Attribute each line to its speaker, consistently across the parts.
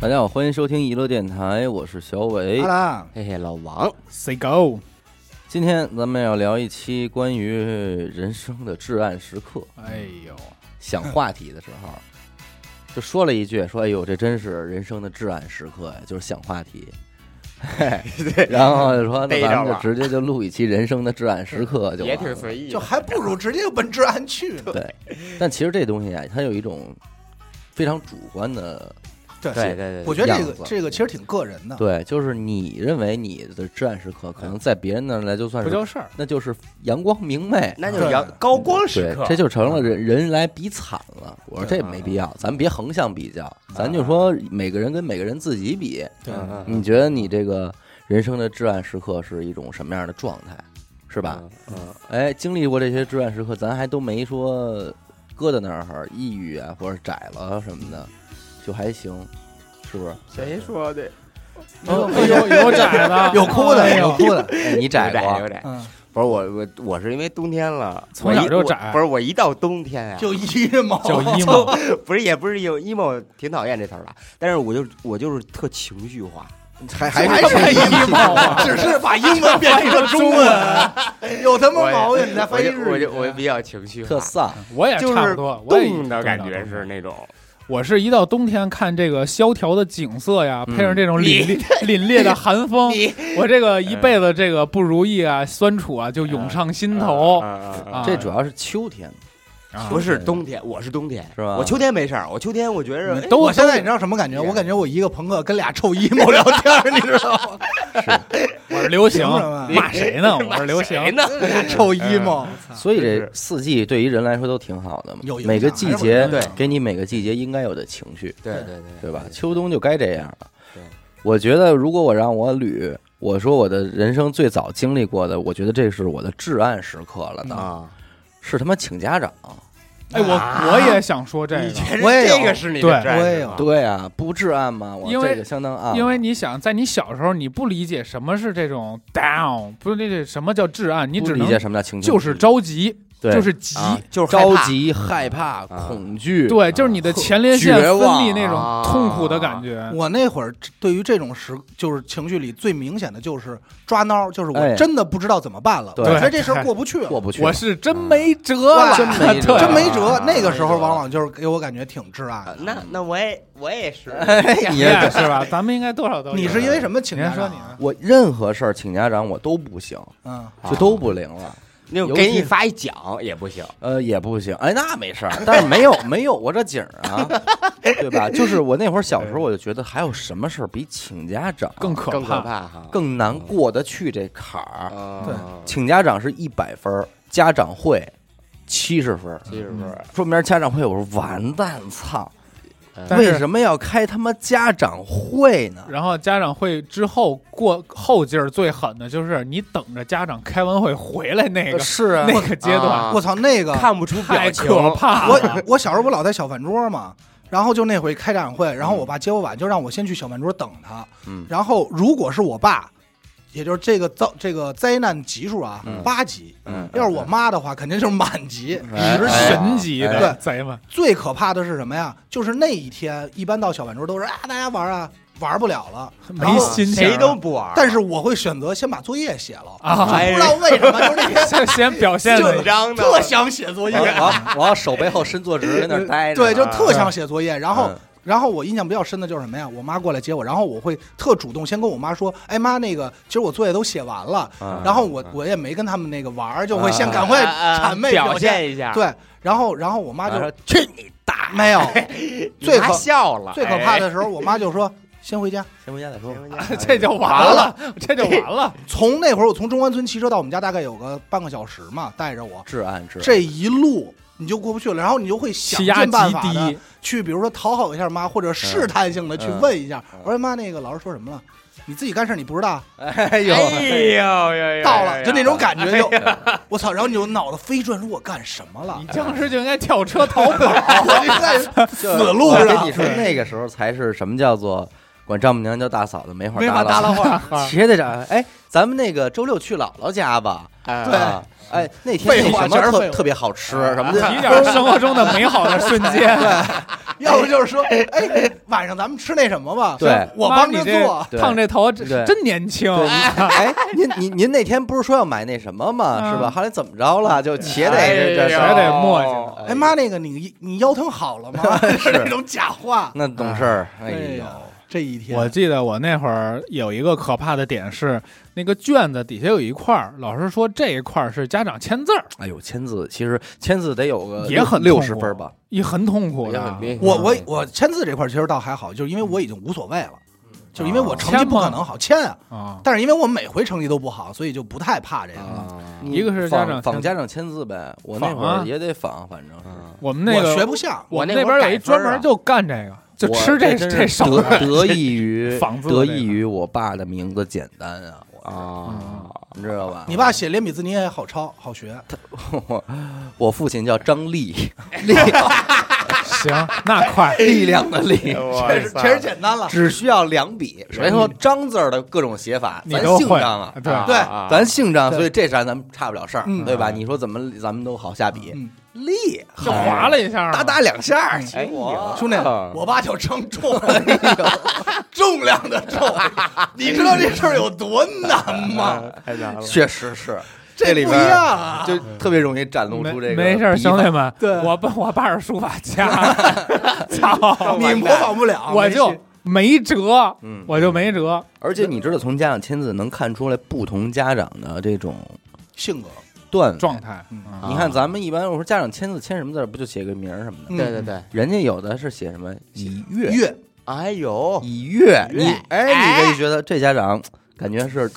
Speaker 1: 大家好，欢迎收听娱乐电台，我是小
Speaker 2: 哎
Speaker 1: 伟
Speaker 3: 好。啦
Speaker 2: 嘿嘿，老王，
Speaker 3: ，Say Go，
Speaker 1: 今天咱们要聊一期关于人生的至暗时刻。
Speaker 3: 哎呦，
Speaker 2: 想话题的时候，
Speaker 1: 就说了一句，说：“哎呦，这真是人生的至暗时刻呀，就是想话题。” 嘿，然后就说：“那
Speaker 2: 逮着
Speaker 1: 咱们
Speaker 2: 了
Speaker 1: 就直接就录一期人生的至暗时刻就完
Speaker 2: 也挺
Speaker 1: 了。
Speaker 2: 随意的，
Speaker 3: 就还不如直接就奔治安去呢。
Speaker 1: 对，但其实这东西啊，它有一种非常主观的，
Speaker 2: 嗯
Speaker 3: 对
Speaker 2: 对对对，
Speaker 3: 我觉得这
Speaker 1: 样
Speaker 3: 个
Speaker 1: 子
Speaker 3: 这个其实挺个人的，
Speaker 1: 对，就是你认为你的至暗时刻，可能在别人那儿来就算
Speaker 3: 不
Speaker 1: 是
Speaker 3: 叫事儿。
Speaker 1: 那就是阳光明媚，
Speaker 2: 那就是阳高光时刻
Speaker 1: 对，，这就成了人人来比惨了。我说这没必要，咱别横向比较，咱就说每个人跟每个人自己比。
Speaker 3: 对，
Speaker 2: 嗯嗯
Speaker 1: 你觉得你这个人生的至暗时刻是一种什么样的状态，是
Speaker 2: 是
Speaker 1: 吧？？
Speaker 2: 嗯，
Speaker 1: 哎，经历过这些至暗时刻，咱还都没说搁在那儿抑郁啊，或者窄了什么的，就还行，是不是？
Speaker 2: 谁说的？
Speaker 3: 有
Speaker 4: 有有窄
Speaker 3: ，
Speaker 4: 的
Speaker 3: 有哭的
Speaker 4: 哎
Speaker 3: 有
Speaker 4: 呦
Speaker 3: 哭的，
Speaker 1: 哎你窄
Speaker 2: 有
Speaker 1: 过？
Speaker 2: 点。
Speaker 3: 嗯，
Speaker 2: 不是我我我是因为冬天了，
Speaker 4: 从小
Speaker 2: 我一
Speaker 4: 就
Speaker 2: 我
Speaker 4: 窄
Speaker 2: 不是我一到冬天呀，
Speaker 3: 就一毛，
Speaker 4: 叫
Speaker 2: 哦
Speaker 4: emo，
Speaker 2: 不是也不是有 emo，挺讨厌这词儿吧？但是我就我就是特情绪化，
Speaker 1: 还
Speaker 3: 还
Speaker 1: 还
Speaker 3: 是
Speaker 1: 是
Speaker 3: emo，啊只是把英文变成了中 文，有他妈毛病，你再
Speaker 2: 我
Speaker 3: 翻译
Speaker 2: 就
Speaker 3: 日
Speaker 2: 我
Speaker 3: 语
Speaker 2: 就我就比较情绪
Speaker 1: 特
Speaker 2: 化，
Speaker 1: 丧。
Speaker 4: 我也
Speaker 2: 就
Speaker 4: 差
Speaker 2: 是
Speaker 4: 不多，我也
Speaker 2: 冻的感觉是。那种，
Speaker 4: 我是一到冬天看这个萧条的景色呀，配
Speaker 2: 嗯
Speaker 4: 上这种凛冽凛冽的寒风，我 这个一辈子这个不如意啊、酸楚啊就涌上心头
Speaker 2: 啊啊啊啊
Speaker 4: 啊。
Speaker 1: 这主要是秋天，
Speaker 4: 啊
Speaker 2: 不是冬天，我是冬天，
Speaker 1: 是吧
Speaker 2: 我秋天没事儿，我秋天我觉着
Speaker 3: 啊你
Speaker 2: 哎
Speaker 3: 我现在你知道什么感觉？
Speaker 2: Yeah
Speaker 3: 我感觉我一个朋克跟俩臭 emo 聊天儿，你知道吗？
Speaker 4: 我是流行
Speaker 3: 凭什么，
Speaker 4: 骂谁呢？我是流行
Speaker 2: 谁，呢？
Speaker 3: 俩臭 emo，
Speaker 1: 所以这
Speaker 2: 是
Speaker 1: 四季对于人来说都挺好的嘛
Speaker 3: 有，影响
Speaker 1: 每个季
Speaker 3: 还
Speaker 1: 节
Speaker 3: 是会有影
Speaker 4: 响
Speaker 1: 给你每个季节应该有的情绪，
Speaker 2: 对对对，
Speaker 1: 对吧？秋冬就该这样了
Speaker 2: 对。
Speaker 1: 我觉得如果我让我捋，我说我的人生最早经历过的，我觉得这是我的至暗时刻了呢，
Speaker 2: 啊，
Speaker 1: 是他妈请家长。
Speaker 4: 哎，我我也想说这
Speaker 2: 你
Speaker 4: 个，
Speaker 2: 觉得
Speaker 3: 我也有
Speaker 2: 这个是你的
Speaker 4: 对
Speaker 2: 战
Speaker 3: 我
Speaker 2: 士
Speaker 3: 也有
Speaker 2: 吗
Speaker 1: 对啊，不至暗吗？我
Speaker 4: 因为
Speaker 1: 这个相当暗了，
Speaker 4: 因为你想，在你小时候，你不理解什么是这种 down，不是那这什么叫至暗，你
Speaker 1: 不
Speaker 4: 只
Speaker 1: 理解
Speaker 4: 能
Speaker 1: 什么叫情绪，
Speaker 4: 就是着急，
Speaker 1: 对
Speaker 4: 就是急，
Speaker 2: 啊就是害
Speaker 1: 着
Speaker 2: 怕
Speaker 1: 急、害怕、
Speaker 2: 啊
Speaker 1: 恐惧，
Speaker 4: 对，就是你的前列腺
Speaker 1: 绝
Speaker 4: 分
Speaker 1: 望
Speaker 4: 泌那
Speaker 2: 啊
Speaker 4: 种痛苦的感觉。
Speaker 1: 嗯
Speaker 3: 我那会儿对于这种时，就是情绪里最明显的就是抓挠，就是
Speaker 1: 哎
Speaker 3: 我真的不知道怎么办了，
Speaker 1: 对
Speaker 3: 我觉得这事儿过不去了，
Speaker 1: 过不去了。
Speaker 4: 我是真没辙
Speaker 3: 哇
Speaker 4: 了，
Speaker 1: 真没辙
Speaker 4: 对
Speaker 3: 真没辙
Speaker 2: 啊。
Speaker 3: 那个时候往往就是给我感觉挺挚爱
Speaker 2: 啊
Speaker 3: 的。
Speaker 2: 那那我也我也 是，
Speaker 1: 你
Speaker 4: 你
Speaker 1: 也
Speaker 4: 也是吧？咱们应该多少
Speaker 1: 哎
Speaker 4: 都有
Speaker 3: 你是因为什么请家
Speaker 4: 您说
Speaker 3: 长
Speaker 4: 你呢？
Speaker 1: 我任何事儿请家长我都不行，
Speaker 3: 嗯，
Speaker 1: 就都不灵了。
Speaker 2: 那种
Speaker 1: 尤
Speaker 2: 给
Speaker 1: 其
Speaker 2: 你发一奖也不行，
Speaker 1: 呃，也不行，哎，那没事儿，但是没有没有我这景儿啊，对吧？就是我那会儿小时候，我就觉得还有什么事儿比请家长
Speaker 4: 更可
Speaker 2: 更可
Speaker 4: 怕？
Speaker 2: 怕哈，
Speaker 1: 更难过得去这坎儿？
Speaker 2: 啊，
Speaker 1: 请家长是一百分儿，家长会七十分儿，
Speaker 2: 其实
Speaker 3: 嗯
Speaker 2: 不是，
Speaker 1: 说明儿家长会，我说完蛋，操，
Speaker 4: 但
Speaker 1: 为
Speaker 4: 是
Speaker 1: 什么要开他妈家长会呢？
Speaker 4: 然后家长会之后过后劲儿最狠的就是你等着家长开完会回来那个
Speaker 1: 是啊，
Speaker 4: 那个阶段，
Speaker 2: 啊
Speaker 3: 我操，那个
Speaker 2: 看不出表
Speaker 4: 太
Speaker 2: 情，
Speaker 4: 可怕了
Speaker 3: 我。我小时候不老在小饭桌嘛，然后就那回开家长会，然后我爸接我晚，就让我先去小饭桌等他。
Speaker 1: 嗯
Speaker 3: 然后如果是我爸，也就是这个遭这个灾难级数啊，八级。
Speaker 1: 嗯，
Speaker 3: 要是我妈的话，肯定就是满级。
Speaker 1: 哎
Speaker 4: 是
Speaker 1: 哎
Speaker 4: 神级的
Speaker 3: 哎
Speaker 4: 贼们，
Speaker 3: 最可怕的是什么呀？就是那一天，一般到小饭桌都是啊，大家玩啊，玩不了了。然
Speaker 4: 没
Speaker 3: 后
Speaker 4: 心情，
Speaker 2: 谁都不玩，
Speaker 3: 但是我会选择先把作业写了，
Speaker 2: 哎
Speaker 3: 不
Speaker 4: 啊，
Speaker 3: 知道为什么，就是那天
Speaker 4: 先先表现
Speaker 2: 紧
Speaker 4: 的
Speaker 2: 张的，哦
Speaker 3: 特想写作业，
Speaker 1: 我要我要手背后伸坐直，在那儿待着，
Speaker 3: 对，就特想写作业。然后
Speaker 1: 嗯，
Speaker 3: 然后我印象比较深的就是什么呀？我妈过来接我，然后我会特主动先跟我妈说：“哎妈，那个其实我作业都写完了。
Speaker 1: 嗯”
Speaker 3: 然后我
Speaker 2: 嗯
Speaker 3: 我也没跟他们那个玩儿，就会先
Speaker 1: 嗯
Speaker 3: 赶快
Speaker 2: 啊啊啊
Speaker 3: 谄媚
Speaker 2: 表
Speaker 3: 现。
Speaker 2: 现一下，
Speaker 3: 对，然后然后我妈就
Speaker 1: 然后去你大爷，
Speaker 3: 没有，
Speaker 2: 你
Speaker 3: 最
Speaker 2: 妈
Speaker 3: 可
Speaker 2: 笑了，
Speaker 3: 最可怕的时候，我妈就说：“先回家。
Speaker 1: 先回家再说。
Speaker 2: 哎，
Speaker 4: 这就完了，这就完了。”
Speaker 3: 从那会儿我从中关村骑车到我们家大概有个半个小时嘛，带着我
Speaker 1: 至暗至暗
Speaker 3: 这一路。你就过不去了，然后你就会想
Speaker 4: 气
Speaker 3: 尽
Speaker 4: 压极
Speaker 3: 办法的
Speaker 4: 低，
Speaker 3: 去，比如说讨好一下妈，或者试探性的去问一下，我说妈，那个老师说什么了？你自己干事你不知道，
Speaker 1: 哎
Speaker 2: 哎呦呦呦，
Speaker 3: 到了就那种感觉就
Speaker 1: 呀，
Speaker 3: 我操！然后你就脑子飞转，说我干什么了
Speaker 4: 你？当时就应该跳车逃跑。
Speaker 3: 我在死路
Speaker 1: 我跟
Speaker 3: 上
Speaker 1: 你说，那个时候才是什么叫做管丈母娘叫大嫂的没法
Speaker 3: 没法
Speaker 1: 搭
Speaker 3: 搭
Speaker 1: 了
Speaker 3: 拉话，
Speaker 1: 话， 谁得找？哎，咱们那个周六去姥姥家吧。
Speaker 2: 啊，
Speaker 3: 对
Speaker 1: 啊哎，那天
Speaker 3: 废
Speaker 1: 那
Speaker 3: 话
Speaker 1: 什
Speaker 3: 全
Speaker 1: 么特
Speaker 3: 是废话
Speaker 4: 哎
Speaker 1: 特别好吃什么的，
Speaker 4: 提点生活中的美好的瞬间。
Speaker 3: 要不就是说，哎，晚上咱们吃那什么吧？
Speaker 1: 对
Speaker 3: 我
Speaker 4: 妈
Speaker 3: 帮
Speaker 4: 你
Speaker 3: 着
Speaker 4: 这
Speaker 3: 做。哎
Speaker 1: 对
Speaker 4: 烫这头真
Speaker 1: 对
Speaker 4: 真年轻，
Speaker 1: 对，哎，您您您那天不是说要买那什么吗？是吧？
Speaker 4: 嗯
Speaker 1: 后来怎么着了？就且得
Speaker 2: 哎
Speaker 1: 这这事
Speaker 2: 呦
Speaker 1: 儿
Speaker 4: 且得磨叽
Speaker 3: 哎妈，，那个你你腰疼好了吗？是 那种假话。
Speaker 1: 那懂事儿，哎
Speaker 3: 哎
Speaker 1: 呦，
Speaker 3: 呀，这一天
Speaker 4: 我记得我那会儿有一个可怕的点是，那个卷子底下有一块儿，老师说这一块儿是家长签字儿，
Speaker 1: 哎呦，签字其实签字得有个
Speaker 4: 也很
Speaker 1: 呃六
Speaker 4: 痛
Speaker 1: 十
Speaker 4: 苦嗯
Speaker 1: 分吧，
Speaker 4: 也很痛苦
Speaker 2: 也
Speaker 4: 的
Speaker 2: 很。憋屈
Speaker 1: 嗯
Speaker 3: 我我我签字这块儿其实倒还好，就是因为我已经无所谓了，
Speaker 1: 嗯
Speaker 3: 就是因为我成绩不可能好签啊。
Speaker 4: 啊，
Speaker 3: 但是因为我每回成绩都不好，所以就不太怕这个。
Speaker 2: 啊，
Speaker 1: 你
Speaker 4: 一个是家
Speaker 1: 仿
Speaker 4: 长
Speaker 1: 仿
Speaker 4: 签
Speaker 1: 家长签字呗，我
Speaker 4: 仿
Speaker 1: 那会
Speaker 4: 啊
Speaker 1: 儿也得仿，反正是
Speaker 2: 嗯
Speaker 4: 我们那个
Speaker 3: 我学不像，
Speaker 4: 我们
Speaker 2: 我那
Speaker 4: 那
Speaker 2: 会
Speaker 4: 边
Speaker 2: 儿
Speaker 4: 有
Speaker 2: 改
Speaker 4: 一
Speaker 2: 分
Speaker 4: 专
Speaker 2: 儿啊
Speaker 4: 门就干这个，就
Speaker 1: 我
Speaker 4: 吃这
Speaker 1: 真
Speaker 4: 这
Speaker 1: 是
Speaker 4: 手
Speaker 1: 得
Speaker 4: 段
Speaker 1: 得益于
Speaker 4: 房子
Speaker 1: 得
Speaker 4: 这
Speaker 1: 益
Speaker 4: 个
Speaker 1: 于我爸的名字简单啊，我
Speaker 2: 啊，
Speaker 1: 你知道吧？
Speaker 3: 你爸写连笔字你也好抄好学，
Speaker 1: 我我父亲叫张 力，力。
Speaker 4: 行，那快
Speaker 1: 力量的
Speaker 4: 哎
Speaker 1: 力，
Speaker 2: 确
Speaker 3: 确实确实简单了。
Speaker 1: 只需要两笔。首先说张字儿的各种写法，
Speaker 4: 你
Speaker 1: 咱
Speaker 4: 都
Speaker 1: 姓
Speaker 4: 会
Speaker 1: 张啊，
Speaker 4: 对
Speaker 3: 对
Speaker 1: 咱姓张，
Speaker 3: 对
Speaker 1: 所以这咱咱们差不了事儿，
Speaker 3: 嗯
Speaker 1: 对吧？你说怎么咱们都好下笔，
Speaker 3: 嗯，
Speaker 1: 力
Speaker 4: 就划了一下嘛，
Speaker 1: 哒哒两下
Speaker 4: 嗯
Speaker 1: 儿，
Speaker 2: 哎呦
Speaker 3: 兄弟，我爸叫张重，重量的重，你知道这事儿有多难吗？
Speaker 2: 太难了
Speaker 1: 确实是这
Speaker 3: 这
Speaker 1: 里
Speaker 3: 不
Speaker 1: 边
Speaker 3: 一样
Speaker 1: 儿
Speaker 3: 啊！
Speaker 1: 就特别容易展露
Speaker 4: 嗯没
Speaker 1: 出这个
Speaker 4: 没事儿，
Speaker 1: 笔法
Speaker 4: 兄弟们，
Speaker 3: 对
Speaker 4: 我爸我爸是书法家， 操，
Speaker 3: 你模仿不了，
Speaker 4: 我
Speaker 3: 没
Speaker 4: 就
Speaker 3: 戏
Speaker 4: 没辙，
Speaker 1: 啊嗯
Speaker 4: 我就没辙，
Speaker 1: 而且你知道，从家长签字能看出来不同家长的这种
Speaker 3: 性格
Speaker 1: 段位。
Speaker 4: 状态，
Speaker 3: 嗯
Speaker 4: 嗯
Speaker 1: 你看，咱们一般我说家长签字签什么字儿，不就写个名儿什么的？
Speaker 3: 嗯
Speaker 2: 对对对，
Speaker 1: 人家有的是写什么以月
Speaker 3: 越哦
Speaker 2: 哎呦，
Speaker 1: 以月，
Speaker 2: 以
Speaker 1: 你
Speaker 2: 月
Speaker 1: 哎，你这就觉得这家长感觉是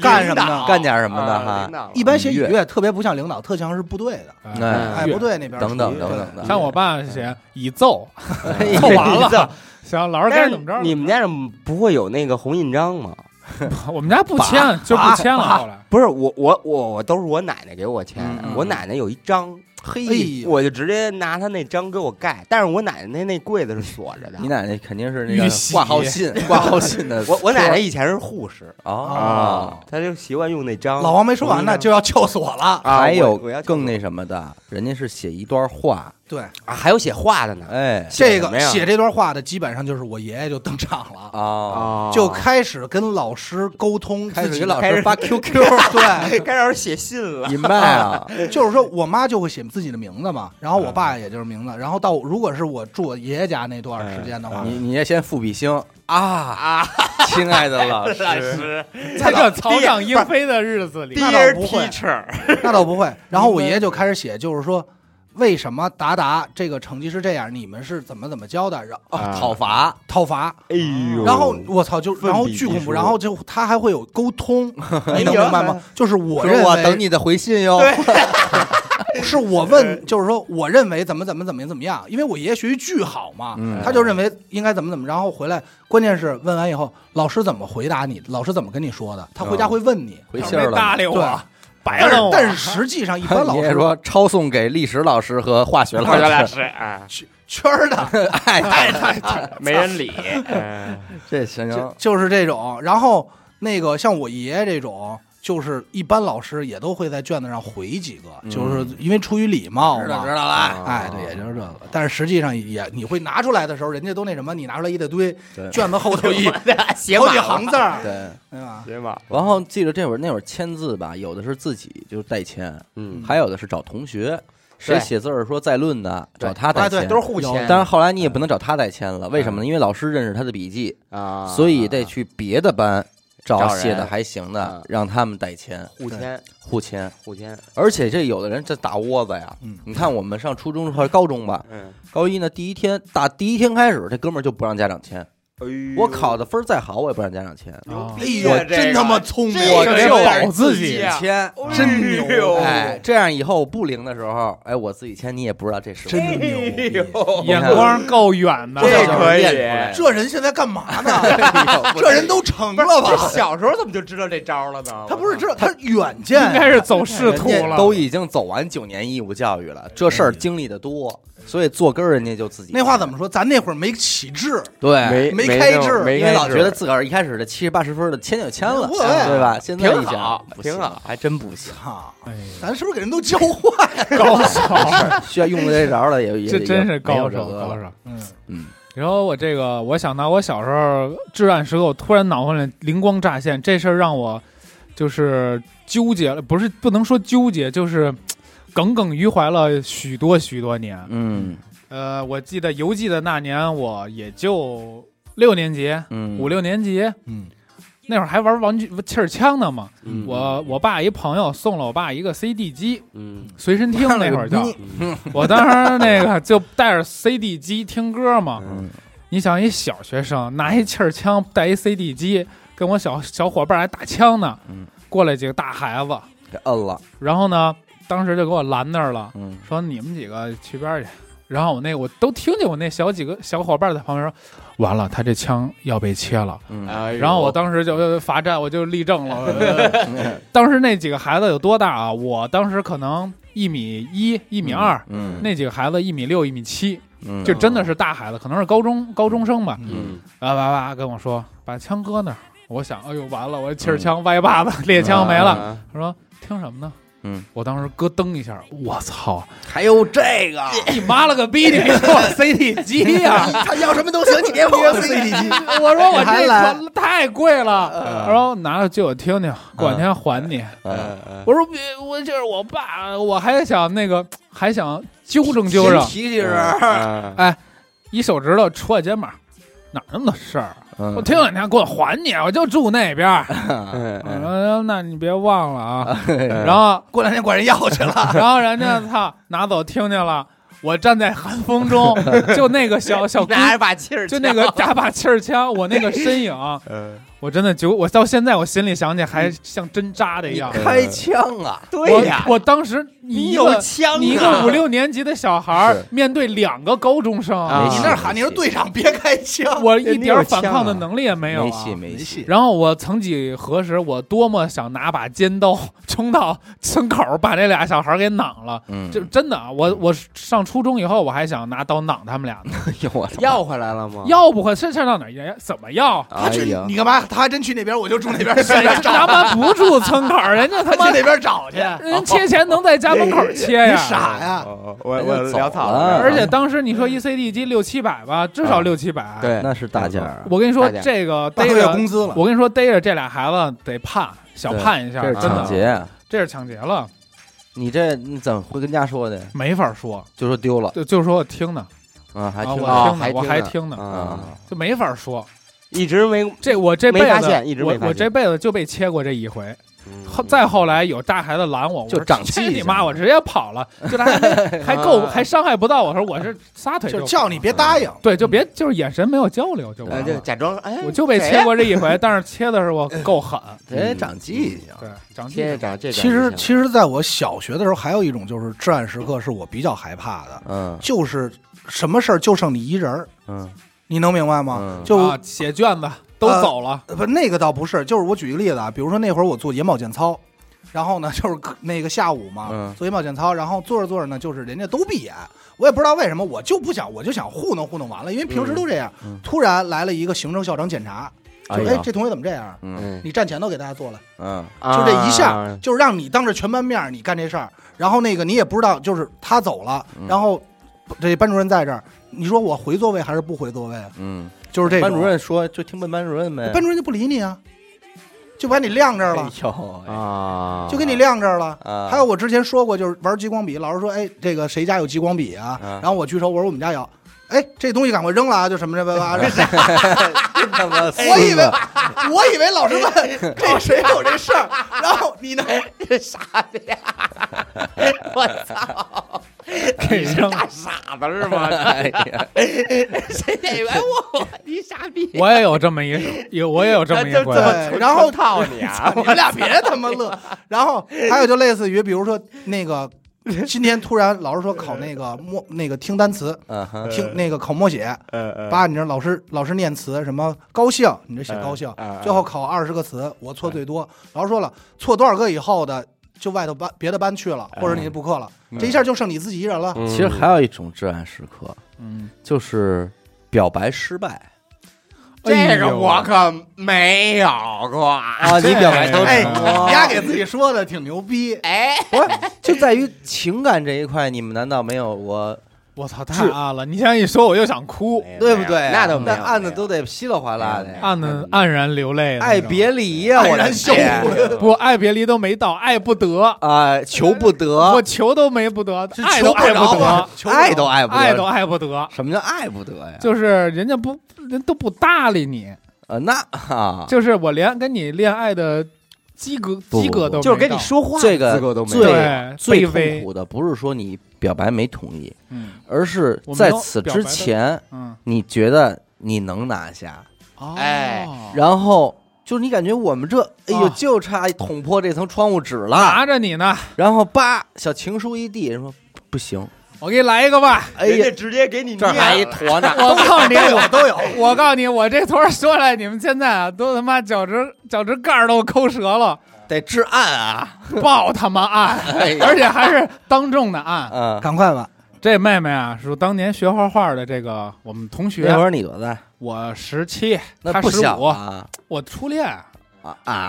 Speaker 3: 干什么呢
Speaker 2: 领导
Speaker 1: 干点什么的
Speaker 2: 啊领
Speaker 1: 哈？
Speaker 2: 导了
Speaker 3: 一般写
Speaker 1: 以
Speaker 3: 以
Speaker 1: 越
Speaker 3: 越特别不像领导，特像是部队的，
Speaker 2: 嗯
Speaker 1: 哎
Speaker 3: 哎，部队那边
Speaker 1: 等等
Speaker 3: 属于
Speaker 1: 等
Speaker 3: 对
Speaker 1: 等的
Speaker 4: 嗯像我爸写已奏，
Speaker 1: 哎
Speaker 4: 凑完
Speaker 1: 你这
Speaker 4: 了，行，老师该
Speaker 2: 但
Speaker 4: 怎么着
Speaker 2: 是
Speaker 4: 吧？
Speaker 2: 你们家长不会有那个红印章吗？
Speaker 4: 我们家不签就不签了，后来
Speaker 2: 不是我我我我都是我奶奶给我签
Speaker 1: 嗯嗯，
Speaker 2: 我奶奶有一张，
Speaker 3: 哎
Speaker 2: 嘿，
Speaker 3: 呦
Speaker 2: 我就直接拿她那张给我盖，但是我奶奶那那柜子是锁着的
Speaker 1: 你。奶奶肯定是那
Speaker 4: 玉
Speaker 1: 个
Speaker 4: 玺
Speaker 1: 挂号信， 挂号信的
Speaker 2: 我我奶奶以前是护士
Speaker 1: 啊。，
Speaker 2: 她就习惯用那
Speaker 1: 哦
Speaker 2: 张。
Speaker 3: 老王没说完呢，就要救死我了。
Speaker 2: 啊
Speaker 1: 还有
Speaker 2: 我我要
Speaker 1: 更那什么的，人家是写一段话，
Speaker 3: 对，
Speaker 2: 啊还有写画的呢
Speaker 1: 哎
Speaker 3: 这
Speaker 2: 写什
Speaker 3: 个
Speaker 2: 么呀
Speaker 3: 写这段话的基本上就是我爷爷就登场了，
Speaker 1: 啊，
Speaker 2: 啊
Speaker 3: 就开始跟老师沟通自
Speaker 1: 开始
Speaker 3: 己的，
Speaker 1: 给老
Speaker 2: 开
Speaker 1: 师
Speaker 2: 始
Speaker 1: 发 QQ，
Speaker 3: 对，
Speaker 2: 啊该让人写信了。
Speaker 1: 明白 啊？
Speaker 3: 就是说我妈就会写自己的名字嘛，然后我爸也就是名字，然后到如果是我住我爷爷家那段时间的话，
Speaker 2: 嗯
Speaker 1: 你你也先复笔星啊啊，亲爱的 老
Speaker 2: 啊
Speaker 1: 师，
Speaker 4: 在这草长莺飞的日子里，
Speaker 3: Dear
Speaker 2: teacher，
Speaker 3: 那倒不会。然后我爷爷就开始写，就是说为什么达达这个成绩是这样，你们是怎么怎么教的，然后
Speaker 2: 啊
Speaker 1: 讨伐，
Speaker 3: 讨伐。
Speaker 2: 哎呦，
Speaker 3: 然后我操，就
Speaker 2: 奋笔
Speaker 3: 然后巨恐
Speaker 2: 疾
Speaker 3: 怖，
Speaker 2: 书
Speaker 3: 然后就他还会有沟 通，你能
Speaker 2: 哎呦
Speaker 3: 明白吗？就是我认
Speaker 1: 说
Speaker 3: 为
Speaker 1: 我等你的回信哟。
Speaker 3: 是我问，就是说，我认为怎么怎么怎么怎么样，因为我爷爷学习巨好嘛，
Speaker 1: 嗯
Speaker 3: 他就认为应该怎么怎么，然后回来，关键是问完以后，老师怎么回答你，老师怎么跟你说的，他回家会问你，
Speaker 1: 啊回信儿
Speaker 4: 没
Speaker 1: 了
Speaker 4: 搭
Speaker 1: 吗，
Speaker 4: 理
Speaker 3: 对
Speaker 4: 我，白
Speaker 3: 但是
Speaker 4: 了我。
Speaker 3: 但是实际上一般老
Speaker 1: 你
Speaker 3: 师
Speaker 1: 也说抄送给历史老师和化学
Speaker 2: 老
Speaker 1: 老师，
Speaker 2: 师啊，
Speaker 3: 圈圈儿
Speaker 1: 哎
Speaker 3: 的
Speaker 2: 没人理。
Speaker 1: 这行
Speaker 3: 就就是这种，然后那个像我爷爷这种。就是一般老师也都会在卷子上回几个，就是因为出于礼貌嘛，
Speaker 1: 嗯知道知啊道了。
Speaker 3: 哎，对，也就是这个。但是实际上也，你会拿出来的时候，人家都那什么，你拿出来一大堆
Speaker 1: 对
Speaker 3: 卷子后头一
Speaker 2: 写
Speaker 3: 好几行字 儿，
Speaker 1: 对，
Speaker 3: 对吧？
Speaker 2: 写满。
Speaker 1: 然后记着这会儿那会儿签字吧，有的是自己就是代签，
Speaker 2: 嗯，
Speaker 1: 还有的是找同学，
Speaker 2: 对
Speaker 1: 谁写字儿说在论的，
Speaker 2: 对
Speaker 1: 找他代
Speaker 3: 啊对
Speaker 1: 签。
Speaker 2: 都是互签
Speaker 1: 当然后来你也不能找他代签了，为什么呢？因为老师认识他的笔记，
Speaker 2: 啊，
Speaker 1: 嗯所以得去别的班找
Speaker 2: 找人
Speaker 1: 写的还行的
Speaker 2: 啊，
Speaker 1: 让他们代签
Speaker 2: 互签，
Speaker 1: 互签。
Speaker 2: 互签。
Speaker 1: 而且这有的人这打窝子呀，
Speaker 3: 嗯
Speaker 1: 你看我们上初中和高中吧，
Speaker 2: 嗯，
Speaker 1: 高一呢第一天打第一天开始，这哥们儿就不让家长签。
Speaker 2: 哎呦
Speaker 1: 我考的分儿再好，我也不让家长签，
Speaker 4: 啊
Speaker 3: 哎
Speaker 2: 我
Speaker 3: 呀，
Speaker 2: 这个
Speaker 3: 真他妈聪明！
Speaker 2: 这
Speaker 1: 我
Speaker 2: 个
Speaker 1: 就
Speaker 2: 有点
Speaker 4: 保自己
Speaker 2: 刺激啊
Speaker 1: 签
Speaker 3: 真牛
Speaker 2: 哦
Speaker 1: 哎，，这样以后我不灵的时候，哎，我自己签你也不知道这是我
Speaker 3: 真
Speaker 1: 的。
Speaker 3: 牛
Speaker 2: 哎
Speaker 3: 逼！
Speaker 2: 呦，
Speaker 4: 眼光够远的，
Speaker 1: 这
Speaker 2: 这
Speaker 1: 个
Speaker 2: 可以
Speaker 1: 练出来。
Speaker 3: 这人现在干嘛呢？
Speaker 1: 哎
Speaker 3: 这人都成
Speaker 2: 不是
Speaker 3: 了
Speaker 2: 这
Speaker 3: 吧？
Speaker 2: 小时候怎么就知道这招了呢？
Speaker 3: 他不是知道，他是远
Speaker 4: 应该
Speaker 3: 见。
Speaker 4: 是走仕
Speaker 1: 呦
Speaker 4: 途
Speaker 1: 人家
Speaker 4: 了，
Speaker 1: 都已经走完九年义务教育了，这事儿经历的多，所以坐根儿人家就自己
Speaker 3: 那话怎么说？咱那会儿没起志，
Speaker 1: 对？
Speaker 2: 没
Speaker 3: 没
Speaker 2: 没
Speaker 3: 开
Speaker 2: 那么
Speaker 3: 智
Speaker 2: 没
Speaker 1: 因为
Speaker 2: 开
Speaker 1: 老
Speaker 2: 智
Speaker 1: 觉得自个儿一开始的七十八十分的签就签了，
Speaker 3: 无所谓
Speaker 1: 对吧？现在一
Speaker 2: 挺
Speaker 1: 想
Speaker 2: 好，
Speaker 1: 不行
Speaker 2: 挺好，，还真不行。
Speaker 3: 操，
Speaker 4: 哎呀，
Speaker 3: 咱是不是给人都教坏了？
Speaker 4: 高手，
Speaker 1: 需要用得这招了也也
Speaker 4: 这真
Speaker 1: 也
Speaker 4: 是
Speaker 1: 没
Speaker 4: 高
Speaker 1: 有这
Speaker 4: 手
Speaker 1: 个
Speaker 4: 高手。
Speaker 3: 嗯，
Speaker 1: 嗯，
Speaker 4: 然后我这个，我想到我小时候至暗时刻，我突然脑海里灵光乍现，这事儿让我就是纠结了，不是不能说纠结，就是耿耿于怀了许多许多年。
Speaker 1: 嗯
Speaker 4: 呃，我记得犹记得那年我也就六年级，
Speaker 1: 嗯，
Speaker 4: 五六年级，
Speaker 3: 嗯，
Speaker 4: 那会儿还玩玩具气儿枪呢嘛。
Speaker 2: 嗯
Speaker 4: 我我爸一朋友送了我爸一个 CD 机，
Speaker 2: 嗯
Speaker 4: 随身听那会儿叫，
Speaker 2: 嗯
Speaker 4: 我当时那个就带着 CD 机听歌嘛。
Speaker 1: 嗯，
Speaker 4: 你想一小学生拿一气儿枪，带一 CD 机，跟我小小伙伴还打枪呢
Speaker 1: 嗯，
Speaker 4: 过来几个大孩子，
Speaker 1: 给摁了，
Speaker 4: 然后呢，当时就给我拦那儿了。
Speaker 1: 嗯
Speaker 4: 说你们几个去边儿去。然后我那我都听见我那小几个小伙伴在旁边说，完了，他这枪要被切了。
Speaker 1: 嗯，
Speaker 2: 哎呦
Speaker 4: 然后我当时就呃罚站，我就立正了。 呃 当时那几个孩子有多大啊？我当时可能一米一、一
Speaker 1: 一
Speaker 4: 米二，
Speaker 1: 嗯，
Speaker 4: 那几个孩子一米六、一米七，
Speaker 1: 嗯
Speaker 4: 就真的是大孩子，可能是高中高中生吧。
Speaker 2: 嗯
Speaker 4: 啊哇哇跟我说把枪搁那儿。我想，哎呦完了，我
Speaker 1: 嗯
Speaker 4: 气儿枪歪把子，猎枪没了。
Speaker 2: 啊
Speaker 4: 他说听什么呢？
Speaker 1: 嗯，
Speaker 4: 我当时咯噔一下，我操！
Speaker 1: 还有这个，
Speaker 4: 你妈了个逼！你给我 CD 机 呀、
Speaker 3: 他要什么都行，你别我 CD 机。
Speaker 4: 我说我
Speaker 3: 你还
Speaker 4: 这
Speaker 3: 来
Speaker 4: 可太贵了，
Speaker 2: 嗯
Speaker 4: 然后拿着借我听听，过两天还你。
Speaker 1: 嗯
Speaker 2: 嗯
Speaker 4: 我说别，我就是我爸，我还想那个，还想纠正纠正，
Speaker 1: 提提人儿，
Speaker 2: 嗯
Speaker 4: 一手指头戳我肩膀，哪儿那么多事儿啊？
Speaker 1: 嗯
Speaker 4: 我听两天给我还你，我就住那边儿。
Speaker 2: 嗯
Speaker 4: 我
Speaker 2: 嗯
Speaker 4: 说那你别忘了啊。
Speaker 2: 嗯
Speaker 4: 然后，
Speaker 3: 过两天管人要去了，
Speaker 4: 然后人家操拿走听见了，我站在寒 风中，就那个小小姑
Speaker 2: 拿着把气儿，
Speaker 4: 就那个打把气儿枪，我那个身影，
Speaker 2: 嗯，
Speaker 4: 我真的就我到现在我心里想起还像针扎的一样。
Speaker 1: 开枪啊，
Speaker 2: 对呀，
Speaker 4: 我我当时你
Speaker 2: 你
Speaker 4: 一
Speaker 2: 有
Speaker 4: 个
Speaker 2: 枪啊，
Speaker 4: 你一个五六年级的小孩儿
Speaker 1: 是
Speaker 4: 面对两个高中生，
Speaker 2: 啊
Speaker 3: 你那儿喊你说队长别开枪，
Speaker 4: 我一点儿反抗的能力也没有
Speaker 1: 没
Speaker 4: 啊。
Speaker 1: 戏没
Speaker 3: 没
Speaker 1: 戏，
Speaker 3: 戏。
Speaker 4: 然后我曾几何时，我多么想拿把尖刀冲到村口儿把这俩小孩儿给攮了。
Speaker 1: 嗯，
Speaker 4: 就真的啊，我我上初中以后，我还想拿刀攮他们俩呢，
Speaker 1: 呦我操，
Speaker 2: 要回来了
Speaker 1: 啊
Speaker 2: 吗？
Speaker 4: 要不会这事儿到哪儿也怎么要？
Speaker 3: 他
Speaker 2: 哎
Speaker 3: 去
Speaker 2: 呀，
Speaker 3: 你干嘛？他还真去那边，我就住那 边，谁
Speaker 4: 谁
Speaker 3: 家
Speaker 4: 他
Speaker 3: 找？
Speaker 4: 妈不住村口儿，人家
Speaker 3: 他
Speaker 4: 他 妈
Speaker 3: 去那边找去，
Speaker 4: 人切钱能在家门口切
Speaker 3: 你
Speaker 4: 呀。
Speaker 3: 傻哎呀？
Speaker 2: 哦我
Speaker 1: 人家
Speaker 2: 我
Speaker 1: 走
Speaker 2: 潦草
Speaker 1: 了
Speaker 4: 而且当时你说一 CD 机六七百吧，至少六七百。，
Speaker 2: 对，
Speaker 1: 那是大件儿，
Speaker 4: 我跟你说
Speaker 2: 大点
Speaker 4: 这个
Speaker 3: 大
Speaker 4: 逮
Speaker 3: 哥有
Speaker 4: 着
Speaker 3: 工，资了，
Speaker 4: 我跟你说逮着这俩孩子得判小判一下，
Speaker 1: 这是
Speaker 4: 真
Speaker 1: 抢
Speaker 4: 的，
Speaker 1: 劫，啊
Speaker 4: 这是抢劫了，
Speaker 1: 你这你怎么回跟家说的？
Speaker 4: 没法说。
Speaker 1: 就说丢了
Speaker 4: 就就是说我听呢，
Speaker 1: 啊，还
Speaker 4: 啊，
Speaker 1: 挺
Speaker 4: 我
Speaker 1: 好
Speaker 4: 听
Speaker 2: 还
Speaker 4: 呢，我
Speaker 2: 听
Speaker 4: 还
Speaker 2: 呢
Speaker 4: 听呢，
Speaker 2: 啊，
Speaker 4: 就没法说。
Speaker 2: 一直没
Speaker 4: 这我这辈
Speaker 2: 没发
Speaker 4: 子
Speaker 2: 现一直没
Speaker 4: 我
Speaker 2: 发现
Speaker 4: 我这辈子就被切过这一回。
Speaker 2: 嗯
Speaker 4: 后再后来有大孩子拦我，我
Speaker 1: 就
Speaker 4: 说
Speaker 1: 长
Speaker 4: 切
Speaker 1: 记
Speaker 4: 你
Speaker 1: 性
Speaker 4: 妈！我直接跑了，就他还 没还够还伤害不到我，我说我是撒腿
Speaker 3: 就是
Speaker 4: 跑
Speaker 3: 叫你
Speaker 2: 嗯
Speaker 3: 别答应。
Speaker 4: 对，就别就是眼神没有交流就完
Speaker 2: 呃
Speaker 4: 了。
Speaker 2: 就假装哎，
Speaker 4: 嗯我就被
Speaker 2: 谁
Speaker 4: 切
Speaker 2: 呀
Speaker 4: 过这一回，但是切的是我够狠。
Speaker 3: 哎
Speaker 1: 得长记性，
Speaker 4: 对，长记
Speaker 2: 切
Speaker 4: 性。
Speaker 2: 长这
Speaker 3: 其实，
Speaker 2: 实
Speaker 3: 其实，在我小学的时候，还有一种就是至暗时刻是我比较害怕的，
Speaker 1: 嗯
Speaker 3: 就是什么事儿就剩你一人儿，
Speaker 1: 嗯
Speaker 3: 你能明白吗？
Speaker 1: 嗯，
Speaker 3: 就
Speaker 4: 啊，写卷子都走了，
Speaker 3: 呃不，那个倒不是，就是我举一个例子啊，比如说那会儿我做眼保健操，然后呢， 就是可那个下午嘛，
Speaker 1: 嗯
Speaker 3: 做眼保健操，然后做着做着呢，就是人家都闭眼，我也不知道为什么，我就不想，我就想糊弄糊弄完了，因为平时都这样，
Speaker 1: 嗯嗯
Speaker 3: 突然来了一个行政校长检查，就
Speaker 1: 哎
Speaker 3: 哎
Speaker 1: 呀
Speaker 3: 这同学怎么这样？
Speaker 1: 嗯
Speaker 2: 嗯，啊
Speaker 3: 你站前头给大家做了，
Speaker 1: 嗯
Speaker 3: 就
Speaker 2: 就
Speaker 3: 这一下，就是让你当着全班面儿你干这事儿，然后那个你也不知道，就是他走了，
Speaker 1: 嗯
Speaker 3: 然后这班主任在这儿，你说我回座位还是不回座位啊？
Speaker 1: 嗯，
Speaker 3: 就是这种
Speaker 1: 班主任说就听奔班主任呗，
Speaker 3: 班主任就不理你啊，就把你晾这儿了
Speaker 1: 哎，呦哎
Speaker 2: 啊，
Speaker 3: 就给你晾这儿了。
Speaker 1: 啊，
Speaker 3: 还有我之前说过，就是玩激光笔，老师说，哎，这个谁家有激光笔啊？
Speaker 1: 嗯
Speaker 3: 然后我举手，我说我们家有。哎，这东西赶快扔了啊！就什么什么 吧。
Speaker 1: 真他妈 孙子，
Speaker 3: 我以为我以为老师 问这谁有这事儿，然后你呢？
Speaker 2: 这傻逼，我操，
Speaker 4: 给扔了。
Speaker 2: 大傻子是吗？
Speaker 1: 哎呀，
Speaker 2: 谁演员我？你 傻逼！
Speaker 4: 我也有这么一， 有我也有这么一
Speaker 2: 这
Speaker 4: 回
Speaker 2: 这。么
Speaker 3: 对然后
Speaker 2: 套你啊！
Speaker 3: 你们俩别他妈 乐。然后还有就类似于，比如说那个今天突然老师说考那个默那个听单词，
Speaker 1: 嗯哼，
Speaker 3: 听那个考默写，
Speaker 2: 呃
Speaker 1: 嗯
Speaker 2: 呃
Speaker 3: 八，你这老师老师念词什么高兴，你这写高兴
Speaker 2: 嗯嗯，嗯
Speaker 3: 最后考二十个词，我错最多。老师说了，错多少个以后的就外头班别的班去了，或者你补课了，
Speaker 2: 嗯
Speaker 3: 这一下就剩你自己一人了。
Speaker 1: 其实还有一种至暗时刻，
Speaker 4: 嗯，
Speaker 1: 就是表白失败
Speaker 4: 哎
Speaker 2: 这
Speaker 4: 呦
Speaker 2: 个我可没有过啊
Speaker 1: 啊，你表白
Speaker 4: 都
Speaker 1: 都
Speaker 3: 哎，
Speaker 4: 嗯
Speaker 2: 哦
Speaker 3: 你丫给自己说的挺牛逼，
Speaker 2: 哎，
Speaker 1: 不是，就在于情感这一块，你们难道没有过
Speaker 4: 我操，太暗了！你现在一说，我又想
Speaker 2: 哎
Speaker 4: 哭，
Speaker 1: 对不对？啊
Speaker 2: 那都没有，
Speaker 1: 那案子都得稀里哗啦的呀，
Speaker 4: 暗的黯然流泪的那
Speaker 1: 爱
Speaker 4: 种。
Speaker 1: 别离呀，
Speaker 3: 黯
Speaker 1: 我的
Speaker 3: 然销
Speaker 1: 天
Speaker 3: 魂。
Speaker 4: 不，爱别离都没到，爱不得，
Speaker 1: 啊，求不
Speaker 4: 我
Speaker 1: 得，
Speaker 4: 求都没不得，
Speaker 3: 是
Speaker 4: 爱
Speaker 3: 求
Speaker 4: 都
Speaker 3: 不
Speaker 4: 爱
Speaker 3: 着
Speaker 4: 得
Speaker 3: 吧，，求不着
Speaker 1: 爱都啊爱不得，
Speaker 4: 爱都爱不得，
Speaker 1: 什么叫爱不得呀？
Speaker 4: 就是人家不人都不搭理你，
Speaker 1: 啊，那啊，
Speaker 4: 就是我连跟你恋爱的资格
Speaker 1: 不
Speaker 4: 资格都没
Speaker 2: 就是跟你
Speaker 4: 到
Speaker 2: 说话
Speaker 1: 这个
Speaker 2: 资格都没有
Speaker 1: 最
Speaker 4: 对
Speaker 1: 最
Speaker 4: 卑微
Speaker 1: 痛苦的不是说你表白没同意，
Speaker 4: 嗯
Speaker 1: 而是在此之前，
Speaker 4: 嗯
Speaker 1: 你觉得你能拿下，
Speaker 4: 哦
Speaker 2: 哎
Speaker 1: 然后就是你感觉我们这，哎呦，
Speaker 4: 啊
Speaker 1: 就差捅破这层窗户纸了，
Speaker 4: 拿着你呢，
Speaker 1: 然后叭，小情书一递，人说不行，
Speaker 4: 我给你来一个吧，
Speaker 1: 哎
Speaker 2: 人家
Speaker 1: 呀，
Speaker 2: 直接给你
Speaker 1: 这儿
Speaker 2: 念
Speaker 1: 还一
Speaker 2: 了
Speaker 1: 坨 呢，
Speaker 4: 我告诉你，我
Speaker 3: 都有。
Speaker 4: 我告诉你，我这头儿说来，你们现在啊，都他妈脚趾脚趾盖儿都抠折了，
Speaker 1: 得至暗啊，
Speaker 4: 爆他妈按，
Speaker 1: 哎呀
Speaker 4: 而且还是当众的按。
Speaker 1: 嗯，
Speaker 3: 赶快吧，
Speaker 4: 这妹妹啊，是当年学画画的这个我们同
Speaker 1: 那会
Speaker 4: 学，
Speaker 1: 儿你多大？
Speaker 4: 我十七，
Speaker 1: 那
Speaker 4: 她
Speaker 1: 不
Speaker 4: 啊十
Speaker 1: 小
Speaker 4: 五，
Speaker 1: 啊
Speaker 4: 我初恋
Speaker 1: 啊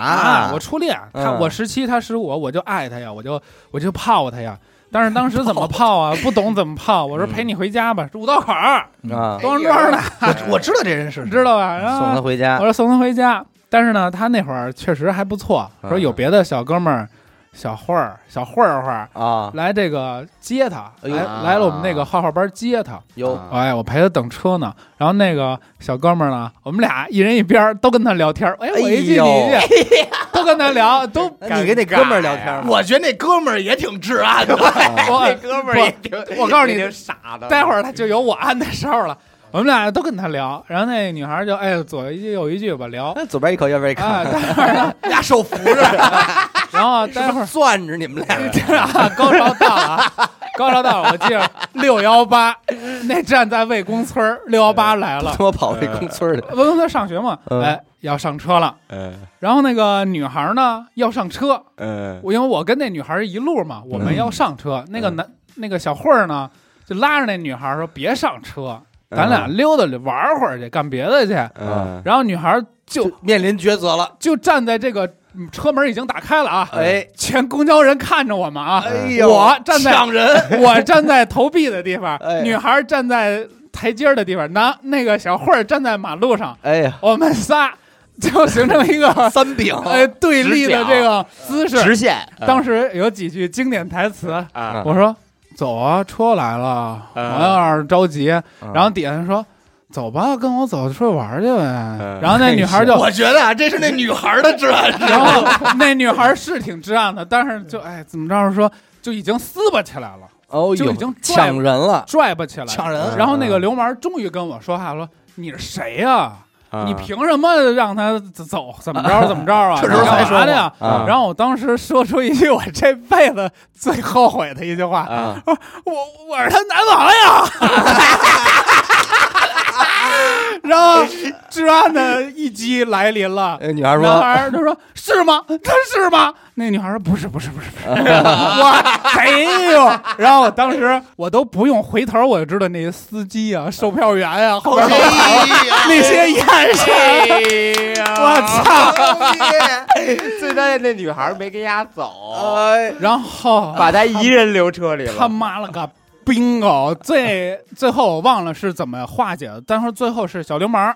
Speaker 4: 我初恋，她
Speaker 1: 嗯
Speaker 4: 我十七，她十五，我就爱她呀，我就我就泡她呀。但是当时怎么泡啊？不懂怎么泡，
Speaker 1: 嗯
Speaker 4: 我说陪你回家吧，五道口儿
Speaker 1: 啊！
Speaker 4: 东庄庄的，
Speaker 3: 我我知道这人是
Speaker 4: 你
Speaker 3: 谁
Speaker 4: 知道吧？啊
Speaker 1: 送
Speaker 4: 然
Speaker 1: 他
Speaker 4: 后
Speaker 1: 回家
Speaker 4: 哎我，说送她回家，但是呢，她那会儿确实还不错，说
Speaker 2: 啊
Speaker 4: 有别的小哥们儿、小混儿、小混儿混儿
Speaker 1: 啊，
Speaker 4: 来这个接她，
Speaker 1: 哎呦
Speaker 4: 来来了我们那个画画班接她。
Speaker 1: 有
Speaker 2: 啊
Speaker 4: 哎，我陪他等车呢。然后那个小哥们儿呢，我们俩一人一边儿都跟他聊天儿。哎，我一句
Speaker 1: 哎呦
Speaker 4: 你一句，都跟他聊，都
Speaker 1: 那你跟那哥们儿聊天吗？
Speaker 3: 我觉得那哥们儿也挺至暗的，
Speaker 4: 我
Speaker 2: 哥们
Speaker 4: 不
Speaker 2: 儿也挺，
Speaker 4: 我告诉你
Speaker 2: 也挺傻的。
Speaker 4: 待会儿他就有我按的时候了。我们俩都跟他聊，然后那女孩儿就哎左一句右一句吧聊。啊，
Speaker 1: 那左边一口，右边一口，
Speaker 4: 待会儿呢，
Speaker 3: 俩手扶着，
Speaker 4: 然后待会儿
Speaker 1: 攥着你们 俩，
Speaker 4: 啊 高潮到了啊，高潮到了，我记着六幺八那站在魏公村儿六幺八来了
Speaker 1: 他，妈跑魏公村儿去了。
Speaker 4: 魏公村上学嘛，
Speaker 1: 嗯
Speaker 4: 哎要上车了，
Speaker 2: 嗯
Speaker 4: 然后那个女孩儿呢要上车，
Speaker 2: 嗯
Speaker 4: 我因为我跟那女孩儿一路嘛，我们要上车，那个男、那个小慧儿呢，就拉着那女孩儿说别上车，咱俩溜达溜玩会儿去，干别的去。
Speaker 1: 嗯
Speaker 2: 嗯，
Speaker 4: 然后女孩儿就
Speaker 1: 面临抉择了，
Speaker 4: 就站在这个嗯车门已经打开了啊，
Speaker 1: 哎，
Speaker 4: 全公交人看着我们啊，
Speaker 1: 哎呦，
Speaker 4: 我站在
Speaker 1: 抢人，
Speaker 4: 我站在投币的地方，
Speaker 1: 哎
Speaker 4: 女孩儿站在台阶儿的地方，男那个小慧儿站在马路上，
Speaker 1: 哎呀，
Speaker 4: 我们仨就形 成一个
Speaker 1: 三饼，
Speaker 4: 呃对立的这个姿势。
Speaker 2: 直线
Speaker 4: 当时有几句经典台词，
Speaker 2: 啊
Speaker 1: 嗯
Speaker 4: 我说走啊，车来了，我
Speaker 2: 嗯
Speaker 4: 要是着急，然后
Speaker 1: 嗯
Speaker 4: 底下人说走吧，跟我走出去玩去呗
Speaker 2: 嗯。
Speaker 4: 然后那女孩就，
Speaker 3: 我觉得啊，这是那女孩的至暗。
Speaker 4: 然后那女孩是挺至暗的，但是就哎怎么着说，就已经撕巴起来了，
Speaker 1: 哦
Speaker 4: 就
Speaker 1: 呦
Speaker 4: 已经拽
Speaker 1: 抢人了，
Speaker 4: 拽巴起来了。
Speaker 3: 抢 人，
Speaker 4: 然后那个流氓终于跟我说话说。你是谁呀、
Speaker 2: 啊
Speaker 3: 嗯
Speaker 4: 你凭什么让他走？怎么着？怎么着啊？
Speaker 3: 这
Speaker 1: 时候
Speaker 4: 你
Speaker 1: 才
Speaker 4: 干嘛
Speaker 3: 说嗯
Speaker 4: 的呀？
Speaker 1: 啊
Speaker 4: 嗯然后我当时说出一句我这辈子最后悔的一句话，
Speaker 3: 嗯
Speaker 2: 啊，
Speaker 4: 我我是他男朋友。 然后治安的一击来临了，
Speaker 1: 哎，女孩
Speaker 4: 男
Speaker 1: 说，
Speaker 4: 孩儿就说：“是吗？他是吗？”那女孩说：“不是，不是，不是， 不是，我没有。”然后我当时我都不用回头，我就知道那些司机啊、售票员啊，后边那些眼神，
Speaker 1: 哎
Speaker 4: 我操！
Speaker 2: 最关键那女孩没跟丫走，
Speaker 1: 哎，
Speaker 4: 然后
Speaker 2: 把她一人留车里
Speaker 4: 他
Speaker 2: 了。
Speaker 4: 妈了个 bingo！最最后我忘了是怎么化解的，但是最后是小流氓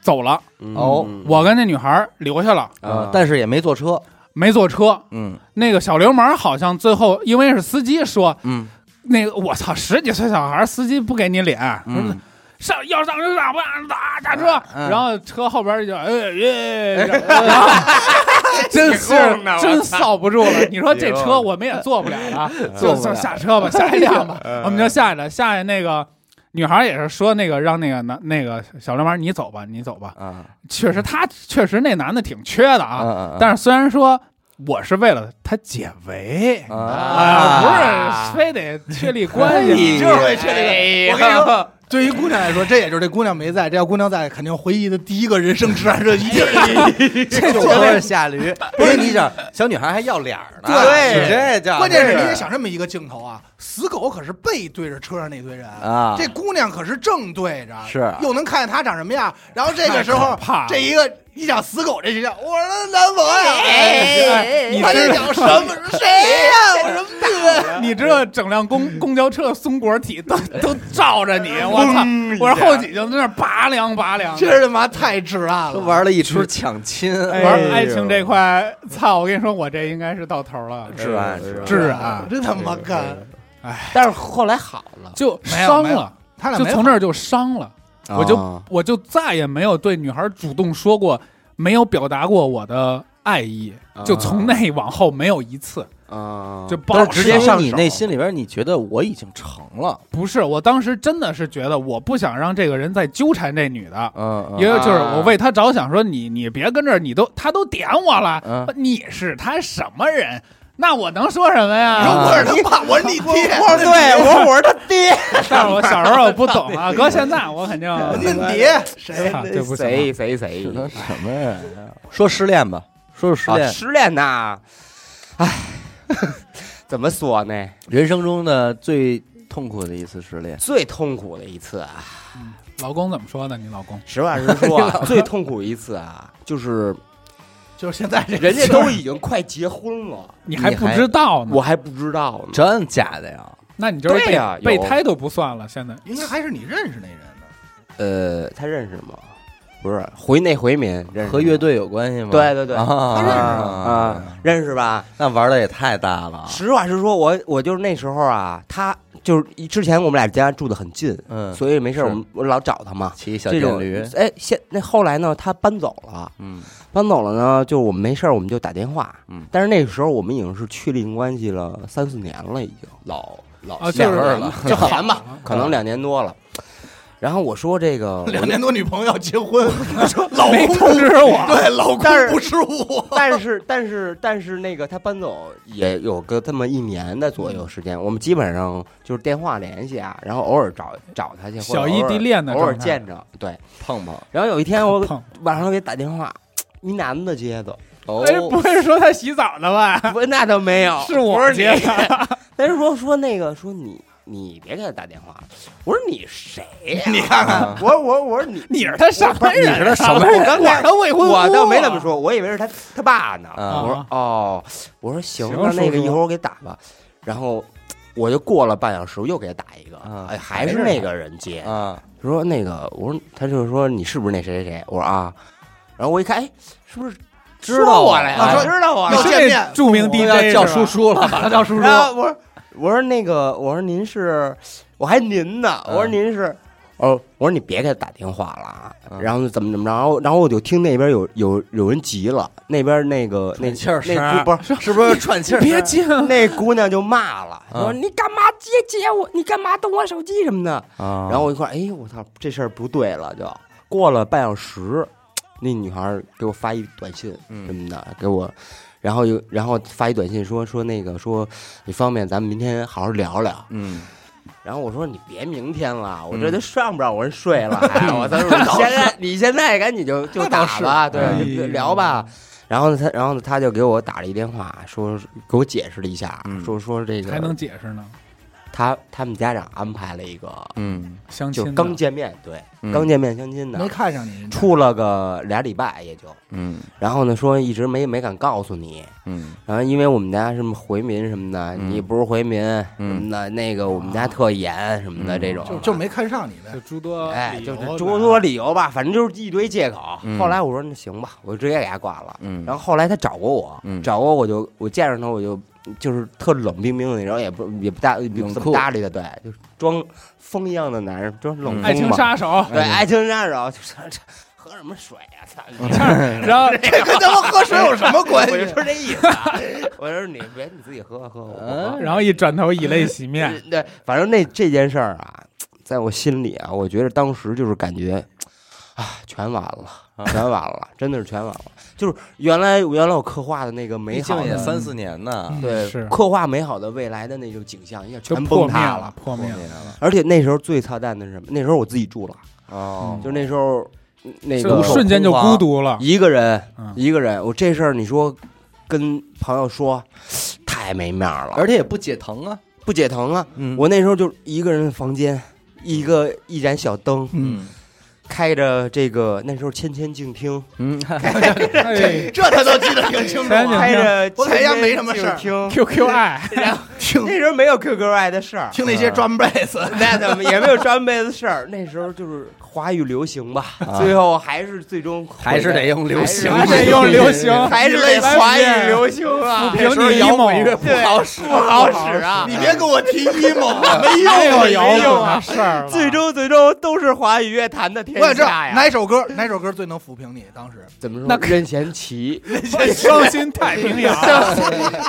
Speaker 4: 走了，
Speaker 2: 嗯
Speaker 1: 哦
Speaker 4: 我跟那女孩留下了，
Speaker 2: 呃
Speaker 1: 啊但是也没坐车，
Speaker 4: 没坐车。
Speaker 1: 嗯
Speaker 4: 那个小流氓好像最后因为是司机说，
Speaker 1: 嗯
Speaker 4: 那个我操，十几岁小孩儿，司机不给你脸，
Speaker 1: 嗯，
Speaker 4: 上要上就上，不让打打车。
Speaker 1: 嗯
Speaker 4: 然后车后边就哎哎，哎然后 真是
Speaker 2: 起哄呢我操
Speaker 4: 真扫不住了。你说这
Speaker 2: 起
Speaker 4: 车
Speaker 2: 哄
Speaker 4: 我们也坐不了了，
Speaker 1: 坐
Speaker 4: 就
Speaker 1: 不
Speaker 4: 就
Speaker 1: 了
Speaker 4: 下车吧，下一辆吧
Speaker 2: 嗯，
Speaker 4: 我们就下去了。下去那个女孩也是说那个让那个男那个小流氓你走吧，你走吧。
Speaker 1: 啊
Speaker 4: 确实他确实那男的挺缺的啊，
Speaker 1: 啊
Speaker 4: 但是虽然说我是为了他解围。
Speaker 1: 啊
Speaker 4: 啊，
Speaker 2: 啊
Speaker 4: 不是，非得确立关系，
Speaker 1: 你这
Speaker 3: 会
Speaker 2: 这
Speaker 3: 这我
Speaker 2: 个
Speaker 4: 哎
Speaker 3: 跟你说， 对于姑娘来说，这也就是这姑娘没在，这要姑娘在，肯定回忆的第一个人生至暗这一 定
Speaker 4: 哎
Speaker 3: 是你这
Speaker 2: 就
Speaker 3: 做
Speaker 2: 都
Speaker 3: 的
Speaker 2: 是下驴，不是你想，小女孩还要脸儿呢，
Speaker 3: 对
Speaker 2: 这叫
Speaker 3: 关键是你得想这么一个镜头啊，死狗可是背对着车上那堆人
Speaker 2: 啊
Speaker 3: 这姑娘可是正对着，
Speaker 2: 是
Speaker 3: 又能看见她长什么样。然后这个时候
Speaker 4: 啊太可怕了，
Speaker 3: 这一个一想死狗这形象，我说男朋友，
Speaker 4: 哎你
Speaker 3: 他就
Speaker 4: 知道
Speaker 3: 讲什么谁呀，我什么病啊？
Speaker 4: 你知道整辆公公交车松果体都都罩着你，我操！我说后脊就在那儿拔凉拔凉的。
Speaker 3: 真是他妈太至暗
Speaker 1: 都
Speaker 3: 了，
Speaker 1: 玩了一出抢亲，
Speaker 2: 哎
Speaker 4: 玩爱情这块，操！我跟你说，我这应该是到头了。
Speaker 2: 治安是啊吧
Speaker 4: 治安
Speaker 3: 啊真他妈干！
Speaker 2: 但是后来好了，
Speaker 4: 就
Speaker 3: 没有
Speaker 4: 伤
Speaker 3: 没有
Speaker 4: 了，
Speaker 3: 他俩
Speaker 4: 就
Speaker 3: 没
Speaker 4: 从那儿就伤了。
Speaker 2: 啊
Speaker 4: 我就我就再也没有对女孩主动说过，没有表达过我的爱意，就从那往后没有一次。
Speaker 2: 啊，
Speaker 4: 就抱
Speaker 1: 但是直接上
Speaker 4: 手
Speaker 1: 你内心里边，你觉得我已经成了，
Speaker 4: 不是，我当时真的是觉得我不想让这个人再纠缠这女的，
Speaker 1: 嗯
Speaker 4: 因为就是
Speaker 2: 啊
Speaker 4: 我为她着想，说你你别跟这儿，你都她都点我了啊
Speaker 1: 嗯，
Speaker 4: 你是她什么人？那我能说什么
Speaker 3: 你说
Speaker 4: 呀？
Speaker 3: 我是他爸，我是你爹，
Speaker 2: 我对我我是他爹，
Speaker 4: 但是我小时候我不懂啊，搁现在我肯定
Speaker 3: 恁爹谁？
Speaker 4: 啊对不起啊
Speaker 2: 谁谁谁
Speaker 1: 是他什么人啊？说失恋吧，说说失
Speaker 2: 啊
Speaker 1: 恋，
Speaker 2: 失恋呐，唉， 怎么说呢？
Speaker 1: 人生中的最痛苦的一次失恋，
Speaker 2: 最痛苦的一次啊，
Speaker 4: 老公怎么说的？你老公
Speaker 2: 实话实说啊， 最痛苦一次啊， 就是
Speaker 3: 就是现在这
Speaker 2: 人 家都已经快结婚了，
Speaker 4: 你还
Speaker 1: 你
Speaker 4: 不
Speaker 1: 还
Speaker 4: 知道呢
Speaker 2: 我，还不知道呢。
Speaker 1: 真假的呀？
Speaker 4: 那你就是
Speaker 2: 对
Speaker 4: 备
Speaker 2: 呀有
Speaker 4: 备胎都不算了，现在
Speaker 3: 应该还是你认识那人呢。
Speaker 2: 呃，他认识吗？不是，回内回民认识吗
Speaker 1: 和乐队有关系吗？
Speaker 2: 对对对
Speaker 1: 啊
Speaker 3: 他认识吗
Speaker 1: 啊，
Speaker 2: 啊，认识吧？
Speaker 1: 那玩的也太大了，
Speaker 2: 实话实说，我我就是那时候啊，他就是一之前我们俩家住的很近，
Speaker 1: 嗯，
Speaker 2: 所以没事
Speaker 1: 是
Speaker 2: 我们我老找他嘛。
Speaker 1: 骑小
Speaker 2: 这
Speaker 1: 电
Speaker 2: 种
Speaker 1: 驴，
Speaker 2: 哎，现那后来呢，他搬走了，
Speaker 1: 嗯
Speaker 2: 搬走了呢，就我们没事儿我们就打电话，
Speaker 1: 嗯
Speaker 2: 但是那个时候我们已经是确定关系了三四年了，已经老老
Speaker 4: 啊，就
Speaker 2: 两
Speaker 4: 是
Speaker 2: 人 了，
Speaker 4: 就好
Speaker 2: 谈吧，
Speaker 4: 了
Speaker 2: 可能两年多了。然后我说这 个，
Speaker 3: 两年多女朋友要结婚，老
Speaker 4: 没
Speaker 3: 公
Speaker 4: 通知我，
Speaker 3: 对老
Speaker 2: 但是
Speaker 3: 公不是我，
Speaker 2: 但是但是但是那个他搬走也有个这么一年的左右时间，我们基本上就是电话联系啊，然后偶尔找找他去，或者
Speaker 4: 小异地恋的
Speaker 2: 偶尔偶尔
Speaker 4: 状态
Speaker 2: 见着，对。
Speaker 1: 碰碰
Speaker 2: 然后有一天我
Speaker 4: 碰
Speaker 2: 晚上给打电话，一男的接 的，
Speaker 1: 哦，
Speaker 4: 哎，不会是说他洗澡呢吧？
Speaker 2: 不那倒没有，
Speaker 4: 是我接
Speaker 2: 不是你。
Speaker 4: 的，
Speaker 2: 但是说说那个说你你别给他打电话，我说你谁 呀？
Speaker 3: 你看看，
Speaker 2: 我说我说我说你
Speaker 4: 你是他什么人？啊
Speaker 1: 你是他
Speaker 2: 啊
Speaker 1: 什么人
Speaker 4: 我刚才他未婚夫啊
Speaker 2: 我倒没这么，说，我以为是他他爸呢。
Speaker 1: 啊
Speaker 2: 我说哦，我说行，
Speaker 4: 行
Speaker 2: 那那个
Speaker 4: 叔叔
Speaker 2: 一会儿我给打吧。然后我就过了半小时，我又给他打一个
Speaker 1: 啊，
Speaker 2: 哎，还是那个人接。
Speaker 1: 啊，
Speaker 2: 他说那个，我说他就是说你是不是那谁谁谁？我说啊，然后我一看，哎，是不是
Speaker 1: 知道
Speaker 2: 说我
Speaker 1: 我
Speaker 2: 了
Speaker 3: 啊
Speaker 2: 呀？知道我
Speaker 4: 你
Speaker 3: 要
Speaker 4: 是
Speaker 3: 见面
Speaker 4: 那著名
Speaker 1: 都
Speaker 4: DJ
Speaker 1: 要叫
Speaker 4: 是
Speaker 1: 叔
Speaker 4: 吧
Speaker 1: 叔了，把他叫 叔
Speaker 2: 然后我说我说那个，我说您是，我还您呢，我说您是，嗯哦，我说你别给他打电话了啊，
Speaker 1: 嗯
Speaker 2: 然后怎么怎么着，然后然后我就听那边有有有人急了，那边那个那
Speaker 1: 喘气儿声
Speaker 2: 那姑不是
Speaker 1: 是不是喘气儿？
Speaker 4: 别接啊，
Speaker 2: 那姑娘就骂了，
Speaker 1: 嗯
Speaker 2: 说你干嘛接接我，你干嘛动我手机什么的，
Speaker 1: 啊！
Speaker 2: 然后我一块，哎，我操，这事儿不对了，就过了半小时，那女孩儿给我发一短信
Speaker 1: 嗯
Speaker 2: 什么的，给我，然后又然后发一短信说说那个说你方便咱们明天好好聊聊，
Speaker 1: 嗯，
Speaker 2: 然后我说你别明天了，我
Speaker 1: 嗯
Speaker 2: 这都上不着，我这睡了， 哎我操，你现在你现在赶紧就就打吧，对
Speaker 4: 哎，
Speaker 2: 就聊吧。然后呢，他，然后呢，他就给我打了一电话，说给我解释了一下，
Speaker 1: 嗯
Speaker 2: 说说这
Speaker 4: 还
Speaker 2: 个
Speaker 4: 能解释呢？
Speaker 2: 他他们家长安排了一个，
Speaker 1: 嗯
Speaker 4: 相
Speaker 2: 就
Speaker 4: 亲的
Speaker 2: 刚见面，对，
Speaker 1: 嗯
Speaker 2: 刚见面相亲的，
Speaker 3: 没看上你，
Speaker 2: 处了个俩礼拜也就，
Speaker 1: 嗯
Speaker 2: 然后呢说一直没没敢告诉你，
Speaker 1: 嗯
Speaker 2: 然后因为我们家什么回民什么的，
Speaker 1: 嗯
Speaker 2: 你不是回民什么的，那个我们家特严什么的
Speaker 1: 嗯
Speaker 2: 这种，
Speaker 3: 就就没看上你呗
Speaker 4: 就。诸多
Speaker 2: 哎，
Speaker 4: 理
Speaker 2: 就
Speaker 4: 由
Speaker 2: 是
Speaker 4: 的
Speaker 2: 多多理由吧，反正就是一堆借口。
Speaker 1: 嗯
Speaker 2: 后来我说那行吧，我直接给他挂了。
Speaker 1: 嗯，
Speaker 2: 然
Speaker 1: 后
Speaker 2: 后后来他找过我，
Speaker 1: 嗯
Speaker 2: 找过我就我见着他我就就是特冷冰冰的，然后也不也不搭也
Speaker 1: 冷酷
Speaker 2: 不怎么搭理他，对，就装风一样的男人，装冷
Speaker 1: 嗯
Speaker 2: 风
Speaker 4: 爱情
Speaker 2: 嘛，
Speaker 4: 杀手，
Speaker 1: 哎
Speaker 2: 对，爱情杀手，就是这喝什么水啊， 操！你这
Speaker 1: 哎
Speaker 4: 然后
Speaker 3: 这跟他妈喝水有什么关
Speaker 2: 我就
Speaker 3: 系？
Speaker 2: 说这意思、啊，我说你别你自己喝喝，我不喝
Speaker 1: 嗯
Speaker 4: 然后一转头以泪洗面，
Speaker 2: 对，对反正那这件事儿啊，在我心里啊，我觉得当时就是感觉啊，全完了，全完了，真的是全完了。就是原来原来我刻画的那个美
Speaker 1: 毕
Speaker 2: 好
Speaker 1: 竟也
Speaker 2: 的，
Speaker 1: 三四年呢，
Speaker 2: 嗯对
Speaker 4: 嗯是，
Speaker 2: 刻画美好的未来的那种景象，一下
Speaker 4: 就
Speaker 2: 全
Speaker 4: 破
Speaker 2: 崩
Speaker 4: 灭
Speaker 2: 塌
Speaker 4: 了，。破灭
Speaker 1: 年
Speaker 4: 了。
Speaker 1: 了
Speaker 2: 而且那时候最操蛋的是什么？那时候我自己住了，
Speaker 1: 哦，
Speaker 2: 就是那时候嗯那
Speaker 4: 就
Speaker 2: 个
Speaker 4: 瞬间就孤独了。
Speaker 2: 一个人，
Speaker 4: 嗯
Speaker 2: 一个人，我这事儿你说跟朋友说，太没面儿了，
Speaker 1: 而且也不解疼啊，
Speaker 2: 不解疼啊。
Speaker 1: 嗯
Speaker 2: 我那时候就一个人的房间，一个一盏小灯，
Speaker 1: 嗯
Speaker 2: 开着这个那时候千千静听，
Speaker 1: 嗯，
Speaker 4: 哎
Speaker 3: 这他都记得挺清楚啊。
Speaker 4: 千千静
Speaker 2: 开着
Speaker 3: 我在家没什么事儿
Speaker 2: 千千静听。
Speaker 4: ，QQ 爱，
Speaker 3: 听
Speaker 2: 那时候没有 QQ 爱 的事儿，
Speaker 3: 听那些专贝斯，
Speaker 2: 那怎么也没有专门的事儿。那时候就是华语流行吧，
Speaker 1: 啊
Speaker 2: 最后还是最终回
Speaker 1: 还是得用流行
Speaker 2: 还
Speaker 4: 还
Speaker 2: 是
Speaker 4: 得用流行，
Speaker 2: 还是得华语流行啊。
Speaker 4: 凭你
Speaker 1: 摇滚
Speaker 4: emo，
Speaker 1: 乐不好
Speaker 2: 使，不好使啊！
Speaker 3: 你别跟我提 emo，
Speaker 2: 没用
Speaker 4: 有摇
Speaker 2: 啊，没用
Speaker 4: 滚的
Speaker 2: 啊！
Speaker 4: 哎事儿了，
Speaker 2: 最终最终都是华语乐坛的天
Speaker 3: 我也知道
Speaker 2: 下呀。
Speaker 3: 哪首歌哪首歌最能抚平你当时？
Speaker 2: 怎么说？
Speaker 4: 那
Speaker 2: 任贤齐，
Speaker 4: 伤心太平洋，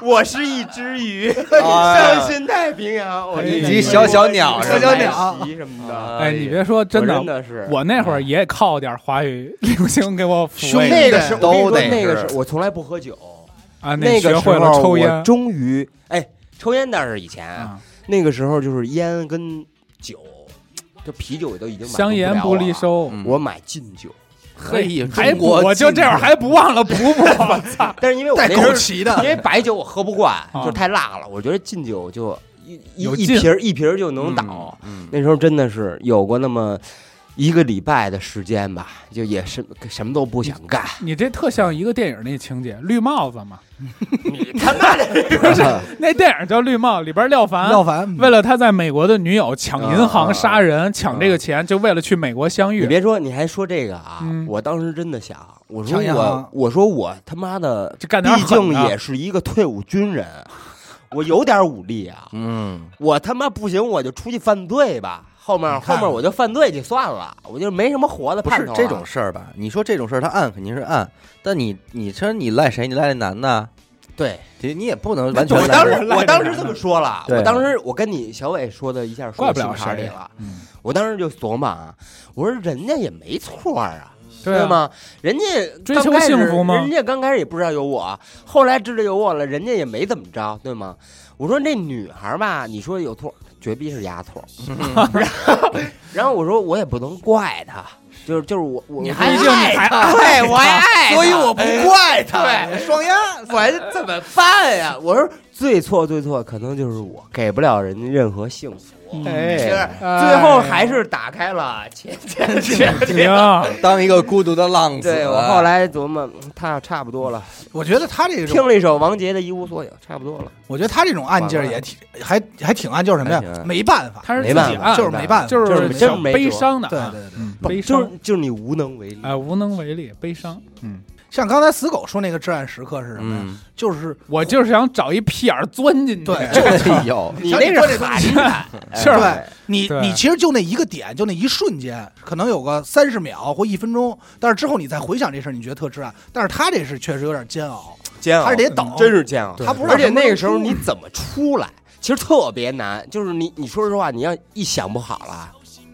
Speaker 2: 我是一只鱼，
Speaker 1: 哎
Speaker 2: 伤心太平洋，我
Speaker 4: 以及小
Speaker 1: 小鸟
Speaker 3: 什么的
Speaker 2: 哎小鸟什么的，
Speaker 4: 哎，你别说，
Speaker 2: 我
Speaker 4: 真的
Speaker 2: 真，的是
Speaker 4: 我那会儿也靠点华语流行给我抚
Speaker 3: 兄弟
Speaker 4: 慰
Speaker 2: 那个是
Speaker 1: 都
Speaker 2: 我跟
Speaker 1: 得
Speaker 2: 你说那个
Speaker 1: 是
Speaker 2: 是我从来不喝酒，
Speaker 4: 啊，
Speaker 2: 那
Speaker 4: 学
Speaker 2: 个时
Speaker 4: 会
Speaker 2: 候
Speaker 4: 了抽
Speaker 2: 我
Speaker 4: 烟，
Speaker 2: 终于哎，抽烟那是以前啊，
Speaker 4: 啊
Speaker 2: 那个时候就是烟跟酒，这啤酒都已经买
Speaker 4: 香
Speaker 2: 不
Speaker 4: 烟
Speaker 2: 了
Speaker 4: 不
Speaker 2: 了
Speaker 4: 离，收。
Speaker 1: 嗯
Speaker 2: 我买禁酒，
Speaker 1: 嘿，
Speaker 4: 还
Speaker 1: 中国啊
Speaker 4: 我就这会儿
Speaker 1: 进
Speaker 4: 还不忘了补 补，我操！
Speaker 2: 但是因为我
Speaker 3: 带
Speaker 2: 那时候
Speaker 3: 枸杞的，
Speaker 2: 因为白酒我喝不惯，
Speaker 4: 啊
Speaker 2: 就是太辣了。我觉得禁酒就一一
Speaker 4: 有
Speaker 2: 一
Speaker 4: 劲
Speaker 2: 瓶儿一瓶儿就能倒。，
Speaker 1: 嗯
Speaker 2: 那时候真的是有过那么一个礼拜的时间吧，就也是什么都不想干。
Speaker 4: 你这特像一个电影那情节，绿帽子嘛。
Speaker 2: 你他妈 的，
Speaker 4: 那电影叫《绿帽》，里边廖凡
Speaker 3: 廖凡
Speaker 4: 啊为了他在美国的女友抢银行杀人，抢这个钱，就为了去美国相
Speaker 2: 啊你
Speaker 4: 遇。
Speaker 2: 别说，你还说这个啊！
Speaker 4: 嗯
Speaker 2: 我当时真的想，我说
Speaker 3: 抢银
Speaker 2: 我
Speaker 3: 行，
Speaker 2: 我说我他妈的，
Speaker 4: 这干点
Speaker 2: 毕
Speaker 4: 狠
Speaker 2: 竟
Speaker 4: 的
Speaker 2: 也是一个退伍军人，我有点武力啊。
Speaker 1: 嗯，
Speaker 2: 我他妈不行，我就出去犯罪吧。后面后
Speaker 3: 看
Speaker 2: 面我就犯罪去算了，我就没什么活的
Speaker 1: 不
Speaker 2: 盼
Speaker 1: 是
Speaker 2: 头了。
Speaker 1: 这种事儿吧？你说这种事儿，他暗肯定是暗，但你你说你赖谁？你赖那男的，
Speaker 2: 对，
Speaker 1: 你你也不能完全
Speaker 2: 我
Speaker 1: 赖
Speaker 2: 当
Speaker 1: 人。
Speaker 2: 时我当时这么说了，
Speaker 1: 对
Speaker 2: 我当时我跟你小伟说的一下说
Speaker 4: 怪
Speaker 2: 到
Speaker 4: 不了
Speaker 2: 心坎里
Speaker 4: 谁
Speaker 2: 了。
Speaker 4: 嗯
Speaker 2: 我当时就琢磨啊，我说人家也没错啊。
Speaker 4: 对啊
Speaker 2: 吗？人家
Speaker 4: 追
Speaker 2: 刚
Speaker 4: 求
Speaker 2: 开始
Speaker 4: 幸福吗
Speaker 2: 人家刚开始也不知道有我，后来知道有我了，人家也没怎么着，对吗？我说那女孩吧，你说有错，绝逼是丫头。嗯 然后我说我也不能怪她，就是就是我我
Speaker 4: 你还毕竟你还
Speaker 2: 爱 对，我还爱她，哎
Speaker 3: 所以我不怪他，
Speaker 2: 对
Speaker 3: 双鸭。
Speaker 2: 我还怎么办呀？我说最错最错，可能就是我给不了人家任何幸福，
Speaker 4: 哎
Speaker 2: 嗯就是
Speaker 4: 哎
Speaker 2: 最后还是打开了前前前
Speaker 4: 行，
Speaker 1: 当一个孤独的浪子。啊
Speaker 2: 对我后来琢磨，嗯差差不多了，
Speaker 3: 我觉得他这
Speaker 2: 听
Speaker 3: 种，
Speaker 2: 了一首王杰的《一无所有》，差不多了。
Speaker 3: 我觉得他这种按劲儿
Speaker 2: 完了
Speaker 3: 也挺还还挺按，就是什么
Speaker 1: 还挺
Speaker 3: 呀？
Speaker 1: 按
Speaker 3: 没办法，
Speaker 4: 他是自
Speaker 2: 没
Speaker 4: 己
Speaker 2: 办法
Speaker 4: 按，
Speaker 3: 就是没办法，
Speaker 4: 啊就是
Speaker 2: 就是
Speaker 3: 没
Speaker 2: 真
Speaker 3: 办法
Speaker 2: 没辙
Speaker 4: 悲伤的，
Speaker 3: 对对对对。
Speaker 4: 嗯，
Speaker 2: 不就
Speaker 4: 悲伤
Speaker 2: 是，就是你无能为力。
Speaker 4: 哎，无能为力，悲伤。嗯，
Speaker 3: 像刚才死狗说那个至暗时刻是什么呀？
Speaker 1: 嗯，
Speaker 3: 就是
Speaker 4: 我就是想找一屁眼儿钻进去，
Speaker 3: 对
Speaker 1: 哎呦，
Speaker 2: 你
Speaker 3: 小
Speaker 2: 那
Speaker 3: 李
Speaker 2: 是
Speaker 3: 说这东
Speaker 2: 喊
Speaker 3: 西
Speaker 2: 的，
Speaker 1: 哎
Speaker 4: 是吧
Speaker 3: 对你
Speaker 4: 对
Speaker 3: 你其实就那一个点，就那一瞬间，可能有个三十秒或一分钟，但是之后你再回想这事儿，你觉得特至暗。但是他这是确实有点煎熬，
Speaker 2: 煎熬，
Speaker 3: 还是得等
Speaker 2: 哦真是煎熬。
Speaker 3: 他不知道
Speaker 2: 而且
Speaker 3: 什么
Speaker 2: 那个
Speaker 3: 出
Speaker 2: 时候你怎么出来，其实特别难。就是你，你说实话，你要一想不好了，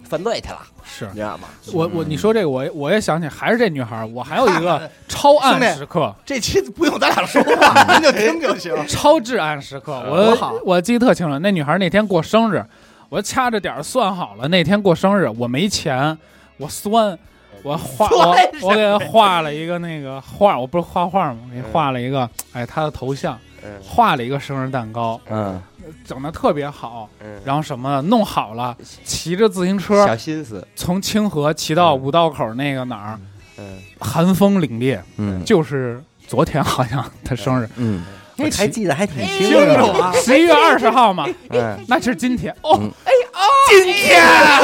Speaker 2: 犯罪去了，
Speaker 4: 是
Speaker 2: 你知道吗？
Speaker 4: 我我你说这个，我也我也想起还是这女孩儿，我还有一个超暗时刻，
Speaker 3: 这期不用咱俩说话，咱就听就 行。
Speaker 4: 超至暗时刻，
Speaker 3: 多好
Speaker 4: 我我记得特清楚。那女孩儿那天过生日，我掐着点儿算好了，那天过生日我没钱，我酸，我画我
Speaker 2: 酸
Speaker 4: 我给她画了一个那个画，我不是画画吗？我给她画了一个，哎，她的头像，
Speaker 2: 嗯
Speaker 4: 画了一个生日蛋糕，
Speaker 1: 嗯，
Speaker 4: 整的特别好，
Speaker 2: 嗯，
Speaker 4: 然后什么弄好了，骑着自行车
Speaker 2: 小心思，
Speaker 4: 从清河骑到五道口那个哪儿，
Speaker 2: 嗯，
Speaker 4: 寒风凛冽。
Speaker 1: 嗯
Speaker 4: 就是昨天好像他生日，
Speaker 1: 嗯，哎
Speaker 4: 我骑
Speaker 1: 记得还挺
Speaker 3: 清楚啊
Speaker 4: 十一月二十号嘛，
Speaker 1: 嗯，
Speaker 4: 那是今天哦
Speaker 1: 嗯，
Speaker 4: 哎哦，今 天，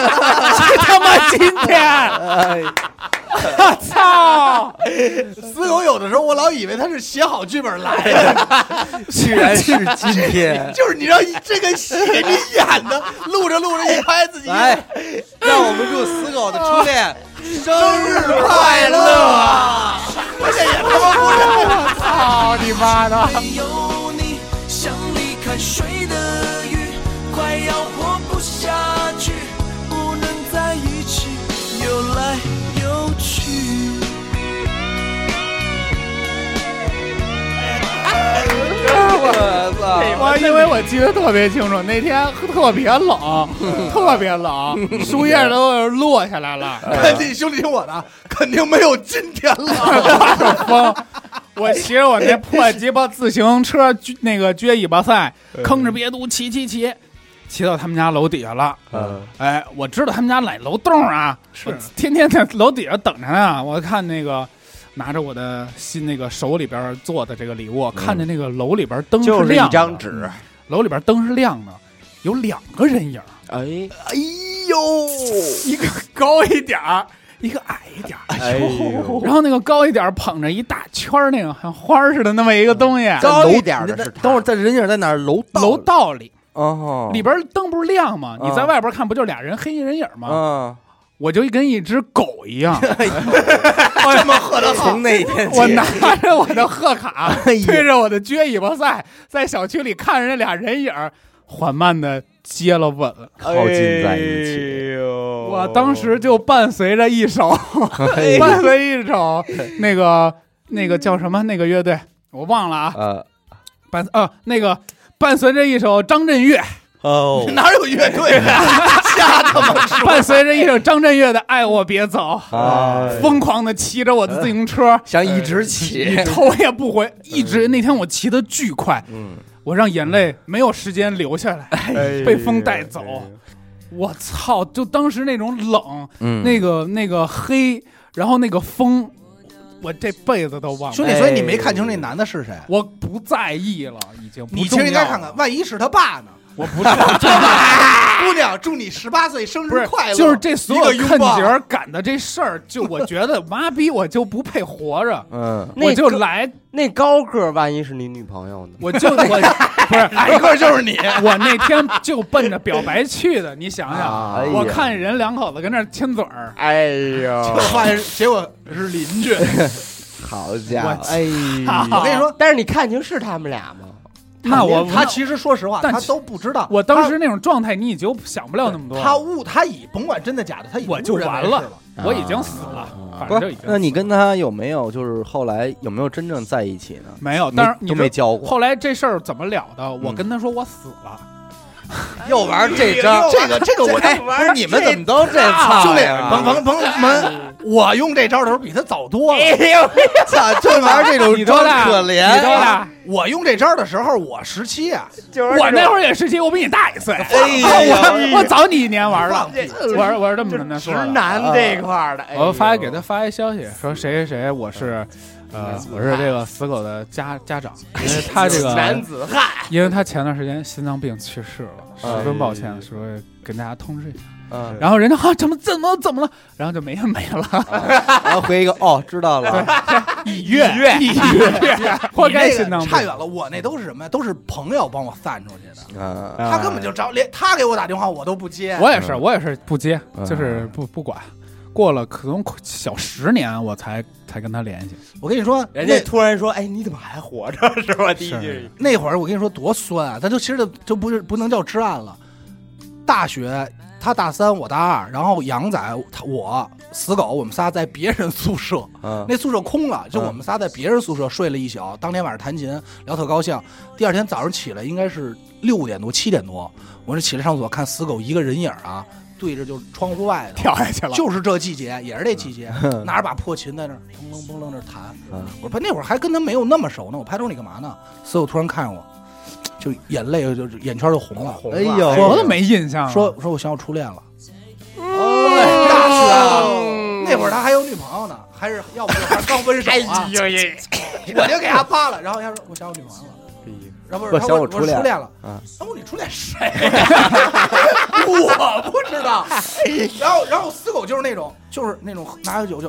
Speaker 4: 是他妈今天，
Speaker 1: 哎，
Speaker 4: 我操，
Speaker 3: 死狗有的时候我老以为他是写好剧本来的，，
Speaker 1: 居然是今天
Speaker 3: 就是你让这个写你演的，录着录着一拍自己，
Speaker 1: 来，哎让我们祝死狗的初恋生日
Speaker 3: 快
Speaker 1: 快
Speaker 3: 乐
Speaker 1: 乐。
Speaker 3: 啊！而且也他妈不是。
Speaker 4: 操你妈的！
Speaker 5: 没有你，像离开水的鱼，快要活不下去，不能在一起，游来游去。
Speaker 4: 后因为我记得特别清楚，那天特别冷，
Speaker 1: 嗯
Speaker 4: 特别冷，树叶都落下来了，
Speaker 3: 哎
Speaker 2: 哎
Speaker 1: 哎
Speaker 3: 肯定兄弟听我的，肯定没有今天了。
Speaker 4: 风。我骑着我那破鸡巴自行车，撅那个撅尾巴赛，吭哧瘪肚骑骑骑，骑到他们家楼底下了。
Speaker 1: 嗯
Speaker 4: 哎，我知道他们家哪楼栋啊，我天天在楼底下等着呢。我看那个拿着我的新那个手里边做的这个礼物，看着那个楼里边灯
Speaker 2: 就是是一
Speaker 4: 嗯亮的，
Speaker 2: 张纸，
Speaker 4: 楼里边灯是亮的，有两个人影儿，
Speaker 2: 哎，
Speaker 3: 哎
Speaker 4: 嗯
Speaker 3: 呦，
Speaker 4: 一个高一点儿，一个矮一点儿。
Speaker 1: 哎呦，
Speaker 4: 然后那个高一点儿捧着一大圈儿那个像花儿似的那么一个东西，
Speaker 2: 高
Speaker 1: 楼
Speaker 2: 一点的是他
Speaker 1: 等会儿，在人影在哪儿？楼嗯道
Speaker 4: 楼道里
Speaker 1: 哦，
Speaker 4: 里边儿灯不是亮吗？你在
Speaker 1: 啊
Speaker 4: 外边看不就俩人黑衣人影吗？
Speaker 1: 啊，
Speaker 4: 我就跟一只狗一 样，
Speaker 1: 这么喝的，哎从那天起
Speaker 4: 我拿着我的贺卡，
Speaker 1: 哎呀
Speaker 4: 推着我的撅尾巴赛，在小区里看着那俩人影儿，缓慢的接了吻。
Speaker 1: 靠近在一起，哦
Speaker 4: 我当时就伴随着一首，
Speaker 1: 嘿
Speaker 4: 伴随一首那个那个叫什么那个乐队，我忘了啊，
Speaker 1: 呃
Speaker 4: 伴啊那个伴随着一首张 震岳，
Speaker 1: 哦，
Speaker 3: 哪有乐队啊？
Speaker 4: 伴随着一首张震岳的《爱我别走
Speaker 1: 啊，》，
Speaker 4: 疯狂的骑着我的自行
Speaker 3: 嗯
Speaker 4: 车，
Speaker 1: 想一直起，
Speaker 4: 头也不回，一直那天我骑得巨快，
Speaker 1: 嗯，
Speaker 4: 我让眼泪没有时间流下来，
Speaker 3: 哎
Speaker 4: 被风带走。我操！就当时那种冷，
Speaker 1: 嗯
Speaker 4: 那个那个黑，然后那个风，我这辈子都忘不
Speaker 3: 兄
Speaker 4: 了。
Speaker 3: 弟，所以你没看清那男的是谁？
Speaker 4: 我不在意了，已经不
Speaker 3: 你其实应该看
Speaker 4: 重要
Speaker 3: 看，
Speaker 4: 了，
Speaker 3: 万一是他爸 呢？
Speaker 4: 我不重要
Speaker 3: 姑娘，祝你十八岁生
Speaker 4: 不
Speaker 3: 日
Speaker 4: 是
Speaker 3: 快乐！
Speaker 4: 就是这所有
Speaker 3: 一个拥
Speaker 4: 看
Speaker 3: 抱
Speaker 4: 节 儿赶的这事儿，就我觉得妈逼我就不配活着，
Speaker 1: 嗯，
Speaker 2: 那
Speaker 4: 我就
Speaker 2: 高
Speaker 4: 来，
Speaker 2: 那高个儿万一是你女朋友呢？
Speaker 4: 我就我不是
Speaker 3: 挨哎个就是你。
Speaker 4: 我那天就奔着表白去的，你想想，
Speaker 2: 啊
Speaker 1: 哎呀
Speaker 4: 我看人两口子跟那儿亲嘴儿，
Speaker 2: 哎 呦，
Speaker 3: 我发现结果是邻居，
Speaker 1: 好家伙，
Speaker 2: 哎呦，
Speaker 3: 我跟你说，
Speaker 2: 但是你看清是他们俩吗？
Speaker 4: 那我
Speaker 3: 他其实说实话，
Speaker 4: 但
Speaker 3: 他
Speaker 4: 其
Speaker 3: 都不知道。
Speaker 4: 我当时那种状态，你已经想不了那么多
Speaker 3: 他
Speaker 4: 了，
Speaker 3: 他误他已甭管真的假的，他已经
Speaker 4: 我就
Speaker 3: 误认为
Speaker 4: 完
Speaker 3: 是
Speaker 4: 了
Speaker 3: 了。
Speaker 4: 我已经死了，反
Speaker 1: 不
Speaker 4: 正就已
Speaker 1: 是
Speaker 4: 经，死了。
Speaker 1: 那你跟他有没有就是后来有没有真正在一起呢？
Speaker 4: 没有？但是
Speaker 1: 没
Speaker 4: 你
Speaker 1: 都
Speaker 4: 知
Speaker 1: 没交过，
Speaker 4: 后来这事儿怎么了的？我跟他说我死了，
Speaker 1: 又玩哎这招，
Speaker 3: 这个这个我
Speaker 1: 哎，不是你们怎么都这操
Speaker 3: 兄
Speaker 4: 哎
Speaker 3: 弟，
Speaker 1: 呀？
Speaker 3: 甭甭甭门，我用这招的时候比他早多了。
Speaker 4: 哎
Speaker 3: 啊
Speaker 1: 操，就玩这种
Speaker 4: 你多
Speaker 1: 装
Speaker 4: 大？
Speaker 1: 可
Speaker 4: 你多
Speaker 1: 怜，
Speaker 4: 大？
Speaker 3: 我用这招的时候，我十七啊，
Speaker 4: 我那会儿也十七，我比你大一岁。
Speaker 1: 哎
Speaker 4: 我我早你一年玩了
Speaker 3: 放屁，
Speaker 4: 我是我是这么
Speaker 2: 嗯
Speaker 4: 跟他说的。
Speaker 2: 男这块儿的，哎呦
Speaker 4: 我发给他发一消息，说谁谁谁，我是，呃，我是这个死狗的家家长，因为他这
Speaker 2: 男
Speaker 4: 个，
Speaker 2: 子汉，
Speaker 4: 因为他前段时间心脏病去世了，
Speaker 1: 哎
Speaker 4: 十分抱歉，说跟大家通知一下。
Speaker 1: 嗯，
Speaker 4: 然后人家啊，怎么怎么怎么了？然后就没没了，
Speaker 1: 然后回一个哦，知道了，
Speaker 4: 一月一月，活
Speaker 3: 你
Speaker 4: 该
Speaker 3: 那
Speaker 4: 心
Speaker 3: 个
Speaker 4: 脏
Speaker 3: 差远
Speaker 4: 病。
Speaker 3: 了。我那都是什么呀？都是朋友帮我散出去的，
Speaker 1: 嗯，
Speaker 2: 啊
Speaker 3: 他根本就找连他给我打电话我都不接。
Speaker 4: 我也是，我也是不接，
Speaker 1: 嗯
Speaker 4: 就是不不管。过了可能小十年，我才才跟他联系。
Speaker 3: 我跟你说，
Speaker 2: 人家
Speaker 3: 那
Speaker 2: 突然说，哎，你怎么还活着？是吧？第一句
Speaker 4: 是，
Speaker 3: 那会儿我跟你说多酸啊，他就其实就就不是不能叫知暗了。大学他大三，我大二，然后杨仔他我死狗，我们仨在别人宿舍，
Speaker 1: 嗯，
Speaker 3: 那宿舍空了，就
Speaker 1: 嗯
Speaker 3: 我们仨在别人宿舍睡了一宿。当天晚上弹琴聊特高兴，第二天早上起来应该是六点多七点多，我是起来上厕所看死狗一个人影儿啊，对着就是窗户外头，
Speaker 4: 跳下去了
Speaker 3: 就是这季节，也是这季节，拿着把破琴在那儿砰楞砰楞那儿弹。
Speaker 1: 嗯
Speaker 3: 我说那会儿还跟他没有那么熟呢，我拍桌你干嘛呢？死狗突然看见我，就眼泪就就眼圈就红了，
Speaker 1: 哎呦，
Speaker 4: 我都没印象了。
Speaker 3: 说说我想我初恋了。
Speaker 1: 哎
Speaker 3: 大
Speaker 1: 大
Speaker 3: 师啊
Speaker 2: 嗯，
Speaker 3: 那会儿他还有女朋友呢，还是要不就还刚分手
Speaker 2: 哎
Speaker 3: 啊。
Speaker 2: 呦耶，
Speaker 3: 我就给他扒了，然后他说我想我女朋友了，然后不是
Speaker 1: 我
Speaker 3: 他
Speaker 1: 想我
Speaker 3: 问我
Speaker 1: 初
Speaker 3: 说
Speaker 1: 恋
Speaker 3: 初恋了，
Speaker 1: 嗯
Speaker 3: 然后你初恋谁？啊 我不知道。
Speaker 2: 哎
Speaker 3: 然后然后死狗就是那种就是那种拿着酒就，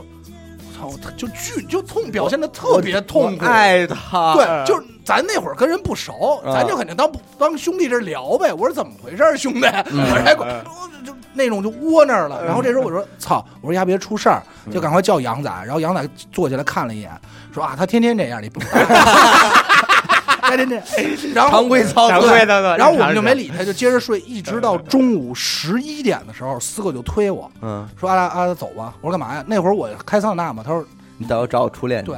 Speaker 3: 我操，就巨就痛，表现的特别痛苦。
Speaker 1: 爱他，
Speaker 3: 对，就是咱那会儿跟人不熟，
Speaker 1: 嗯
Speaker 3: 咱就肯定当当兄弟这聊呗。我说怎么回事儿，兄弟？我还管就那种就窝那儿了。然后这时候我说操，我说呀别出事儿，就赶快叫杨仔。然后杨仔坐起来看了一眼，说啊他天天这样，你不。 天天这样，哎然后
Speaker 1: 常规操
Speaker 2: 常
Speaker 1: 作，
Speaker 2: 规的，
Speaker 3: 然后我们就没理他，就接着睡，一直到中午十一点的时候，四个就推我啊
Speaker 1: 嗯，
Speaker 3: 说阿拉阿拉走吧。我说干嘛呀？那会儿我开桑塔纳嘛，他说
Speaker 1: 你到时候找我初恋去，
Speaker 3: 对，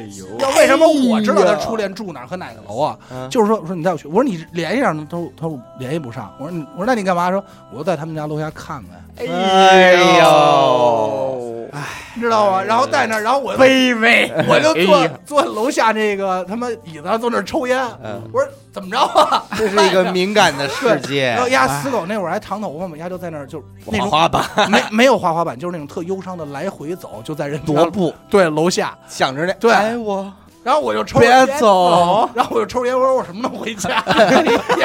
Speaker 2: 哎呦，
Speaker 3: 要为什么我知道他初恋住哪儿和哪个楼啊？
Speaker 1: 嗯
Speaker 3: 就是说，我说你带我去，我说你联系上他，他说他说联系不上。我说你，我说那你干嘛？他说我就在他们家楼下看看，
Speaker 1: 哎呦，
Speaker 3: 知道吗？然后在那儿，然后我
Speaker 2: 卑微，
Speaker 3: 我就
Speaker 2: 哎
Speaker 3: 坐
Speaker 2: 呀
Speaker 3: 坐楼下那个他妈椅子上坐那儿抽烟。
Speaker 1: 嗯，
Speaker 3: 我说怎么着啊？
Speaker 1: 这是一个敏感的世界
Speaker 3: 然，后丫死狗那会儿还长头发嘛，丫就在那儿就是
Speaker 1: 滑
Speaker 3: 那种
Speaker 1: 滑板
Speaker 3: 没没有滑滑板，就是那种特忧伤的来回走，就在人家
Speaker 1: 踱步，
Speaker 3: 对楼下。
Speaker 1: 想着那
Speaker 3: 对
Speaker 1: 哎我
Speaker 3: 然后我就抽
Speaker 1: 别
Speaker 3: 烟哦
Speaker 1: 走，
Speaker 3: 然后我就抽烟，我说我什么时候 回家？也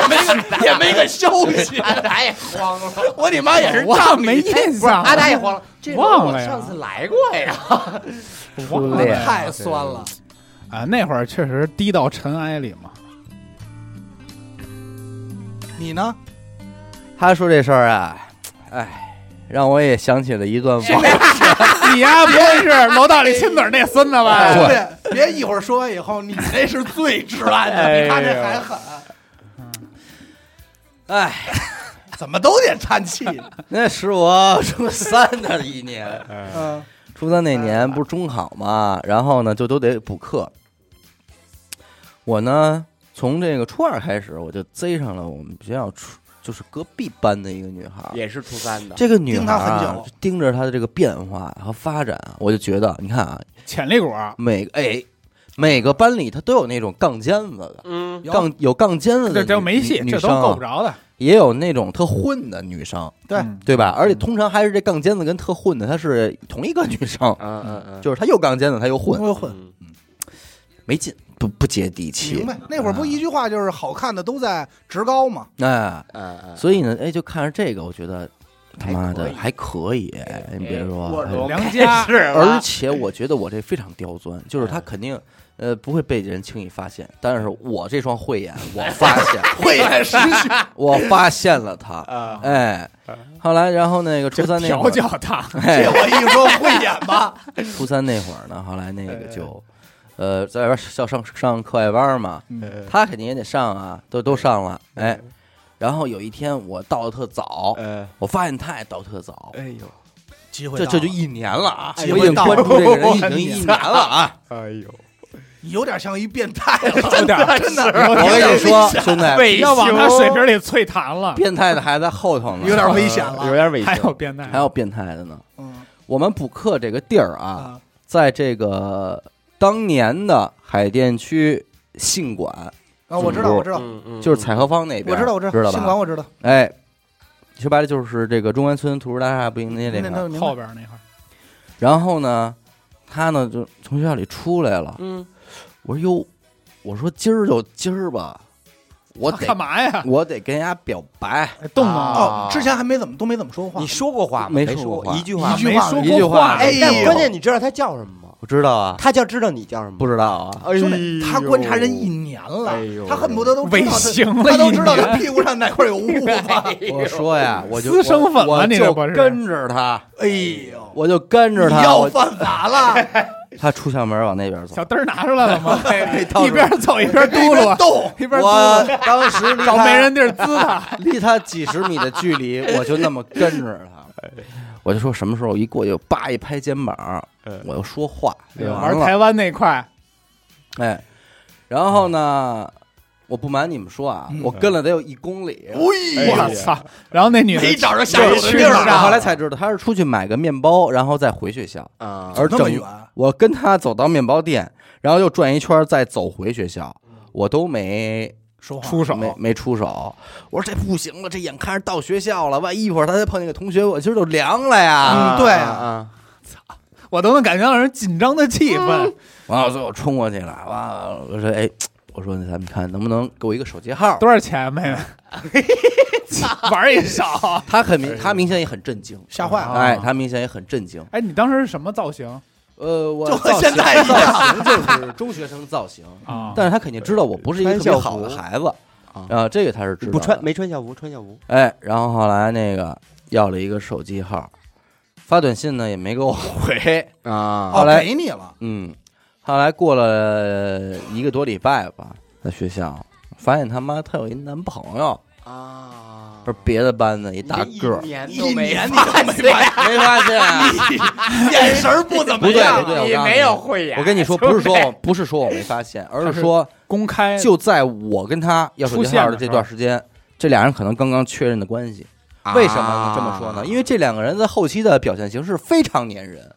Speaker 3: 没个也没个消 息，
Speaker 2: 阿达也哎慌了，
Speaker 3: 我你妈也
Speaker 1: 哦
Speaker 3: 是
Speaker 4: 我
Speaker 3: 仗
Speaker 4: 没
Speaker 3: 义
Speaker 4: 印
Speaker 2: 不是
Speaker 4: 象，
Speaker 2: 阿达也慌了，这楼
Speaker 4: 忘
Speaker 2: 我
Speaker 4: 了呀
Speaker 2: 上次来过 呀，
Speaker 4: 忘
Speaker 1: 初
Speaker 4: 了
Speaker 1: 恋
Speaker 3: 太酸了。
Speaker 4: 啊，那会儿确实低到尘埃里嘛。
Speaker 3: 你呢？
Speaker 1: 他说这事儿啊，哎，让我也想起了一段往
Speaker 4: 你呀，不会是楼道里亲嘴那孙子吧？
Speaker 1: 我
Speaker 3: 对，别一会儿说完以后，你那是最至暗的，比他这还狠。
Speaker 1: 哎，
Speaker 3: 怎么都得叹气。
Speaker 1: 那是我初三的一年，
Speaker 3: 嗯，
Speaker 1: 初三那
Speaker 4: 哎
Speaker 1: 年不是中考嘛，然后呢就都得补课。我呢从这个初二开始，我就贼上了我们学校初就是隔壁班的一个女孩儿。
Speaker 2: 也是初三的，
Speaker 1: 这个女孩
Speaker 3: 盯她很
Speaker 1: 儿
Speaker 3: 久
Speaker 1: 就盯着她的这个变化和发展，啊我就觉得，你看啊，
Speaker 4: 潜力股啊，
Speaker 1: 每个哎每个班里她都有那种杠尖子的，
Speaker 2: 嗯，
Speaker 3: 有啊
Speaker 1: 杠有杠尖子的
Speaker 4: 这
Speaker 1: 女，
Speaker 4: 这没戏，
Speaker 1: 女
Speaker 4: 这
Speaker 1: 女
Speaker 4: 都
Speaker 1: 生啊
Speaker 4: 够不着的。
Speaker 1: 也有那种特混的女生，
Speaker 3: 对
Speaker 4: 嗯
Speaker 1: 对吧？而且通常还是这杠尖子跟特混的，她是同一个女生，
Speaker 2: 嗯嗯嗯，
Speaker 1: 就是她又杠尖子，她又混，
Speaker 3: 会混。
Speaker 2: 嗯
Speaker 1: 没劲，不不接地气
Speaker 3: 明。白，那会儿不一句话就是好看的都在职高嘛，
Speaker 1: 哎，
Speaker 2: 嗯嗯，
Speaker 1: 所以呢，哎，就看着这个，我觉得他妈
Speaker 2: 还可
Speaker 1: 的
Speaker 2: 以
Speaker 1: 还可以，你别说，哎
Speaker 4: 梁家
Speaker 2: 是
Speaker 1: 而且我觉得我这非常刁钻，就是他
Speaker 2: 嗯
Speaker 1: 肯定呃不会被人轻易发现，但是我这双慧眼，我发现，
Speaker 3: 慧眼识趣。
Speaker 1: 我发现了他，
Speaker 2: 啊，
Speaker 1: 哎，后来然后那个初三那会
Speaker 4: 调
Speaker 1: 儿，
Speaker 4: 教他，
Speaker 3: 这我一说慧眼吧，
Speaker 1: 初三那会儿呢，后来那个就，呃，在外边上上上课外班嘛，他肯定也得上啊，都都上了，哎，然后有一天我到的特早，
Speaker 2: 呃，
Speaker 1: 我发现他也到特早，
Speaker 2: 哎呦，
Speaker 3: 机会
Speaker 1: 这
Speaker 3: 到
Speaker 1: 这就
Speaker 3: 了
Speaker 1: 一年了啊，
Speaker 3: 哎
Speaker 1: 我已经关注这个人已经一年了啊，
Speaker 2: 哎呦，
Speaker 3: 你有点像一变态 了，
Speaker 4: 有点
Speaker 3: 真的
Speaker 1: 我跟你 说，兄弟，
Speaker 2: 伪
Speaker 4: 要往他
Speaker 2: 熊
Speaker 4: 水瓶里啐痰了，
Speaker 1: 变态的还在后头呢，啊
Speaker 3: 有点危险
Speaker 2: 有
Speaker 3: 了。
Speaker 2: 点委屈
Speaker 4: 还，有变态，
Speaker 1: 还有变态的呢。
Speaker 3: 嗯
Speaker 1: 我们补课这个地儿啊，
Speaker 3: 啊，
Speaker 1: 在这个当年的海淀区信管，
Speaker 3: 啊我知道，我知道，
Speaker 2: 嗯嗯，
Speaker 1: 就是采荷坊那边，
Speaker 3: 我知道，我知
Speaker 1: 知道
Speaker 3: 信管
Speaker 1: 吧？
Speaker 3: 我知道。
Speaker 1: 哎，说白了就是这个中关村图书大厦不应那这
Speaker 3: 那
Speaker 1: 个。
Speaker 3: 那
Speaker 4: 后边那块儿
Speaker 1: 然后呢，他呢就从学校里出来了。
Speaker 2: 嗯，
Speaker 1: 我说哟，我说今儿就今儿吧，我
Speaker 4: 啊干
Speaker 1: 得
Speaker 4: 嘛呀？
Speaker 1: 我得跟人家表白。
Speaker 4: 哎动动
Speaker 3: 哦，
Speaker 2: 啊
Speaker 3: 之前还没怎么都没怎么说过话
Speaker 2: 你。说过话吗？
Speaker 1: 没
Speaker 2: 没
Speaker 1: 说过
Speaker 2: 过
Speaker 1: 话
Speaker 2: 一句
Speaker 4: 啊
Speaker 2: 话
Speaker 3: 一句
Speaker 4: 没
Speaker 3: 话
Speaker 4: 说
Speaker 1: 一句
Speaker 4: 过
Speaker 1: 话
Speaker 4: 哎
Speaker 1: 一句
Speaker 2: 但
Speaker 1: 话
Speaker 2: 关键你知道他叫什么吗？
Speaker 1: 我知道啊，
Speaker 2: 他叫知道你叫什么吗？
Speaker 1: 不知道啊，
Speaker 2: 哎
Speaker 3: 兄弟，他观察人一年
Speaker 2: 哎
Speaker 3: 了
Speaker 2: 呦，
Speaker 3: 他恨不得都知
Speaker 4: 尾
Speaker 3: 道他，
Speaker 4: 行了
Speaker 3: 他
Speaker 4: 一
Speaker 3: 都知道
Speaker 4: 年，
Speaker 3: 他屁股上哪块 有痦子。
Speaker 1: 我说呀，我就
Speaker 4: 私生粉了
Speaker 1: 我我
Speaker 4: 你
Speaker 1: 就
Speaker 4: 这不是
Speaker 1: 跟着他，
Speaker 3: 哎呦，
Speaker 1: 我就跟着
Speaker 3: 你
Speaker 1: 他，
Speaker 3: 要
Speaker 1: 我
Speaker 3: 犯法 了，
Speaker 1: 他出校门往那边走
Speaker 4: 小，灯儿拿出来了吗？
Speaker 1: 被套
Speaker 4: 一
Speaker 1: 住
Speaker 4: 边走一边嘟噜，啊
Speaker 3: 动，
Speaker 4: 一边嘟
Speaker 1: 我
Speaker 4: 噜，啊
Speaker 1: 当时离
Speaker 4: 找
Speaker 1: 他
Speaker 4: 没人地儿滋 他。
Speaker 1: 离他几十米的距离，我就那么跟着他。我就说什么时候一过去，叭一拍肩膀，我又说话，就完
Speaker 4: 玩
Speaker 1: 了。
Speaker 4: 台湾那块，
Speaker 1: 哎，然后呢，我不瞒你们说啊，我跟了得有一公里，啊哎
Speaker 4: 我操！然后那女
Speaker 3: 啊没
Speaker 4: 的
Speaker 3: 找着下手的地儿
Speaker 1: 我后
Speaker 3: 啊
Speaker 1: 来才知道他是出去买个面包，然后再回学校。
Speaker 2: 啊，
Speaker 1: 而
Speaker 3: 那么
Speaker 1: 整
Speaker 3: 远
Speaker 1: 我跟他走到面包店，然后又转一圈儿，再走回学校，我都没
Speaker 3: 说话啊
Speaker 4: 出手，
Speaker 1: 没没出手。我说这不行了，这眼看着到学校了，万一一会儿他再碰见个同学，我今儿就凉了呀。
Speaker 3: 嗯对啊
Speaker 2: 啊，
Speaker 4: 我都能感觉到人紧张的气氛。
Speaker 1: 完了，最后冲过去了，完了，我说哎，我说那咱们看能不能给我一个手机号。
Speaker 4: 多少钱，啊妹妹？ 玩一少。
Speaker 1: 他很明，他明显也很震惊，
Speaker 3: 吓坏了，哦
Speaker 1: 哎，他明显也很震惊。
Speaker 4: 哎，你当时是什么造型
Speaker 1: 呃，我
Speaker 3: 就和
Speaker 1: 造型
Speaker 3: 现在一样
Speaker 1: 造型就是中学生造型，
Speaker 4: 啊？
Speaker 1: 但是他肯定知道我不是一个特别好的孩子
Speaker 2: 校服
Speaker 1: 啊，这个他是知道
Speaker 2: 不
Speaker 1: 的
Speaker 2: 穿没穿校服，穿校服，
Speaker 1: 哎，然后后来那个要了一个手机号，发短信呢也没给我回。
Speaker 2: 啊
Speaker 1: 后
Speaker 3: 哦，
Speaker 1: 来
Speaker 3: 给你了，
Speaker 1: 嗯，后来过了一个多礼拜吧，在学校发现他妈她有一男朋友，
Speaker 2: 啊，
Speaker 1: 不是别的班的一大
Speaker 2: 你
Speaker 1: 个
Speaker 2: 这
Speaker 1: 儿，
Speaker 2: 一年
Speaker 3: 一
Speaker 2: 都没
Speaker 3: 年你
Speaker 2: 发
Speaker 3: 都没
Speaker 2: 现
Speaker 1: 没发现？
Speaker 3: 眼神儿不怎么
Speaker 1: 不对
Speaker 3: 样。
Speaker 1: 不对，我
Speaker 2: 你
Speaker 1: 告诉
Speaker 2: 没有慧眼。
Speaker 1: 我跟你说，不是说 我不是说我没发现，而是说
Speaker 4: 公开
Speaker 1: 就在我跟他要手
Speaker 4: 出
Speaker 1: 机
Speaker 4: 现
Speaker 1: 号
Speaker 4: 的
Speaker 1: 的这
Speaker 4: 时
Speaker 1: 段
Speaker 4: 候
Speaker 1: 时间，这俩人可能刚刚确认的关系。
Speaker 2: 啊
Speaker 1: 为什么这么说呢？因为这两个人在后期的表现形式非常粘人，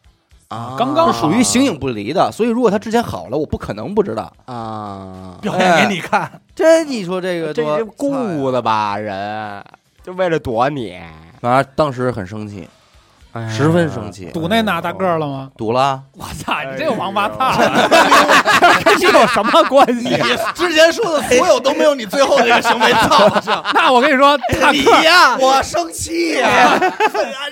Speaker 2: 啊
Speaker 4: 刚
Speaker 1: 是
Speaker 4: 刚
Speaker 1: 属于形影不离的。所以如果他之前好了，我不可能不知道。
Speaker 2: 啊，
Speaker 3: 表演给你看，
Speaker 1: 这你说这个
Speaker 2: 这
Speaker 1: 多
Speaker 2: 是
Speaker 1: 菜啊
Speaker 2: 故的吧？人就为了躲你，
Speaker 1: 反正当时很生气，
Speaker 2: 哎呀
Speaker 1: 十分生气，
Speaker 4: 堵那哪大个儿了吗？
Speaker 1: 堵了。
Speaker 4: 我操，你这个王八 蛋，啊跟这有什么关系？啊
Speaker 3: 之前说的所有都没有你最后这个行为操性。
Speaker 4: 那我跟你说，大个 儿
Speaker 3: 呀，我生气呀，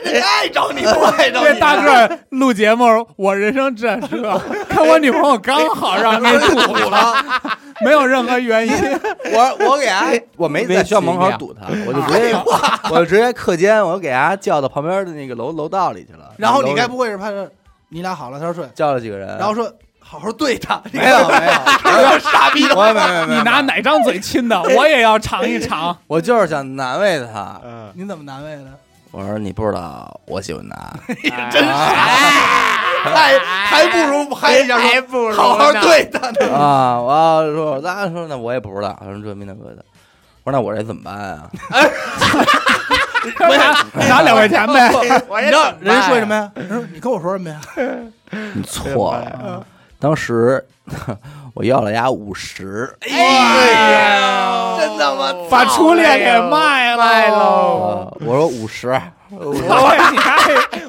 Speaker 3: 人家爱找你不爱找
Speaker 4: 这
Speaker 3: 你。
Speaker 4: 大个儿录节目，我人生至暗 时刻，看我女朋友刚好让给堵 了，没有任何原因。
Speaker 1: 我我给 他，我没啊哎在学校门口堵他，我就直接 我就直接课间，我给他叫到旁边的那个楼楼道里去了。
Speaker 3: 然后你
Speaker 1: 楼
Speaker 3: 该不会是怕是你俩好了，他说睡，
Speaker 1: 叫了几个人？
Speaker 3: 然后说好好对他，
Speaker 1: 嗯没有没 有，傻逼，我也没有没 有没有，
Speaker 4: 你拿哪张嘴亲 的，我也要尝一尝。
Speaker 1: 我就是想难为他。
Speaker 2: 嗯，
Speaker 3: 你怎么难为呢？
Speaker 1: 我说你不知道，我喜欢他。
Speaker 4: 真
Speaker 3: 还还不如嗨一下
Speaker 2: 还
Speaker 3: 说
Speaker 2: 不如
Speaker 3: 好好
Speaker 2: 呢
Speaker 3: 对他呢。
Speaker 1: 啊，我要说，那说那我也不知道，我说这没那个的，我说那我这怎么办啊？
Speaker 4: 拿两块钱呗。
Speaker 2: 我
Speaker 3: 你
Speaker 2: 也
Speaker 3: 知道
Speaker 2: 怎办
Speaker 3: 人家
Speaker 2: 呀
Speaker 3: 说什么？呀？人说你跟我说什么呀？
Speaker 1: 你错了，当时 我要了丫五十，哎
Speaker 2: 哎呦
Speaker 3: 真他妈
Speaker 4: 把初恋给卖了
Speaker 2: 卖 喽！
Speaker 1: 呃我说五十，
Speaker 4: 我你还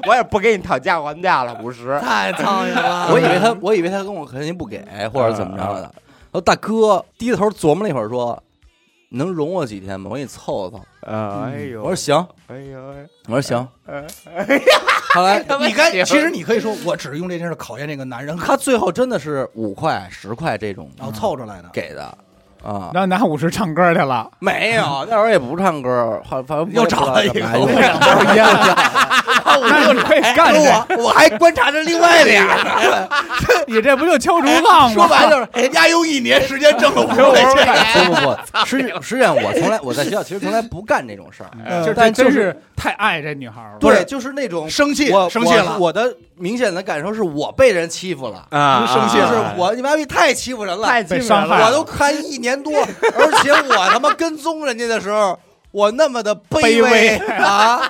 Speaker 2: 我也不跟你讨价还价了，五十。
Speaker 3: 太苍蝇了！
Speaker 1: 我以为他，我以为他跟我肯定不给，或者怎么着的。然后大哥低着头琢磨了一会儿，说：“你能容我几天吗？我给你凑凑。
Speaker 2: 啊，哎”呦
Speaker 1: 我说：“，行。
Speaker 2: 哎呦，”
Speaker 1: 我说：“行。”后来
Speaker 3: 你该其实你可以说，我只是用这件事考验这个男人，
Speaker 1: 他最后真的是五块、十块这种
Speaker 3: 然后凑出来的。
Speaker 1: 给的啊，
Speaker 4: 然后拿五十唱歌去 了，
Speaker 1: 没有，那会儿也不唱歌，反反正
Speaker 3: 又找了一个
Speaker 1: 又
Speaker 3: 我
Speaker 1: 抽烟 了，
Speaker 4: 那你可以
Speaker 1: 哎
Speaker 4: 干
Speaker 3: 跟
Speaker 4: 这，
Speaker 3: 我我还观察着另外俩呢，
Speaker 4: 你这不就敲竹杠吗？
Speaker 3: 哎说白了就是，家用一年时间挣了五块钱，
Speaker 1: 不不不，实际实际上我从来我在学校其实从来不干这种事儿，
Speaker 4: 哎这
Speaker 1: 但就
Speaker 4: 真
Speaker 1: 是
Speaker 4: 是太爱这女孩了。
Speaker 3: 不
Speaker 1: 对，
Speaker 3: 是
Speaker 1: 就是那种
Speaker 3: 生气
Speaker 1: 我
Speaker 3: 生气了
Speaker 1: 我我的明显的感受是我被人欺负了，
Speaker 2: 啊
Speaker 3: 生气
Speaker 1: 就
Speaker 3: 了
Speaker 1: 是我你妈逼太欺负人了，
Speaker 4: 被伤害了
Speaker 1: 我都看一年多，而且我他妈跟踪人家的时候，我那么的卑
Speaker 4: 卑微
Speaker 1: 啊，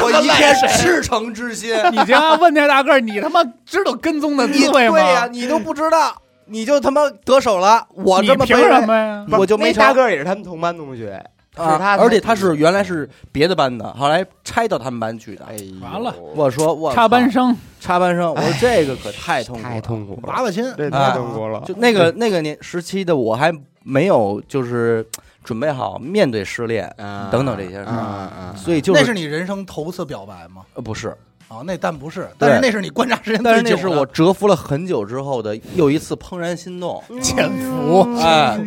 Speaker 1: 我一片赤诚之心，
Speaker 4: 你就要问那大个儿，你他妈知道跟踪的
Speaker 1: 你
Speaker 4: 滋
Speaker 1: 对
Speaker 4: 味吗？
Speaker 1: 呀，你都不知道，你就他妈得手了，我
Speaker 4: 你
Speaker 1: 这么
Speaker 4: 凭
Speaker 1: 卑微
Speaker 4: 什么呀？
Speaker 1: 我就没
Speaker 2: 那大
Speaker 1: 成
Speaker 2: 个儿也是他们同班同学，是
Speaker 1: 啊
Speaker 2: 他，
Speaker 1: 而且他是原来是别的班的，后来拆到他们班去的
Speaker 2: 哎。呦，
Speaker 4: 完了
Speaker 1: 我说我
Speaker 4: 插班
Speaker 1: 生，
Speaker 4: 生，
Speaker 1: 插班生，我说这个可哎太痛苦
Speaker 2: 太
Speaker 1: 了。
Speaker 2: 痛苦
Speaker 3: 娃
Speaker 2: 了，啊
Speaker 3: 娃亲，
Speaker 2: 这
Speaker 1: 太
Speaker 2: 太
Speaker 1: 痛
Speaker 2: 痛苦了。
Speaker 1: 就那个那个年时期的我还没有就是准备好面对失恋，
Speaker 2: 啊
Speaker 1: 等等这些事儿
Speaker 2: 啊
Speaker 1: 所以就
Speaker 3: 那
Speaker 1: 是
Speaker 3: 是你人生头次表白吗？
Speaker 1: 呃不是，
Speaker 3: 哦，那但不是，但是那是你观察时间
Speaker 1: 但是
Speaker 3: 最久的，
Speaker 1: 那是我蛰伏了很久之后的又一次怦然心动，
Speaker 3: 嗯
Speaker 4: 潜伏。
Speaker 1: 哎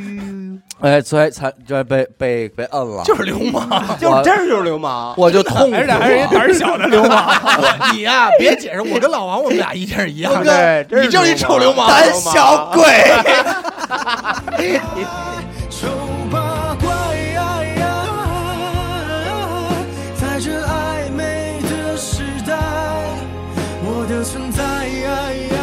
Speaker 1: 哎，所以才这被被被摁了，
Speaker 3: 就是流 氓。
Speaker 2: 啊，就是这就是流氓，
Speaker 1: 我就痛苦
Speaker 4: 而且还是一胆
Speaker 1: 了。
Speaker 4: 儿小的流氓，
Speaker 3: 我 你呀，别解释，我跟老王我们俩意见是一样的。
Speaker 2: 对，真
Speaker 3: 你就是一臭流氓
Speaker 1: 胆小鬼，
Speaker 5: 丑八怪在这暧昧的时代，我的存在像意外。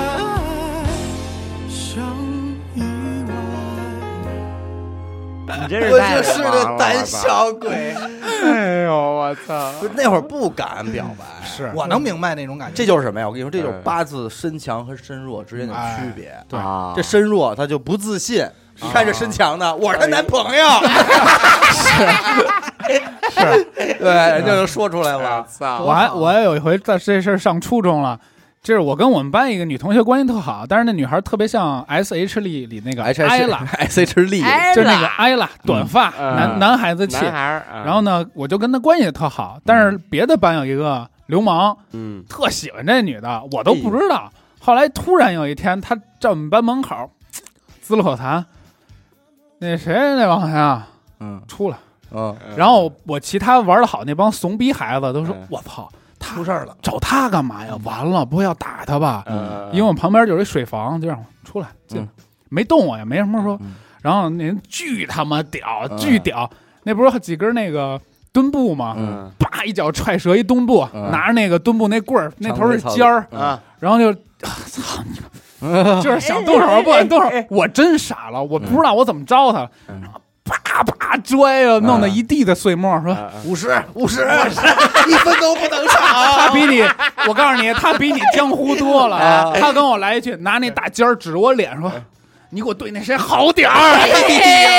Speaker 2: 你真
Speaker 1: 我
Speaker 2: 是太
Speaker 1: 就是
Speaker 2: 流氓
Speaker 1: 个
Speaker 2: 了
Speaker 1: 胆。小鬼。
Speaker 4: 哎呦我操！
Speaker 1: 不是那会儿不敢表白，是
Speaker 3: 我能明白那种感觉，
Speaker 1: 这就是什么呀？我跟你说，这就是
Speaker 2: 嗯
Speaker 1: 八字身强和身弱之间的区别。
Speaker 2: 对啊，
Speaker 1: 这身弱他就不自信，看着身强的，我是她男朋友，是哎是，对，人家就说出来了。
Speaker 2: 操
Speaker 4: 我还我还有一回在这事儿上初中了，就是我跟我们班一个女同学关系特好，但是那女孩特别像 S H 里里那个
Speaker 1: H
Speaker 4: 艾
Speaker 1: H
Speaker 4: 拉，
Speaker 1: S H 力，
Speaker 4: 就是那个艾拉，短发
Speaker 2: 嗯
Speaker 4: 男男孩子气。
Speaker 2: 男孩儿，嗯
Speaker 4: 然后呢，我就跟她关系特好，但是别的班有一个流氓
Speaker 2: 嗯，
Speaker 4: 特喜欢这女的，我都不知道。后来突然有一天，她在我们班门口滋了口痰，那谁那王涵啊
Speaker 1: 嗯
Speaker 4: 出来。
Speaker 1: 嗯，
Speaker 4: 然后我其他玩的好那帮怂逼孩子都说
Speaker 2: 嗯：“
Speaker 4: 我操，他
Speaker 3: 出事儿了。
Speaker 4: 找他干嘛
Speaker 1: 嗯
Speaker 4: 呀？完了，不会要打他吧？
Speaker 1: 呃
Speaker 2: 嗯，
Speaker 4: 因为我旁边就是一水房，就让我出来进来，没动我呀，没什么说。
Speaker 1: 嗯
Speaker 4: 然后那人巨他妈屌，
Speaker 1: 嗯
Speaker 4: 巨屌！那不是几根那个墩布嘛，
Speaker 1: 嗯
Speaker 4: 叭一脚踹折一墩布，
Speaker 1: 嗯
Speaker 4: 拿着那个墩布那棍儿，那头是
Speaker 1: 长腿
Speaker 4: 尖儿，
Speaker 1: 嗯
Speaker 2: 啊，
Speaker 4: 然后就，啊操你妈！就是想动手不敢动 手，我真傻了，我不知道我怎么招他，
Speaker 1: 嗯
Speaker 4: 然后啪啪拽啊，弄得一地的碎沫，说
Speaker 3: 五十五十，一分都不能少。
Speaker 1: 啊
Speaker 4: 他比你，我告诉你，他比你江湖多了啊。他跟我来一句，拿那大尖儿指我脸说：“
Speaker 1: 嗯
Speaker 4: 你给我对那谁好点儿。
Speaker 1: 哎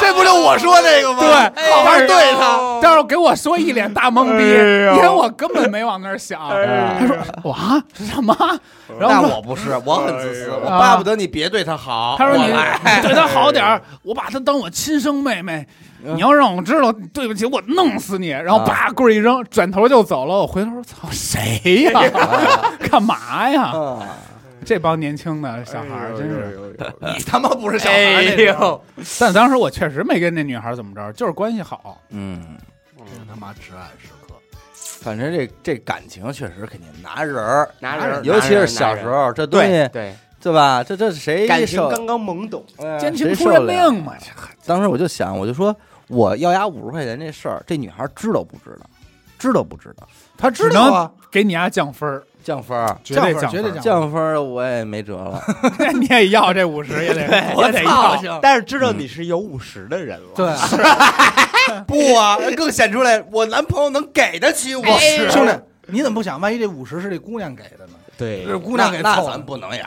Speaker 3: 这不就我说那个”吗？
Speaker 4: 哎对，
Speaker 1: 哎
Speaker 4: 哎
Speaker 3: 好好
Speaker 4: 但是
Speaker 3: 对他。
Speaker 4: 但是给我说一脸大懵逼，
Speaker 1: 哎
Speaker 4: 因为我根本没往那儿想。他说：“我啊，什么？”然
Speaker 1: 嗯那
Speaker 4: 后我说
Speaker 1: 我不是，我很自私，我
Speaker 4: 啊
Speaker 1: 巴不得你别对他好。：“
Speaker 4: 他说
Speaker 1: 我
Speaker 4: 你哎
Speaker 1: 来
Speaker 4: 你对他好点儿，我把他当我亲生妹妹。”
Speaker 1: 嗯
Speaker 4: 你要让我知道，对不起，我弄死你！
Speaker 1: 啊
Speaker 4: 然后叭棍儿一扔，转头就走了。我回头说，操，谁
Speaker 1: 哎
Speaker 4: 呀？ 干嘛呀？
Speaker 1: 啊
Speaker 4: 这帮年轻的
Speaker 2: 哎
Speaker 4: 小孩儿真是，
Speaker 3: 你他妈不是小孩儿那种，
Speaker 4: 但当时我确实没跟那女孩儿怎么着，就是关系好。
Speaker 1: 嗯，
Speaker 3: 真他妈至暗时刻。
Speaker 1: 反正这这感情确实肯定拿人儿，
Speaker 2: 拿人儿
Speaker 1: 尤其
Speaker 2: 拿人
Speaker 1: 是
Speaker 2: 儿
Speaker 1: 小时候这东
Speaker 2: 对
Speaker 1: 西，
Speaker 2: 对，
Speaker 1: 对吧？这这谁
Speaker 2: 感情
Speaker 1: 受？
Speaker 2: 刚刚懵懂，
Speaker 1: 哎呀
Speaker 4: 奸情
Speaker 1: 谁
Speaker 4: 出
Speaker 1: 受
Speaker 4: 人
Speaker 1: 得了
Speaker 4: 命嘛，
Speaker 1: 当时我就想，我就说我要压五十块钱这事儿，这女孩知道不知道？知道不知道？
Speaker 3: 他
Speaker 4: 只
Speaker 3: 知道
Speaker 4: 能
Speaker 3: 啊，
Speaker 4: 给你丫降分儿，
Speaker 1: 降分儿，
Speaker 4: 绝对
Speaker 3: 降分
Speaker 4: 分
Speaker 3: 绝
Speaker 4: 儿
Speaker 3: 对，
Speaker 1: 降分儿我也没辙 了。
Speaker 4: 你也要这五十也得
Speaker 2: 哎
Speaker 4: 也得要。
Speaker 3: 行，
Speaker 2: 但是知道你是有五十的人了。
Speaker 4: 对，
Speaker 1: 不啊，更显出来我男朋友能给得起我。
Speaker 3: 哎
Speaker 2: 哎
Speaker 3: 兄弟，你怎么不想？万一这五十是这姑娘给的呢？
Speaker 2: 对
Speaker 3: 是姑娘给
Speaker 1: 那
Speaker 3: 凑
Speaker 1: 咱
Speaker 3: 的。
Speaker 1: 不能 要，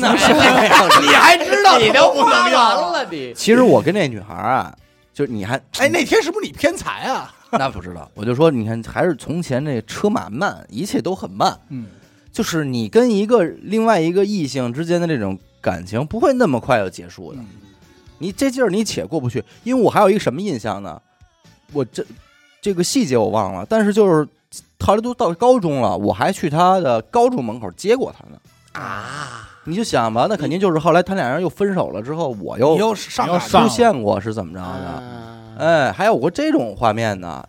Speaker 1: 那谁还要这个
Speaker 2: 你还知道
Speaker 3: 你都不能要
Speaker 2: 花完了你，
Speaker 1: 其实我跟这女孩儿啊，就你还
Speaker 3: 哎，那天是不是你偏财啊？
Speaker 1: 那不知道，我就说你看，还是从前这车马慢，一切都很慢。
Speaker 3: 嗯，
Speaker 1: 就是你跟一个另外一个异性之间的这种感情，不会那么快就结束
Speaker 3: 嗯
Speaker 1: 的。你这劲儿你且过不去，因为我还有一个什么印象呢？我这这个细节我忘了，但是就是后来都到高中了，我还去他的高中门口接过他呢。
Speaker 2: 啊，
Speaker 1: 你就想吧，那肯定就是后来他俩人又分手了之后，我又
Speaker 3: 你又上
Speaker 4: 你又
Speaker 3: 哪儿
Speaker 4: 上
Speaker 1: 出现过是怎么着的？
Speaker 2: 啊
Speaker 1: 哎，还有过这种画面呢。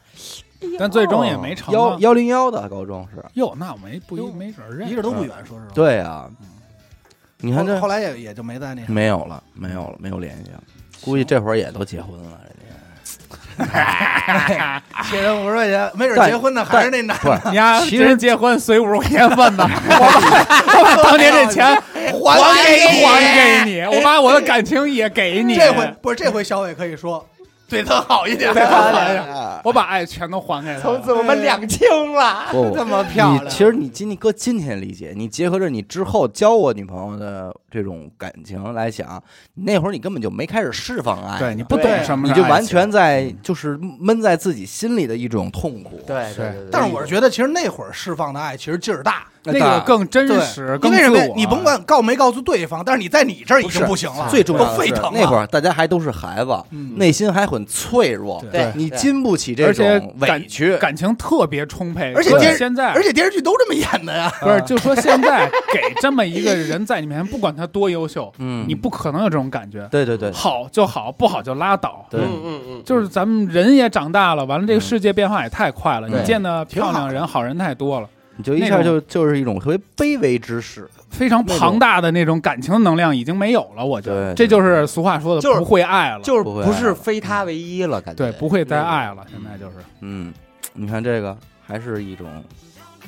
Speaker 4: 但最终也没成啊。
Speaker 1: 幺幺零幺的高中是，
Speaker 4: 哟，那我没不一没准儿认
Speaker 3: 离着都不远，说实话。，
Speaker 1: 对啊，你看这
Speaker 3: 后后来也也就没在那啥。
Speaker 1: 没有了，没有了，没有联系了。估计这会儿也都结婚了，人家哎
Speaker 3: 给人五十块钱，没准
Speaker 1: 但
Speaker 3: 结婚呢，还是那男
Speaker 1: 不是
Speaker 4: 你丫
Speaker 1: 其实
Speaker 4: 真结婚随五十块钱份子，我把我把当年这钱还
Speaker 3: 给
Speaker 4: 还给你，我把我的感情也给你。
Speaker 3: 这回不是这回，小伟可以说对他好一点，
Speaker 4: 对他好一点我把爱全都还给他了。
Speaker 2: 从此我们两清了，
Speaker 1: 不
Speaker 2: 这么漂
Speaker 1: 你
Speaker 2: 亮。
Speaker 1: 其实你今你搁今天理解，你结合着你之后交我女朋友的这种感情来想，你那会儿你根本就没开始释放爱，
Speaker 4: 对你不懂
Speaker 2: 对
Speaker 4: 什么
Speaker 1: 你
Speaker 4: 是
Speaker 1: 就
Speaker 4: 爱
Speaker 1: 完
Speaker 4: 情
Speaker 1: 全在就是闷在自己心里的一种痛苦。
Speaker 2: 对
Speaker 4: 是
Speaker 2: 对对，
Speaker 3: 但是我是觉得，其实那会儿释放的爱其实劲儿大，
Speaker 4: 那个更真实，
Speaker 3: 因
Speaker 4: 更
Speaker 3: 为
Speaker 4: 自
Speaker 3: 什么呀
Speaker 4: 我。？
Speaker 3: 你甭管告没告诉对方，但是你在你这儿已经不行了，
Speaker 1: 最重要
Speaker 3: 啊都
Speaker 1: 的
Speaker 3: 沸
Speaker 1: 是
Speaker 3: 腾了。
Speaker 1: 那会儿大家还都是孩子，
Speaker 3: 嗯
Speaker 1: 内心还很脆弱，
Speaker 2: 对
Speaker 1: 你经不起这
Speaker 4: 而且
Speaker 1: 种
Speaker 4: 感
Speaker 1: 委屈。
Speaker 4: 感情特别充沛，
Speaker 3: 而且
Speaker 4: 所以
Speaker 3: 电视
Speaker 4: 现在，
Speaker 3: 而且电视剧都这么演的呀，
Speaker 4: 不是就说现在给这么一个人在你面前，不管他多优秀，
Speaker 1: 嗯，
Speaker 4: 你不可能有这种感觉，
Speaker 1: 对对对
Speaker 4: 好就好，不好就拉倒。
Speaker 1: 对，
Speaker 2: 嗯嗯嗯，
Speaker 4: 就是咱们人也长大了，完了这个世界变化也太快了，
Speaker 1: 对
Speaker 4: 你见的
Speaker 3: 挺好
Speaker 4: 漂亮人、好人太多了，
Speaker 1: 你就一下就就是一种特别卑微之事。
Speaker 4: 非常庞大的那种感情能量已经没有了，我觉
Speaker 1: 对
Speaker 4: 得
Speaker 1: 对
Speaker 4: 这就是俗话说
Speaker 2: 就
Speaker 4: 的
Speaker 2: 是
Speaker 4: 不会爱了，
Speaker 2: 就是
Speaker 1: 不会啊
Speaker 2: 不
Speaker 1: 爱
Speaker 2: 是
Speaker 1: 了
Speaker 2: 非他为一了，感觉
Speaker 4: 对，不会再爱了。现在就是
Speaker 1: 嗯，你看这个还是一种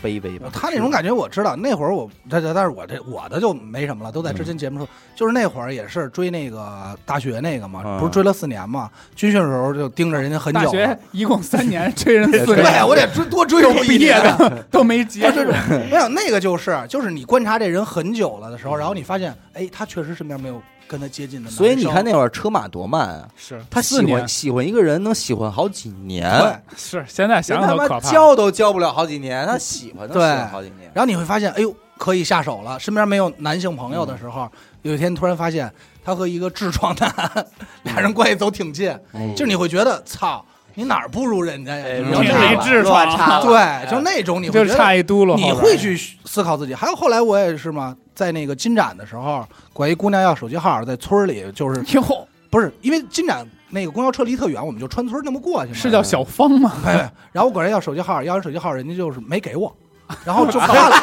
Speaker 1: 卑微吧。
Speaker 3: 哦他那种感觉我知道，那会儿我，但但是我这我的就没什么了，都在之
Speaker 1: 嗯
Speaker 3: 前节目说，就是那会儿也是追那个大学那个嘛，
Speaker 1: 嗯
Speaker 3: 不是追了四年嘛，军训的时候就盯着人家很久
Speaker 4: 大
Speaker 3: 了，
Speaker 4: 学一共三年，追人四
Speaker 3: 对
Speaker 4: 年，
Speaker 3: 我得追多追
Speaker 4: 都
Speaker 3: 我一
Speaker 4: 毕业
Speaker 3: 年。
Speaker 4: 的都没结
Speaker 3: 他
Speaker 4: 束
Speaker 3: 这。种没有那个就是就是你观察这人很久了的时候，然后你发现，哎，他确实身边没有跟他接近的男生，
Speaker 1: 所以你看那会儿车马多慢啊，
Speaker 4: 是
Speaker 1: 他喜
Speaker 4: 四
Speaker 1: 欢
Speaker 4: 年
Speaker 1: 喜欢一个人能喜欢好几年，
Speaker 3: 对，
Speaker 4: 是现在
Speaker 1: 人
Speaker 4: 想
Speaker 1: 他
Speaker 4: 想都
Speaker 1: 妈
Speaker 4: 可怕。
Speaker 1: 交都交不了好几年，他喜欢能喜
Speaker 3: 对
Speaker 1: 欢好几年。
Speaker 3: 然后你会发现，哎呦，可以下手了。身边没有男性朋友
Speaker 1: 嗯
Speaker 3: 的时候，有一天突然发现他和一个痔疮男， 俩人关系走挺近，
Speaker 1: 哎
Speaker 3: 就是你会觉得，操，你哪儿不如人家呀？
Speaker 2: 哎
Speaker 1: 嗯
Speaker 3: 落
Speaker 1: 你
Speaker 3: 差
Speaker 1: 没
Speaker 3: 了
Speaker 4: 痔疮
Speaker 2: 落差了，
Speaker 3: 对，就那种你
Speaker 4: 就
Speaker 3: 会
Speaker 4: 是
Speaker 3: 觉
Speaker 4: 差
Speaker 3: 得，
Speaker 4: 一嘟噜，
Speaker 3: 你
Speaker 4: 后边
Speaker 3: 会去思考自己。还有后来我也是嘛，在那个金展的时候，管一姑娘要手机号，在村儿里就是
Speaker 4: 哟，
Speaker 3: 不是因为金展那个公交车离特远，我们就穿村儿那么过去嘛。
Speaker 4: 是叫小芳吗？
Speaker 3: 哎，然后我管人要手机号，要人手机号，人家就是没给我，然后就看了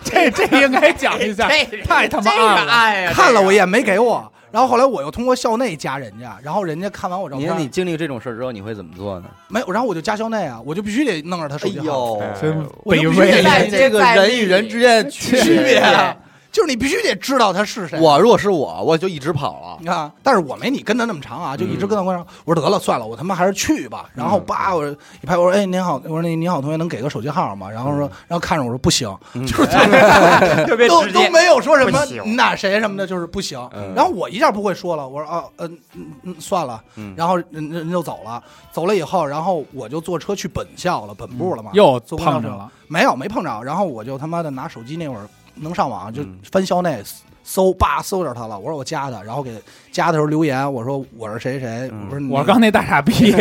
Speaker 4: 这这应该讲一下，
Speaker 2: 这
Speaker 4: 太他妈
Speaker 2: 这个
Speaker 4: 暗了。
Speaker 2: 爱呀，啊
Speaker 3: 看了我一
Speaker 2: 眼，
Speaker 3: 眼没给我，然后后来我又通过校内加人家，然后人家看完我照
Speaker 1: 你
Speaker 3: 片，
Speaker 1: 你经历这种事儿之后，你会怎么做呢？
Speaker 3: 没有，然后我就加校内啊，我就必须得弄着他手机号，
Speaker 4: 真
Speaker 3: 我就
Speaker 4: 卑
Speaker 3: 必须
Speaker 4: 微
Speaker 3: 得
Speaker 1: 哎
Speaker 3: 在
Speaker 1: 你这个人与人之间的区
Speaker 3: 区别
Speaker 1: 别，
Speaker 3: 啊，就是你必须得知道他是谁。
Speaker 1: 我若是我，我就一直跑了。
Speaker 3: 你看，啊但是我没你跟他那么长啊，就一
Speaker 2: 嗯
Speaker 3: 直跟他关上。我说得了，算了，我他妈还是去吧。然后叭，我一拍，我说哎您好，我说那您好同学能给个手机号吗？然后说，然后看着我说不行，就是
Speaker 2: 特嗯别
Speaker 3: 都
Speaker 2: 直
Speaker 3: 都
Speaker 2: 接。
Speaker 3: 没有说什么
Speaker 2: 不行嗯
Speaker 3: 你哪谁什么的，就是不行。然后我一下不会说了，我说啊，嗯嗯嗯，算了。然后人人就走了，走了以后，然后我就坐车去本校了，本部了嘛。
Speaker 4: 又
Speaker 3: 坐公交
Speaker 4: 碰
Speaker 3: 车
Speaker 4: 着了，
Speaker 3: 没有，没碰着。然后我就他妈的拿手机那会儿能上网，就
Speaker 4: 嗯
Speaker 3: 翻校内搜，叭搜着他了。我说我加他，然后给加的时候留言，我说我是谁谁，我说你
Speaker 4: 嗯我刚那大傻逼，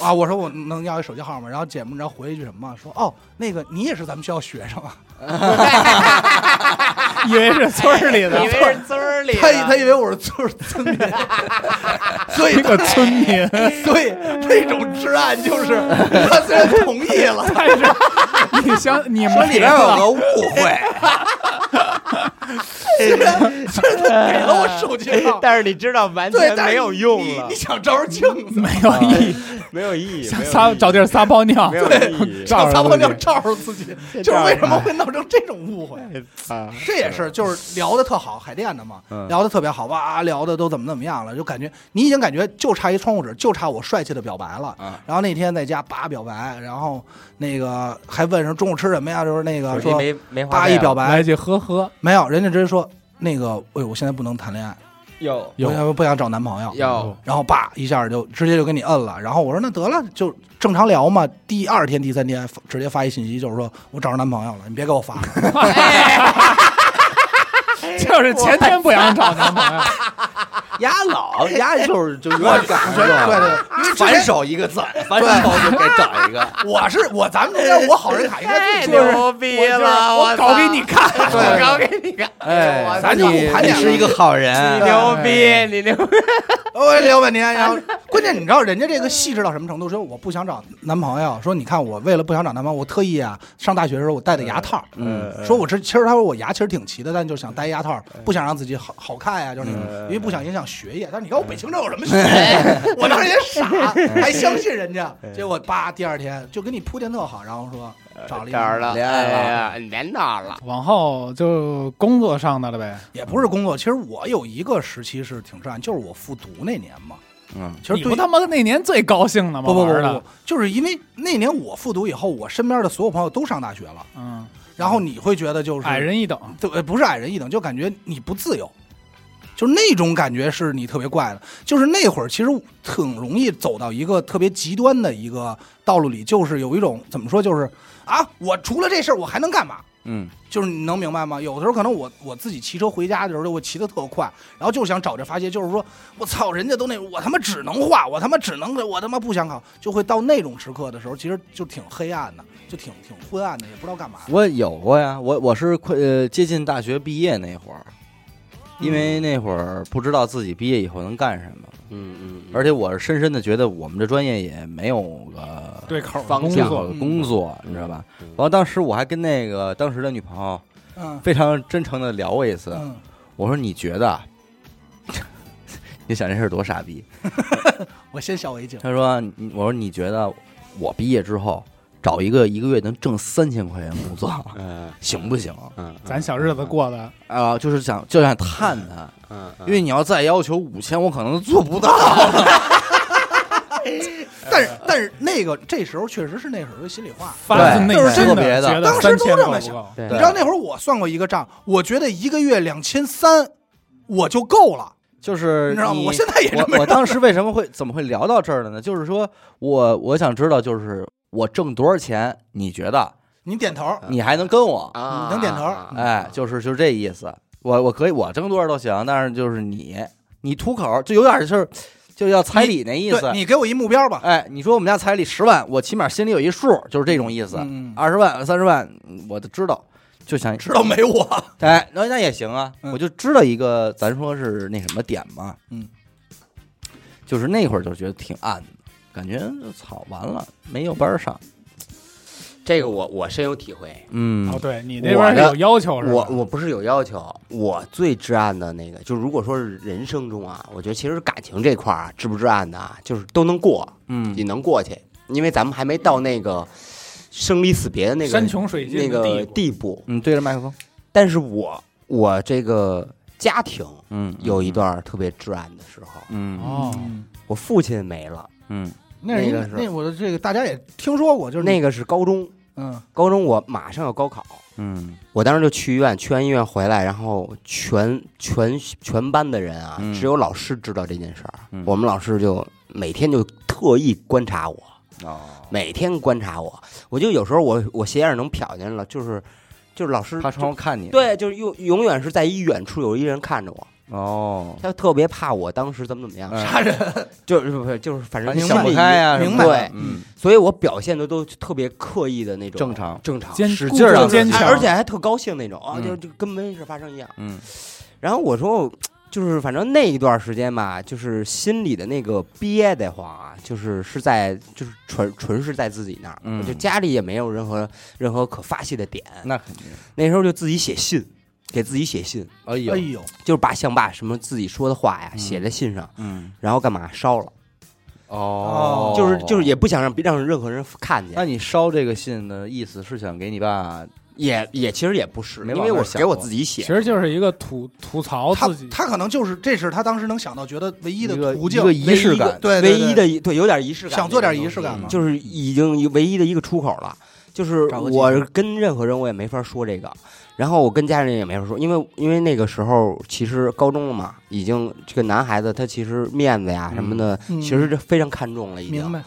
Speaker 3: 啊，我说我能要一手机号吗？然后姐们儿，然后回一句什么？说哦，那个你也是咱们学校学生啊？
Speaker 4: 以为是村儿里的
Speaker 2: 以为是滋儿
Speaker 1: 啊
Speaker 2: 里的，
Speaker 3: 他以他以为我是村村民，所以
Speaker 4: 一
Speaker 3: 他
Speaker 4: 个村民，
Speaker 3: 所以这种治安 就是他虽然同意 了，
Speaker 4: 但是你想你们
Speaker 1: 里边有个误会，
Speaker 3: 虽然虽然他给了我手机号，
Speaker 2: 但是你知道 完
Speaker 3: 对
Speaker 2: 全，
Speaker 3: 但是
Speaker 2: 没有用
Speaker 3: 你
Speaker 2: 了
Speaker 3: 你，想照着镜子，
Speaker 4: 没有意义，
Speaker 2: 没有意义，
Speaker 4: 想
Speaker 2: 没有
Speaker 4: 撒
Speaker 2: 意义
Speaker 4: 找地儿撒泡尿
Speaker 2: 没，有意义
Speaker 4: 照
Speaker 3: 想
Speaker 4: 着
Speaker 3: 撒泡尿
Speaker 4: 自己
Speaker 3: 照着自己，
Speaker 2: 这
Speaker 3: 就是
Speaker 2: 照
Speaker 3: 为
Speaker 2: 着
Speaker 3: 什么会闹成这种误会？
Speaker 4: 哎
Speaker 2: 啊！
Speaker 3: 这也是，就是聊的特好，海淀的嘛，聊的特别好，哇，聊的都怎么怎么样了，就感觉你已经感觉就差一窗户纸，就差我帅气的表白了。
Speaker 1: 啊
Speaker 3: 然后那天在家叭表白，然后那个还问上中午吃什么呀，就是那个说
Speaker 2: 没没花
Speaker 3: 叭一表白
Speaker 4: 来，去呵呵，
Speaker 3: 没有，人家直接说那个，哎呦，我现在不能谈恋爱，
Speaker 2: 有
Speaker 3: 我
Speaker 4: 有
Speaker 3: 现在不想找男朋友。
Speaker 2: 有，
Speaker 3: 然后叭一下就直接就给你摁了，然后我说那得了，就正常聊嘛。第二天、第三天发直接发一信息，就是说我找着男朋友了，你别给我发了。
Speaker 4: 就是前天不想找男朋友，
Speaker 1: 牙老牙就是就有点感觉，
Speaker 3: 对对，因为之前
Speaker 1: 反手一个字，反手就该找一个。
Speaker 3: 我是我，咱们这边我好人卡应该
Speaker 2: 太
Speaker 3: 就是
Speaker 2: 牛逼
Speaker 4: 就是
Speaker 2: 了！
Speaker 4: 我搞给你看，
Speaker 2: 我搞给你看，
Speaker 1: 哎，
Speaker 3: 咱就
Speaker 1: 你
Speaker 3: 盘
Speaker 1: 你
Speaker 3: 点
Speaker 1: 是一个好人
Speaker 2: 你，牛逼，你牛逼！
Speaker 3: 我哎聊半天，然后关键你知道人家这个细致到什么程度？说我不想找男朋友，说你看我为了不想找男朋友，我特意啊上大学的时候我戴的牙套，
Speaker 1: 嗯，
Speaker 3: 说我这其实他说我牙其实挺齐的，但就是想戴牙套，不想让自己好好看呀、就是
Speaker 1: 嗯
Speaker 3: 那种，因为不想影响学业。但是你看我北京这有什么学
Speaker 1: 嗯
Speaker 3: 业？我当时也傻，还相信人家，结果叭第二天就给你铺垫特好，然后说找了一
Speaker 2: 这儿了，
Speaker 3: 个，
Speaker 1: 恋爱嗯了
Speaker 2: 哎呀，连到了，
Speaker 4: 往后就工作上的了呗。
Speaker 3: 也不是工作，其实我有一个时期是挺震撼，就是我复读那年嘛，
Speaker 1: 嗯，
Speaker 3: 其实
Speaker 4: 你
Speaker 3: 对
Speaker 4: 不他妈那年最高兴的吗？
Speaker 3: 不不不
Speaker 4: 啊
Speaker 3: 不
Speaker 4: 玩的
Speaker 3: 不，，就是因为那年我复读以后，我身边的所有朋友都上大学了，
Speaker 4: 嗯，
Speaker 3: 然后你会觉得就是
Speaker 4: 矮，人一等，
Speaker 3: 对，呃不是矮人一等，就感觉你不自由，就是那种感觉是你特别怪的。就是那会儿其实挺容易走到一个特别极端的一个道路里，就是有一种怎么说，就是啊，我除了这事儿我还能干嘛？
Speaker 1: 嗯，
Speaker 3: 就是你能明白吗？有的时候可能我我自己骑车回家的时候，我骑得特快，然后就想找这发泄，就是说我操，人家都那我他妈只能画，我他妈只能我他妈不想考，就会到那种时刻的时候，其实就挺黑暗的，就挺挺昏暗的，也不知道 干嘛。
Speaker 1: 我有过呀，我我是快呃接近大学毕业那会儿，因为那会儿不知道自己毕业以后能干什么，
Speaker 2: 嗯嗯，
Speaker 1: 而且我是深深的觉得我们这专业也没有个
Speaker 4: 对口儿的
Speaker 2: 方
Speaker 4: 工
Speaker 1: 最
Speaker 2: 向
Speaker 1: 好
Speaker 4: 作
Speaker 1: 的，工作，你知道吧？
Speaker 2: 嗯
Speaker 1: 然后当时我还跟那个当时的女朋友
Speaker 3: 嗯
Speaker 1: 非常真诚的聊过一次，
Speaker 3: 嗯，
Speaker 1: 我说你觉得啊， 你想这事儿多傻逼？
Speaker 3: 我先笑为敬。
Speaker 1: 他说，你我说你觉得我毕业之后找一个一个月能挣三千块钱的工作
Speaker 2: 嗯
Speaker 1: 行不行？
Speaker 2: 嗯，
Speaker 4: 咱小日子过的
Speaker 1: 啊、就是想就想探探，
Speaker 2: 嗯，嗯
Speaker 1: 因为你要再要求五千，我可能做不到。
Speaker 3: 但是但是那个这时候确实是那时候的心里话，
Speaker 4: 发自
Speaker 1: 对
Speaker 4: 内
Speaker 3: 就是
Speaker 4: 心
Speaker 1: 特别的
Speaker 4: 觉得
Speaker 3: 当时
Speaker 4: 三
Speaker 3: 都
Speaker 4: 千
Speaker 3: 这
Speaker 4: 够
Speaker 3: 么
Speaker 4: 不
Speaker 3: 想
Speaker 4: 够
Speaker 1: 对
Speaker 3: 你知道那会儿我算过一个账，我觉得一个月两千三我就够了，
Speaker 1: 就是
Speaker 3: 你知道吗？
Speaker 1: 你
Speaker 3: 我现在也这么
Speaker 1: 我我当时为什么会怎么会聊到这儿了呢？就是说我我想知道，就是我挣多少钱，你觉得
Speaker 3: 你点头，
Speaker 1: 你还能跟我？
Speaker 2: 啊，
Speaker 3: 你能点头
Speaker 2: 啊
Speaker 1: 哎，就是就是这意思。我我可以我挣多少都行，但是就是你你吐口就有点就是就要彩礼那意
Speaker 3: 对
Speaker 1: 思。
Speaker 3: 你给我一目标吧。
Speaker 1: 哎，你说我们家彩礼十万，我起码心里有一数，就是这种意思。
Speaker 3: 嗯，
Speaker 1: 二十万、三十万，我都知道，就想
Speaker 3: 知道没我？
Speaker 1: 哎，那那也行啊，
Speaker 3: 嗯
Speaker 1: 我就知道一个，咱说是那什么点嘛，
Speaker 3: 嗯，
Speaker 1: 就是那会儿就觉得挺暗的，感觉操完了，没有班儿上，
Speaker 2: 这个我我深有体会。
Speaker 1: 嗯
Speaker 4: 哦，对你那边是
Speaker 2: 我
Speaker 4: 有要求是吧？
Speaker 2: 我我不是有要求，我最至暗的那个，就如果说是人生中啊，我觉得其实感情这块儿啊，至不至暗的啊，就是都能过，
Speaker 1: 嗯
Speaker 2: 你能过去，因为咱们还没到那个生离死别的那个
Speaker 4: 山穷水尽的
Speaker 2: 那个
Speaker 4: 地步
Speaker 2: 地步。
Speaker 1: 嗯，对着麦克风，
Speaker 2: 但是我我这个家庭
Speaker 1: 嗯，
Speaker 2: 有一，段特别至暗的时候，
Speaker 1: 嗯
Speaker 4: 哦，
Speaker 2: 我父亲没了，
Speaker 1: 嗯
Speaker 3: 那是
Speaker 2: 那
Speaker 3: 一
Speaker 2: 个是
Speaker 3: 那我的这个大家也听说过，就是
Speaker 2: 那个是高中，
Speaker 3: 嗯，
Speaker 2: 高中我马上要高考，
Speaker 1: 嗯
Speaker 2: 我当时就去医院，去完医院回来，然后全全全班的人啊，
Speaker 1: 嗯
Speaker 2: 只有老师知道这件事儿。
Speaker 1: 嗯
Speaker 2: 我们老师就每天就特意观察我，
Speaker 1: 哦，
Speaker 2: 每天观察我。我就有时候我我斜眼能瞟见了，就是就是老师
Speaker 1: 他窗户看你，，
Speaker 2: 对，就是永永远是在一远处有一人看着我，
Speaker 1: 哦，
Speaker 2: 他特别怕我当时怎么怎么样，
Speaker 1: 嗯
Speaker 3: 杀人
Speaker 2: 就是不是就是反正
Speaker 1: 你
Speaker 2: 心
Speaker 1: 想不
Speaker 2: 里
Speaker 1: 开呀，
Speaker 3: 明
Speaker 1: 什么的
Speaker 2: 白
Speaker 1: 嗯，
Speaker 2: 所以我表现的都特别刻意的那种
Speaker 1: 正常，
Speaker 2: 正常，
Speaker 4: 坚
Speaker 1: 使劲儿啊
Speaker 4: 故作坚
Speaker 1: 哎
Speaker 4: 强，
Speaker 2: 而且还特高兴那种啊，
Speaker 1: 嗯
Speaker 2: 就就跟没事发生一样。
Speaker 1: 嗯
Speaker 2: 然后我说，就是反正那一段时间吧，就是心里的那个憋得慌啊，就是是在就是纯纯是在自己那儿，
Speaker 1: 嗯
Speaker 2: 我就家里也没有任何任何可发泄的点。
Speaker 1: 那肯定，
Speaker 2: 那时候就自己写信，给自己写信，
Speaker 1: 哎
Speaker 3: 哎
Speaker 1: 呦，
Speaker 3: 呦，
Speaker 2: 就是把想把什么自己说的话呀、
Speaker 1: 嗯
Speaker 2: 写在信上，
Speaker 1: 嗯，
Speaker 2: 然后干嘛烧了，
Speaker 1: 哦，
Speaker 2: 就是就是也不想让别让任何人看见
Speaker 1: 那，你烧这个信的意思是想给你爸，
Speaker 2: 也也其实也不是，
Speaker 1: 没
Speaker 2: 因
Speaker 1: 往
Speaker 2: 为
Speaker 1: 那儿
Speaker 2: 我
Speaker 1: 想
Speaker 2: 给我
Speaker 1: 过
Speaker 2: 自己写
Speaker 4: 其，实就是一个吐吐槽
Speaker 3: 他
Speaker 4: 自己，
Speaker 3: 他可能就是这是他当时能想到觉得唯一的
Speaker 1: 一个
Speaker 3: 途径，
Speaker 1: 一个仪式感
Speaker 3: 唯一哎对对
Speaker 2: 唯一的一对有点仪式
Speaker 3: 对
Speaker 2: 感，
Speaker 3: 想做点仪式感嘛，
Speaker 2: 就是已经唯一的一个出口了。就是
Speaker 3: 找个借口
Speaker 2: 我跟任何人我也没法说这个，然后我跟家人也没法说，因为因为那个时候其实高中了嘛，已经这个男孩子他其实面子呀什么的，
Speaker 3: 嗯
Speaker 2: 其实这非常看重了，已
Speaker 3: 明
Speaker 2: 经。
Speaker 3: 白，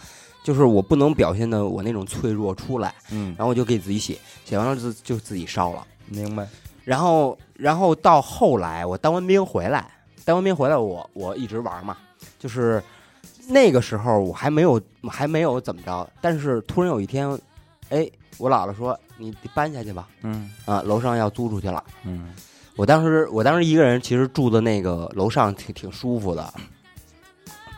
Speaker 2: 就是我不能表现的我那种脆弱出来，
Speaker 1: 嗯，
Speaker 2: 然后我就给自己写，写完了就就自己烧了。
Speaker 1: 明白，
Speaker 2: 然后然后到后来我当完兵回来，当完兵回来我我一直玩嘛，就是那个时候我还没有还没有怎么着，但是突然有一天，哎，我姥姥说你搬下去吧，
Speaker 1: 嗯
Speaker 2: 啊，楼上要租出去了。
Speaker 1: 嗯
Speaker 2: 我当时我当时一个人其实住的那个楼上挺挺舒服的，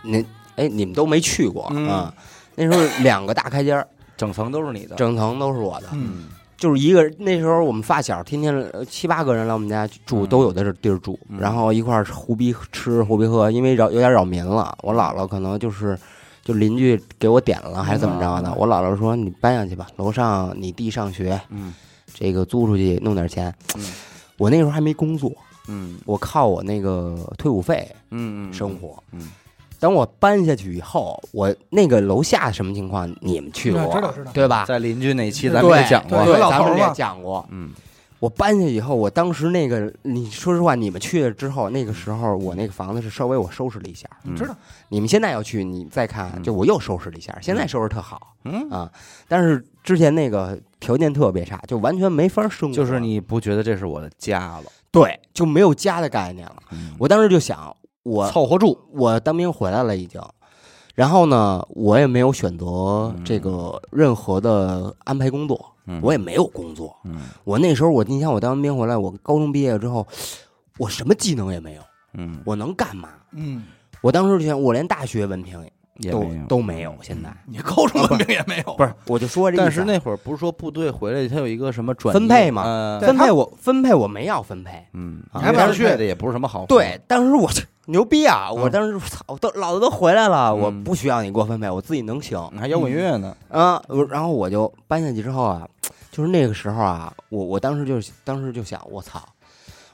Speaker 2: 你哎你们都没去过
Speaker 1: 嗯
Speaker 2: 啊、那时候两个大开间儿，
Speaker 1: 整层都是你的，
Speaker 2: 整层都是我的，
Speaker 1: 嗯
Speaker 2: 就是一个人那时候我们发小天天呃七八个人来我们家住，
Speaker 1: 嗯
Speaker 2: 都有的地儿住，
Speaker 1: 嗯
Speaker 2: 然后一块儿胡逼吃胡逼喝，因为扰有点扰民了。我姥姥可能就是就邻居给我点了还是怎么着的，我姥姥说你搬下去吧，楼上你弟上学，
Speaker 1: 嗯
Speaker 2: 这个租出去弄点钱。
Speaker 1: 嗯
Speaker 2: 我那时候还没工作，
Speaker 1: 嗯
Speaker 2: 我靠我那个退伍费
Speaker 1: 嗯嗯，
Speaker 2: 生活。
Speaker 1: 嗯嗯
Speaker 2: 等我搬下去以后，我那个楼下什么情况你们去
Speaker 3: 嗯
Speaker 2: 过，
Speaker 3: 知道知道
Speaker 2: 对吧？
Speaker 1: 在邻居那期
Speaker 3: 对
Speaker 1: 咱
Speaker 2: 对
Speaker 1: 们也讲过，
Speaker 3: 对
Speaker 2: 对，
Speaker 3: 老
Speaker 2: 咱
Speaker 3: 头
Speaker 2: 们
Speaker 3: 儿
Speaker 2: 也
Speaker 3: 嘛
Speaker 2: 讲过。
Speaker 1: 嗯
Speaker 2: 我搬下以后，我当时那个，你说实话，你们去了之后，那个时候我那个房子是稍微我收拾了一下。
Speaker 1: 嗯
Speaker 3: 知道，
Speaker 2: 你们现在要去，你再看，
Speaker 1: 嗯
Speaker 2: 就我又收拾了一下，现在收拾特好
Speaker 1: 嗯，
Speaker 2: 啊。但是之前那个条件特别差，就完全没法生活，
Speaker 1: 就是你不觉得这是我的家了，
Speaker 2: 对就没有家的概念了。
Speaker 1: 嗯
Speaker 2: 我当时就想，我
Speaker 1: 凑合住，
Speaker 2: 我当兵回来了已经，然后呢，我也没有选择这个任何的安排工作，
Speaker 1: 嗯
Speaker 2: 我也没有工作，
Speaker 1: 嗯
Speaker 2: 我那时候我，你想我当完兵回来，我高中毕业之后，我什么技能也没有，
Speaker 1: 嗯，
Speaker 2: 我能干嘛？
Speaker 3: 嗯，
Speaker 2: 我当时就想，我连大学文凭
Speaker 1: 也
Speaker 2: 都
Speaker 1: 没有
Speaker 2: 都没有，现在
Speaker 3: 你高中文凭也没有，
Speaker 2: 不是，我就说这意思啊。
Speaker 1: 但是那会儿不是说部队回来他有一个什么转
Speaker 2: 分
Speaker 1: 移
Speaker 2: 配嘛
Speaker 1: 呃
Speaker 2: 分配我分配我没要分配，
Speaker 1: 嗯，因
Speaker 2: 啊
Speaker 1: 为
Speaker 3: 还不
Speaker 1: 当
Speaker 3: 是
Speaker 1: 时配的也不是什么好活，
Speaker 2: 对，当时我 这牛逼啊！我
Speaker 1: 嗯
Speaker 2: 当时操，我都老子都回来了，
Speaker 1: 嗯
Speaker 2: 我不需要你给我分配，我自己能行
Speaker 1: 你还摇滚乐呢，
Speaker 2: 啊。我然后我就搬下去之后啊，就是那个时候啊，我我当时就是当时就想，我操，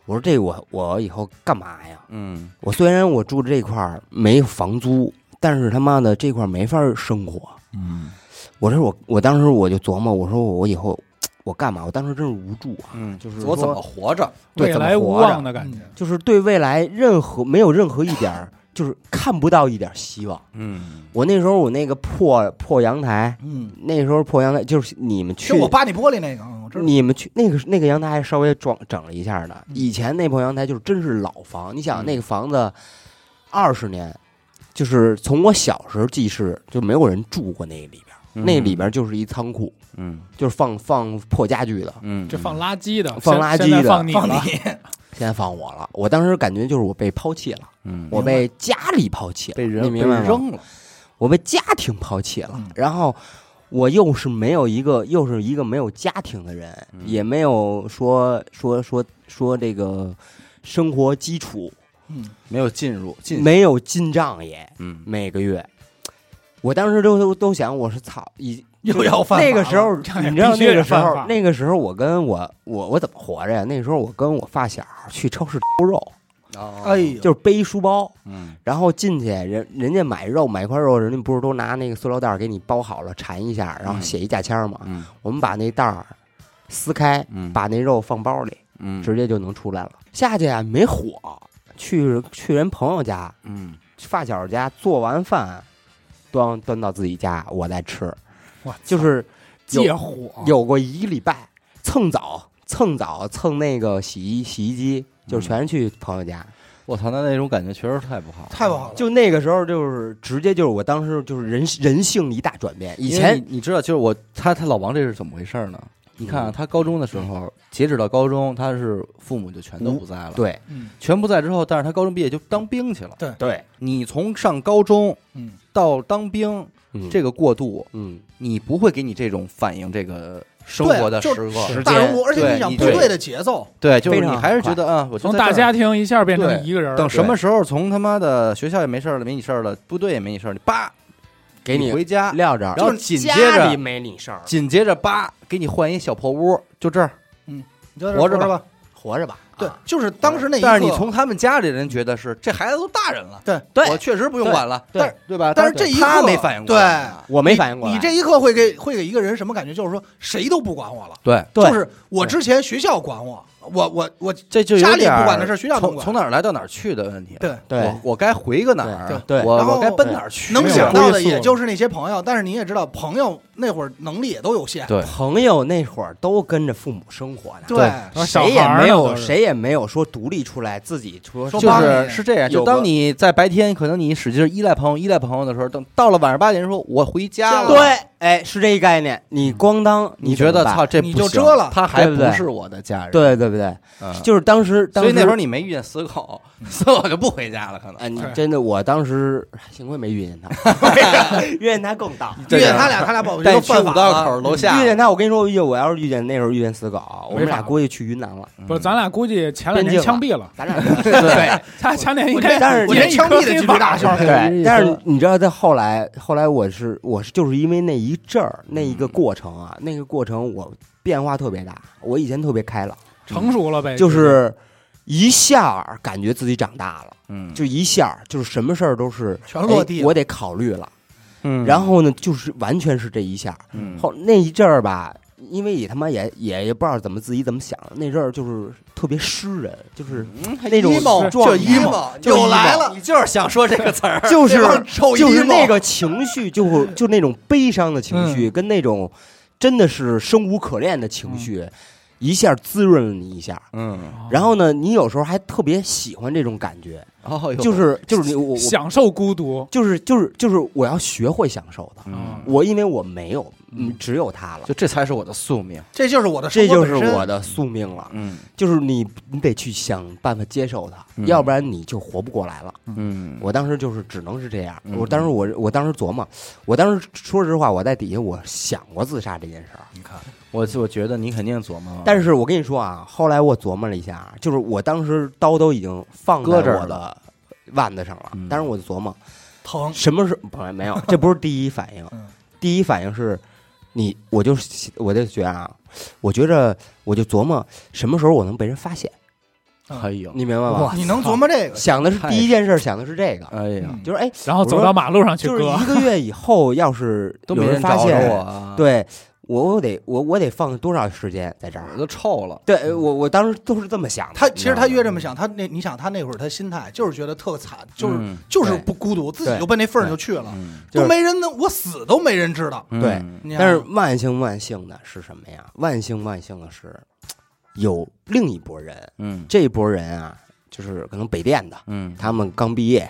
Speaker 2: 我说这我我以后干嘛呀？
Speaker 1: 嗯
Speaker 2: 我虽然我住这块儿没房租，但是他妈的这块儿没法儿生活。
Speaker 1: 嗯
Speaker 2: 我说我我当时我就琢磨，我说我以后我干嘛？我当时真是无助啊，
Speaker 1: 嗯，
Speaker 2: 就是
Speaker 1: 我怎
Speaker 2: 说
Speaker 1: 么活着？
Speaker 2: 对
Speaker 4: 未
Speaker 2: 怎么
Speaker 4: 来无
Speaker 2: 活着嗯
Speaker 4: 望的感觉。
Speaker 2: 就是对未来任何没有任何一点儿，就是看不到一点儿希望。
Speaker 1: 嗯
Speaker 2: 我那时候我那个破破阳台，
Speaker 3: 嗯，
Speaker 2: 那时候破阳台就是你们去
Speaker 3: 就我扒你玻璃那个，嗯我知道，
Speaker 2: 你们去那个那个阳台还稍微装整了一下呢。
Speaker 3: 嗯
Speaker 2: 以前那破阳台就是真是老房，你想
Speaker 1: 嗯
Speaker 2: 那个房子二十年，就是从我小时候记事就没有人住过那里边儿，
Speaker 1: 嗯
Speaker 2: 那里边儿就是一仓库，
Speaker 1: 嗯
Speaker 2: 就是放放破家具的。
Speaker 1: 嗯，
Speaker 4: 这放垃圾的，
Speaker 2: 放
Speaker 4: 现
Speaker 2: 垃圾
Speaker 4: 现在
Speaker 2: 的
Speaker 4: 放你
Speaker 3: 放
Speaker 4: 了，
Speaker 3: 你，
Speaker 2: 现在放我了，我当时感觉就是我被抛弃了，
Speaker 1: 嗯
Speaker 2: 我被家里抛弃了，
Speaker 1: 被人
Speaker 2: 你
Speaker 1: 被
Speaker 2: 明白吗？
Speaker 1: 扔了，
Speaker 2: 我被家庭抛弃了
Speaker 3: 嗯，
Speaker 2: 然后我又是没有一个，又是一个没有家庭的人，
Speaker 1: 嗯
Speaker 2: 也没有说说说说这个生活基础，
Speaker 3: 嗯，
Speaker 1: 没有进入进，
Speaker 2: 没有进账也
Speaker 1: 嗯，
Speaker 2: 每个月。我当时都都都想，我是操，已
Speaker 3: 又要犯法
Speaker 2: 那个时候，
Speaker 4: 了
Speaker 2: 你知道
Speaker 4: 必须
Speaker 2: 那个
Speaker 4: 得
Speaker 2: 时
Speaker 4: 犯
Speaker 2: 候
Speaker 4: 法，
Speaker 2: 那个时候我跟我我我怎么活着呀？那时候我跟我发小去超市 偷肉，
Speaker 3: 哎
Speaker 1: 哎，
Speaker 3: 呦，
Speaker 2: 就是背书包，
Speaker 1: 嗯
Speaker 2: 然后进去，人人家买肉买一块肉，人家不是都拿那个塑料袋儿给你包好了缠一下，然后
Speaker 1: 嗯
Speaker 2: 写一价签儿嘛？
Speaker 1: 嗯
Speaker 2: 我们把那袋儿撕开，
Speaker 1: 嗯，
Speaker 2: 把那肉放包里，
Speaker 1: 嗯
Speaker 2: 直接就能出来了。下去啊，没火，去去人朋友家、
Speaker 1: 嗯
Speaker 2: 发小家做完饭，端端到自己家，我再吃，
Speaker 4: 哇，
Speaker 2: 就是有
Speaker 4: 借火，
Speaker 2: 有过一礼拜，蹭早蹭早蹭那个洗衣洗衣机，
Speaker 1: 嗯
Speaker 2: 就是全是去朋友家。
Speaker 1: 我操，那那种感觉确实太不好了，
Speaker 3: 太不好了，
Speaker 2: 就那个时候，就是直接就是我当时就是人人性的一大转变。以
Speaker 1: 因为
Speaker 2: 前
Speaker 1: 你你知道，就是我他他老王这是怎么回事呢？你看
Speaker 2: 嗯
Speaker 1: 啊，他高中的时候，截止到高中，他是父母就全都不在了，，
Speaker 2: 对
Speaker 3: 嗯
Speaker 1: 全不在之后，但是他高中毕业就当兵去了。
Speaker 2: 对，
Speaker 1: 你从上高中
Speaker 3: 嗯，
Speaker 1: 到当兵
Speaker 2: 嗯
Speaker 1: 这个过渡，
Speaker 2: 嗯
Speaker 1: 你不会给你这种反映这个生
Speaker 3: 对啊
Speaker 1: 活的时
Speaker 3: 就
Speaker 1: 刻
Speaker 2: 是，
Speaker 3: 大人
Speaker 2: 间
Speaker 3: 物，而且
Speaker 1: 对
Speaker 3: 你想
Speaker 1: 你
Speaker 3: 部
Speaker 1: 对
Speaker 3: 队的节奏，
Speaker 1: 对，就是
Speaker 2: 非
Speaker 1: 你
Speaker 2: 常
Speaker 1: 还是觉得啊，我就
Speaker 4: 从
Speaker 1: 在
Speaker 4: 大
Speaker 1: 这儿
Speaker 4: 家庭一下变
Speaker 1: 对
Speaker 4: 成一个人儿，
Speaker 1: 等什么时候从他妈的学校也没事儿了，没你事儿了，部队也没你事儿了，你叭
Speaker 2: 给
Speaker 1: 你
Speaker 2: 你嗯
Speaker 1: 回家，
Speaker 2: 撂这儿，
Speaker 1: 然后
Speaker 2: 就是
Speaker 1: 紧接着
Speaker 2: 家里没你事儿，
Speaker 1: 紧接着叭给你换一小破屋，就这儿。
Speaker 3: 嗯你就
Speaker 1: 活着
Speaker 3: 着
Speaker 1: 吧
Speaker 3: 吧。
Speaker 2: 活着吧。
Speaker 3: 对
Speaker 2: 啊，
Speaker 3: 就是当时那一刻，
Speaker 1: 但是你从他们家里人觉得是这孩子都大人了，
Speaker 3: 对
Speaker 2: 对
Speaker 1: 我确实不用
Speaker 2: 对
Speaker 1: 管了，
Speaker 2: 对
Speaker 1: 但是对吧？
Speaker 3: 但是
Speaker 1: 当
Speaker 3: 这
Speaker 1: 时
Speaker 3: 一
Speaker 1: 他
Speaker 3: 刻
Speaker 1: 没反应过来
Speaker 3: 对
Speaker 1: 啊，
Speaker 2: 我没反应过来，
Speaker 3: 你这一刻会给会给一个人什么感觉？就是说谁都不管我了，
Speaker 1: 对，
Speaker 2: 对
Speaker 3: 就是我之前学校管我，我我我，
Speaker 1: 这就有
Speaker 3: 家里
Speaker 1: 点儿
Speaker 3: 不管的事儿学校能
Speaker 1: 从
Speaker 3: 管
Speaker 1: 从哪儿来到哪儿去的问题了。
Speaker 3: 对
Speaker 2: 对
Speaker 1: 我我该回个哪儿？啊
Speaker 2: 对对
Speaker 1: 我
Speaker 3: 然后
Speaker 1: 我该奔哪儿去？
Speaker 3: 能
Speaker 4: 没有
Speaker 3: 想
Speaker 4: 归
Speaker 3: 到的
Speaker 4: 宿
Speaker 3: 也
Speaker 4: 了
Speaker 3: 就是那些朋友，但是你也知道，朋友那会儿能力也都有限，
Speaker 1: 对
Speaker 2: 朋友那会儿都跟着父母生活呢，
Speaker 3: 对
Speaker 4: 然后小
Speaker 2: 谁也
Speaker 4: 孩儿呢
Speaker 2: 没
Speaker 4: 都
Speaker 2: 有
Speaker 4: 是
Speaker 2: 谁也没有说独立出来自己说
Speaker 3: 说
Speaker 1: 就
Speaker 3: 帮
Speaker 1: 是
Speaker 3: 你
Speaker 1: 是这样，就
Speaker 2: 有个
Speaker 1: 当你在白天可能你使劲依赖朋友、依赖朋友的时候，等到了晚上八点，说我回家了，
Speaker 2: 对，哎，是这一概念。你咣当，
Speaker 1: 你
Speaker 2: 怎
Speaker 1: 觉
Speaker 2: 么
Speaker 1: 得
Speaker 2: 办
Speaker 1: 操这
Speaker 3: 你
Speaker 1: 不
Speaker 3: 就
Speaker 1: 行
Speaker 3: 遮了
Speaker 1: 他还
Speaker 2: 对不
Speaker 1: 不
Speaker 2: 对
Speaker 1: 是我的家人，
Speaker 2: 对对不对？
Speaker 1: 嗯，
Speaker 2: 就是当时，当
Speaker 1: 所
Speaker 2: 时
Speaker 1: 以那会儿你没遇见死狗， 死狗就不回家了，可能
Speaker 2: 哎，你
Speaker 4: 对
Speaker 2: 真的，我当时幸亏没遇见他，遇见他更大。
Speaker 3: 遇见他俩，他俩保不齐
Speaker 1: 带
Speaker 3: 都
Speaker 1: 你去
Speaker 3: 犯法
Speaker 1: 五道口
Speaker 3: 了。
Speaker 1: 楼下
Speaker 2: 嗯遇，见他，我跟你说，遇见我要是遇见那时候遇见死狗，我们
Speaker 4: 没法
Speaker 2: 俩估计去云南了。
Speaker 4: 不是，咱俩估计前
Speaker 2: 嗯
Speaker 4: 两
Speaker 2: 边
Speaker 4: 年
Speaker 2: 境
Speaker 4: 枪毙了，
Speaker 2: 咱俩
Speaker 4: 对， 他前两年应该，
Speaker 2: 但是
Speaker 4: 我
Speaker 3: 连枪毙的几率大小
Speaker 2: 对，但是你知道，在后来，后来我是我是就是因为那一阵儿那一个过程啊，那个过程我变化特别大。我以前特别开朗，
Speaker 4: 成熟了呗，
Speaker 2: 就是一下儿感觉自己长大了，
Speaker 1: 嗯
Speaker 2: 就一下儿就是什么事儿都是
Speaker 3: 全落地
Speaker 2: 哎我得考虑了。
Speaker 1: 嗯
Speaker 2: 然后呢，就是完全是这一下儿。
Speaker 1: 嗯
Speaker 2: 后那一阵儿吧，因为也他妈也也也不知道怎么自己怎么想，那阵儿就是特别诗人，就是那
Speaker 3: 嗯
Speaker 2: 种
Speaker 3: emo，
Speaker 2: 状
Speaker 3: 就
Speaker 2: 态
Speaker 3: emo，
Speaker 2: 就
Speaker 3: 又
Speaker 2: emo
Speaker 3: 来了，
Speaker 1: 你就是想说这个词儿，
Speaker 2: 就
Speaker 3: 这
Speaker 2: 是
Speaker 3: 帮臭
Speaker 2: 就是那
Speaker 3: emo
Speaker 2: 个情绪，就会就那种悲伤的情绪，跟那种真的是生无可恋的情绪，一下滋润了你一下。
Speaker 1: 嗯，
Speaker 4: 啊哦
Speaker 2: 然后呢，你有时候还特别喜欢这种感觉，
Speaker 3: 哎
Speaker 1: 哦，
Speaker 2: 就是就是你我我
Speaker 4: 享受孤独，
Speaker 2: 就是就是就是我要学会享受它。
Speaker 1: 嗯，
Speaker 2: 我因为我没有，嗯，只有它了
Speaker 1: 就，这才是我的宿命，
Speaker 3: 这就是我的生
Speaker 2: 这
Speaker 3: 活
Speaker 2: 就
Speaker 3: 本
Speaker 2: 是
Speaker 3: 身，
Speaker 2: 我的宿命了。
Speaker 1: 嗯
Speaker 2: 就是你你得去想办法接受它，
Speaker 1: 嗯
Speaker 2: 要不然你就活不过来了。
Speaker 1: 嗯，
Speaker 2: 我当时就是只能是这样。
Speaker 1: 嗯
Speaker 2: 我当时我我当时琢磨，我当时说实话，我在底下我想过自杀这件事儿，
Speaker 1: 嗯我我觉得你肯定琢磨，
Speaker 2: 但是我跟你说啊，后来我琢磨了一下，就是我当时刀都已经放在
Speaker 1: 搁这儿
Speaker 2: 我的腕子上了
Speaker 1: 嗯，
Speaker 2: 但是我就琢磨
Speaker 3: 疼，
Speaker 2: 什么时候不没 有，这不是第一反应
Speaker 3: 嗯，
Speaker 2: 第一反应是。你我就我就觉得啊，我觉着我就琢磨什么时候我能被人发现，
Speaker 1: 哎呦，
Speaker 2: 你明白吗？
Speaker 3: 你能琢磨这个？
Speaker 2: 想的是
Speaker 1: 太
Speaker 2: 第一件事，想的是这个，
Speaker 1: 哎呀，
Speaker 3: 嗯
Speaker 2: 就是哎，
Speaker 4: 然后走到马路上去
Speaker 2: 就是
Speaker 4: 割，
Speaker 2: 一个月以后，要是
Speaker 1: 都
Speaker 2: 有
Speaker 1: 没
Speaker 2: 人
Speaker 1: 人
Speaker 2: 发
Speaker 1: 找
Speaker 2: 现
Speaker 1: 着我，啊，
Speaker 2: 对我我得我我得放多少时间在这
Speaker 1: 我
Speaker 2: 儿？
Speaker 1: 都臭了，
Speaker 2: 对我我当时都是这么想的。
Speaker 3: 他其实他
Speaker 2: 你知
Speaker 3: 越
Speaker 2: 道
Speaker 3: 这
Speaker 2: 吗
Speaker 3: 么想，他那你想他那会儿他心态就是觉得特惨，就是
Speaker 1: 嗯
Speaker 3: 就是
Speaker 2: 对
Speaker 3: 不孤独，自己
Speaker 2: 对
Speaker 3: 就奔那份儿就去了，
Speaker 1: 嗯，
Speaker 2: 就
Speaker 3: 都
Speaker 2: 是
Speaker 3: 没人能，我死都没人知道。
Speaker 2: 对
Speaker 1: 嗯
Speaker 3: 你知道
Speaker 2: 但是
Speaker 3: 吗
Speaker 2: 万幸万幸的是什么呀？万幸万幸的是，有另一波人，
Speaker 1: 嗯
Speaker 2: 这波人啊，就是可能北电的，
Speaker 1: 嗯
Speaker 2: 他们刚毕业，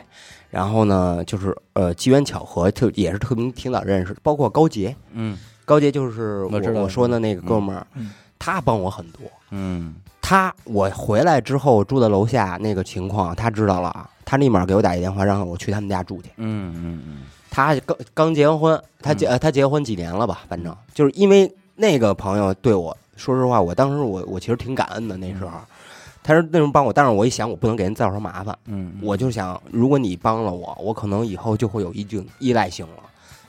Speaker 2: 然后呢，就是呃机缘巧合，特也是特别挺早认识，包括高杰，
Speaker 1: 嗯
Speaker 2: 高杰就是
Speaker 1: 我知道
Speaker 2: 我说的那个哥们儿，
Speaker 3: 嗯
Speaker 2: 他帮我很多。
Speaker 1: 嗯
Speaker 2: 他我回来之后住在楼下那个情况，他知道了啊，他立马给我打一电话，让我去他们家住去。
Speaker 1: 嗯嗯嗯，
Speaker 2: 他刚刚结完婚，他结、
Speaker 1: 嗯
Speaker 2: 呃他结婚几年了吧？反正就是因为那个朋友对我说实话，我当时我我其实挺感恩的那时候。他说那种帮我，但是我一想，我不能给人造成麻烦，
Speaker 1: 嗯，
Speaker 2: 我就想，如果你帮了我，我可能以后就会有一定依赖性了。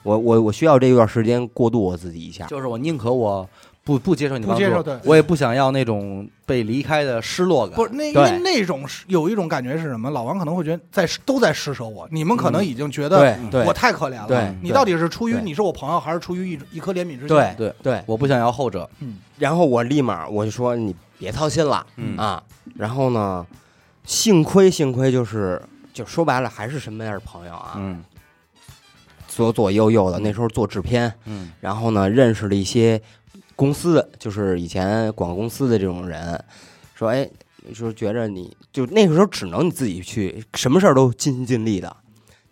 Speaker 2: 我我我需要这段时间过渡我自己一下。
Speaker 1: 就是我宁可我不不接受你的
Speaker 3: 不
Speaker 1: 帮
Speaker 3: 接
Speaker 1: 助
Speaker 3: 受对
Speaker 1: 我也不想要那种被离开的失落感。
Speaker 3: 不是那因
Speaker 1: 对
Speaker 3: 为那种是有一种感觉是什么？老王可能会觉得在都在施舍我，你们可能已经觉得
Speaker 2: 对
Speaker 1: 嗯
Speaker 2: 对
Speaker 3: 我太可怜了。
Speaker 2: 对
Speaker 3: 你
Speaker 2: 对
Speaker 3: 到底是出于
Speaker 2: 对
Speaker 3: 你是我朋友，还是出于一一颗怜悯之心？
Speaker 2: 对
Speaker 1: 对
Speaker 2: 对，
Speaker 1: 我不想要后者。
Speaker 2: 然后我立马我就说你别操心了、
Speaker 1: 嗯
Speaker 2: 啊。然后呢，幸亏幸亏就是就说白了还是身边的朋友啊，
Speaker 1: 嗯
Speaker 2: 左左右右的。那时候做制片，
Speaker 1: 嗯
Speaker 2: 然后呢认识了一些公司的，就是以前广告公司的这种人，说哎，说觉着你就那个时候只能你自己去，什么事儿都尽心尽力的。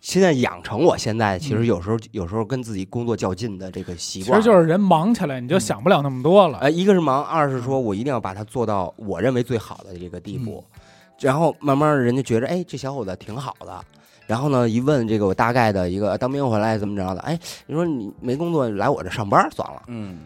Speaker 2: 现在养成我现在其实有时候、有时候跟自己工作较劲的这个习
Speaker 4: 嗯其
Speaker 2: 惯，
Speaker 4: 实就是人忙起来，你就
Speaker 2: 嗯
Speaker 4: 想不了那么多了。
Speaker 2: 呃，一个是忙，二是说我一定要把它做到我认为最好的这个地步，
Speaker 4: 嗯
Speaker 2: 然后慢慢儿人家觉着，哎，这小伙子挺好的。然后呢，一问这个我大概的一个呃当兵回来怎么着的，哎，你说你没工作来我这上班儿算了，
Speaker 1: 嗯，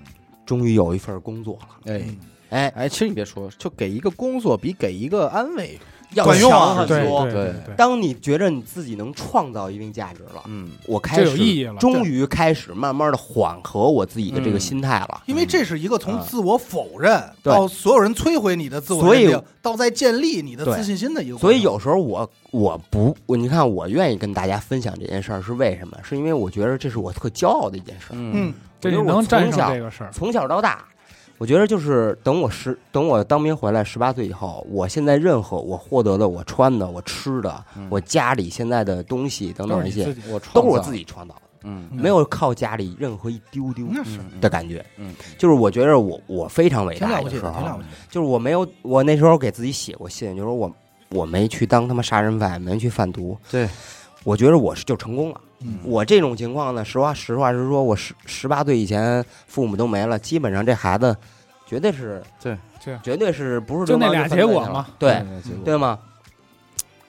Speaker 2: 终于有一份工作了，
Speaker 1: 哎
Speaker 2: 哎，
Speaker 1: 哎，其实你别说，就给一个工作比给一个安慰
Speaker 2: 要
Speaker 3: 管用啊
Speaker 2: 强很
Speaker 4: 对
Speaker 2: 多。
Speaker 4: 对对，
Speaker 2: 当你觉着你自己能创造一定价值了，
Speaker 1: 嗯
Speaker 2: 我开
Speaker 4: 这
Speaker 2: 始
Speaker 4: 有意义了
Speaker 2: 终于开始慢慢的缓和我自己的这
Speaker 1: 嗯
Speaker 2: 个心态了。
Speaker 3: 因为这是一个从
Speaker 2: 嗯
Speaker 3: 自我否认
Speaker 2: 对
Speaker 3: 到所有人摧毁你的自我
Speaker 2: 所以
Speaker 3: 认定，到再建立你的
Speaker 2: 对
Speaker 3: 自信心的一个过程。
Speaker 2: 所以有时候我我不我你看我愿意跟大家分享这件事儿是为什么？是因为我觉得这是我特骄傲的一件事儿。
Speaker 1: 嗯
Speaker 3: 嗯，
Speaker 4: 这你
Speaker 2: 我觉得我
Speaker 4: 能战
Speaker 2: 从小
Speaker 4: 胜这个事儿，
Speaker 2: 从小到大，我觉得就是等我十等我当兵回来十八岁以后，我现在任何我获得的、我穿的、我吃的、
Speaker 1: 嗯
Speaker 2: 我家里现在的东西等
Speaker 4: 都是
Speaker 2: 等一
Speaker 4: 你
Speaker 2: 些
Speaker 4: 自，己。
Speaker 1: 我
Speaker 2: 都
Speaker 1: 创
Speaker 2: 是我
Speaker 1: 造
Speaker 2: 自己创造的，
Speaker 1: 嗯
Speaker 2: 没有靠家里任何一丢丢
Speaker 3: 那是
Speaker 2: 的感觉。
Speaker 1: 嗯
Speaker 2: 就是我觉得我我非常伟
Speaker 3: 挺
Speaker 2: 大
Speaker 3: 了不
Speaker 2: 的
Speaker 3: 起
Speaker 2: 时
Speaker 3: 的，挺了
Speaker 2: 候
Speaker 3: 不，起的。
Speaker 2: 就是我没有我那时候给自己写过信，就是我我没去当他妈杀人犯，没去贩毒，
Speaker 1: 对，
Speaker 2: 我觉得我是就成功了。
Speaker 3: 嗯
Speaker 2: 我这种情况呢，实话实话实说，我十十八岁以前父母都没了，基本上这孩子绝对是
Speaker 1: 对
Speaker 4: 对啊
Speaker 2: 绝对是不是
Speaker 4: 就那
Speaker 2: 流
Speaker 4: 俩
Speaker 2: 氓犯
Speaker 4: 结
Speaker 2: 罪
Speaker 4: 果
Speaker 2: 去了
Speaker 4: 嘛，嗯
Speaker 2: 对
Speaker 1: 结果
Speaker 2: 对吗？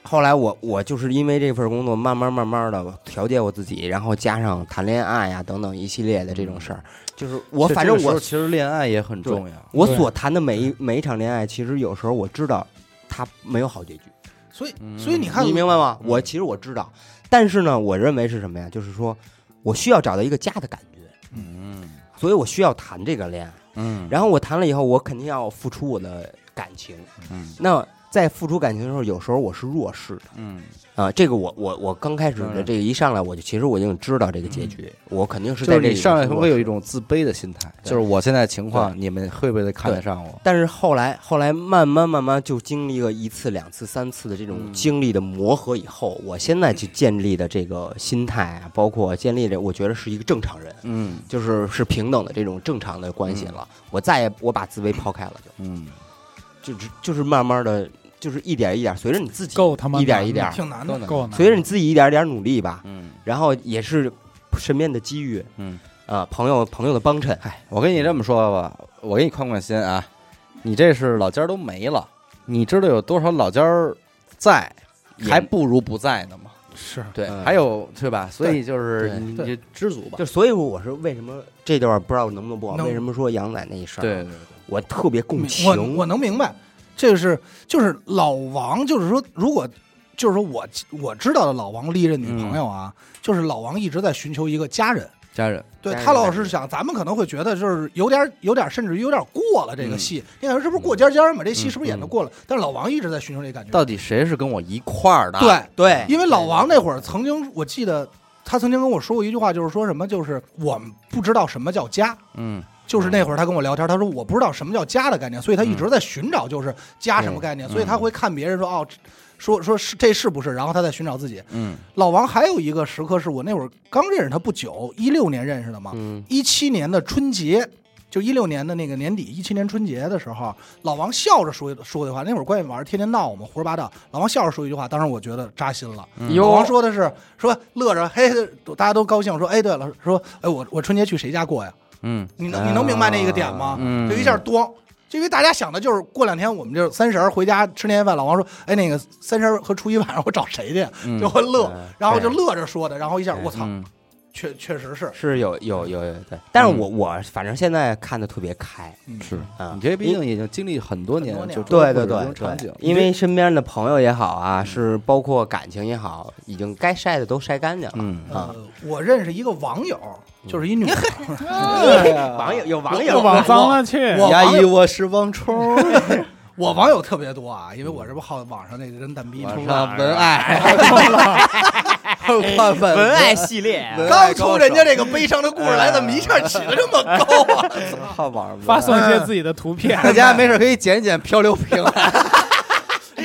Speaker 2: 后来我我就是因为这份工作，慢慢慢慢的调节我自己，然后加上谈恋爱呀、等等一系列的这种事儿，就是我
Speaker 1: 其实
Speaker 2: 反
Speaker 1: 这
Speaker 2: 正
Speaker 1: 个时候
Speaker 2: 我
Speaker 1: 其实恋爱也很重要。
Speaker 2: 我
Speaker 4: 对
Speaker 2: 所谈的每一每一场恋爱，其实有时候我知道它没有好结局，
Speaker 3: 所以
Speaker 1: 嗯
Speaker 3: 所以你看，
Speaker 2: 你明白吗？
Speaker 1: 嗯
Speaker 2: 我其实我知道，但是呢，我认为是什么呀？就是说我需要找到一个家的感觉。
Speaker 1: 嗯
Speaker 2: 所以我需要谈这个恋爱。
Speaker 1: 嗯
Speaker 2: 然后我谈了以后，我肯定要付出我的感情。
Speaker 1: 嗯
Speaker 2: 那在付出感情的时候，有时候我是弱势的
Speaker 1: 嗯，
Speaker 2: 啊、这个我我我刚开始
Speaker 1: 当
Speaker 2: 的
Speaker 1: 然
Speaker 2: 这个一上来，我就其实我已经知道这个结局，我肯定是
Speaker 1: 嗯就
Speaker 2: 在
Speaker 1: 是
Speaker 2: 这
Speaker 1: 你
Speaker 2: 里
Speaker 1: 上来
Speaker 2: 是弱
Speaker 1: 会有
Speaker 2: 势
Speaker 1: 一。种自卑的心态，
Speaker 2: 对
Speaker 1: 就是我现在情况，你们会不会看得
Speaker 2: 对
Speaker 1: 上我？
Speaker 2: 但是后来，后来慢慢慢慢就经历了一次、两次、三次的这种
Speaker 1: 嗯
Speaker 2: 经历的磨合以后，我现在就建立的这个心态啊，包括建立的，我觉得是一个正常人，
Speaker 1: 嗯
Speaker 2: 就是是平等的这种正常的关系
Speaker 1: 嗯
Speaker 2: 了。我再也我把自卑抛开了，就。
Speaker 1: 嗯，
Speaker 2: 就是就是慢慢的，就是一点一点，随着你自己
Speaker 4: 够他妈
Speaker 2: 一点
Speaker 4: 难
Speaker 2: 一点，
Speaker 3: 挺难
Speaker 1: 都
Speaker 3: 的。
Speaker 1: 能
Speaker 4: 够难。
Speaker 2: 随着你自己一点一点努力吧，
Speaker 1: 嗯
Speaker 2: 然后也是身边的机遇，
Speaker 1: 嗯，
Speaker 2: 啊，朋友朋友的帮衬，哎，
Speaker 1: 我跟你这么说吧，我给你宽宽心啊，你这是老家儿都没了，你知道有多少老家儿在，
Speaker 2: 也
Speaker 1: 还不如不在呢嘛。
Speaker 4: 是
Speaker 1: 对，
Speaker 2: 嗯
Speaker 1: 还有对吧？所以就是
Speaker 2: 对
Speaker 1: 你
Speaker 3: 对
Speaker 1: 就知足吧
Speaker 2: 就。所以我是为什么这段不知道能不能播，
Speaker 3: 能
Speaker 2: 为什么说杨仔那一事儿，啊
Speaker 1: 对，对，
Speaker 2: 我特别共情，
Speaker 3: 我我能明白，这是就是老王，就是说，如果就是说我我知道的老王历任女
Speaker 2: 嗯
Speaker 3: 朋友啊，就是老王一直在寻求一个家人。
Speaker 1: 家人，
Speaker 3: 对
Speaker 2: 家人
Speaker 3: 他
Speaker 2: 的
Speaker 3: 老
Speaker 2: 感
Speaker 3: 是
Speaker 2: 觉
Speaker 3: 想，咱们可能会觉得就是有点有点，甚至于有点过了这个
Speaker 1: 嗯
Speaker 3: 戏。你感觉是不是过尖尖儿嘛？这戏
Speaker 1: 嗯
Speaker 3: 是不是演
Speaker 1: 嗯
Speaker 3: 的过了？但是老王一直在寻求这感觉。
Speaker 1: 到底谁是跟我一块儿的？，
Speaker 3: 对，
Speaker 2: 哎对，
Speaker 3: 因为老王那会儿曾经，我记得他曾经跟我说过一句话，就是说什么，就是我们不知道什么叫家。
Speaker 1: 嗯，
Speaker 3: 就是那会儿他跟我聊天，他说我不知道什么叫家的概念，所以他一直在寻找就是家什么概念，
Speaker 1: 嗯
Speaker 3: 所以他会看别人说哦，说说是这是不是，然后他在寻找自己。
Speaker 1: 嗯
Speaker 3: 老王还有一个时刻是我那会儿刚认识他不久，一六年认识的嘛，
Speaker 2: 嗯，
Speaker 3: 一七年的春节，就一六年的那个年底，一七年春节的时候，老王笑着说说的话，那会儿关键玩儿天天闹嘛，胡说八道。老王笑着说一句话，当时我觉得扎心了。
Speaker 1: 嗯
Speaker 3: 老王说的是说乐着，嘿，大家都高兴，说哎，对了，说哎我我春节去谁家过呀？
Speaker 1: 嗯
Speaker 3: 你能你能明白那一个点吗？
Speaker 1: 嗯
Speaker 3: 就一下咣，就因为大家想的就是过两天我们就三十儿回家吃年夜饭，老王说，哎，那个三十儿和初一晚上我找谁去？
Speaker 1: 嗯
Speaker 3: 就会乐，
Speaker 2: 嗯
Speaker 3: 然后就乐着说的，然后一下
Speaker 2: 对
Speaker 3: 我操，
Speaker 1: 嗯
Speaker 3: 确确实是，
Speaker 2: 是有有有有对，但是我、我反正现在看的特别开
Speaker 3: 嗯
Speaker 1: 是
Speaker 2: 啊，
Speaker 1: 你这毕竟已经经历很多年
Speaker 3: 很多，年
Speaker 1: 就
Speaker 3: 了
Speaker 1: 中国
Speaker 2: 对对
Speaker 1: 或者
Speaker 2: 对
Speaker 1: 这种场
Speaker 2: 对
Speaker 1: 景，
Speaker 2: 因为身边的朋友也好啊，是包括感情也好，已经该晒的都晒干净了。
Speaker 1: 嗯，
Speaker 2: 啊
Speaker 3: 呃，我认识一个网友，就是一女孩儿，
Speaker 2: 网友有网
Speaker 4: 又
Speaker 2: 友
Speaker 4: 往脏了去，
Speaker 3: 我
Speaker 1: 压
Speaker 3: 网
Speaker 1: 抑
Speaker 3: 友
Speaker 1: 我是王冲，
Speaker 3: 我网友特别多啊，因为我这不好网上那个人蛋逼
Speaker 1: 我
Speaker 3: 冲
Speaker 1: 是
Speaker 3: 浪，
Speaker 1: 文
Speaker 3: 哎
Speaker 1: 爱，文
Speaker 2: 文爱系列，
Speaker 1: 文
Speaker 3: 刚从人家这个悲伤的故事来，怎么一下起的这么高啊？
Speaker 1: 好玩儿
Speaker 4: 发送一
Speaker 2: 哎
Speaker 4: 些自己的图片，
Speaker 1: 大家没事可以剪一剪漂流瓶，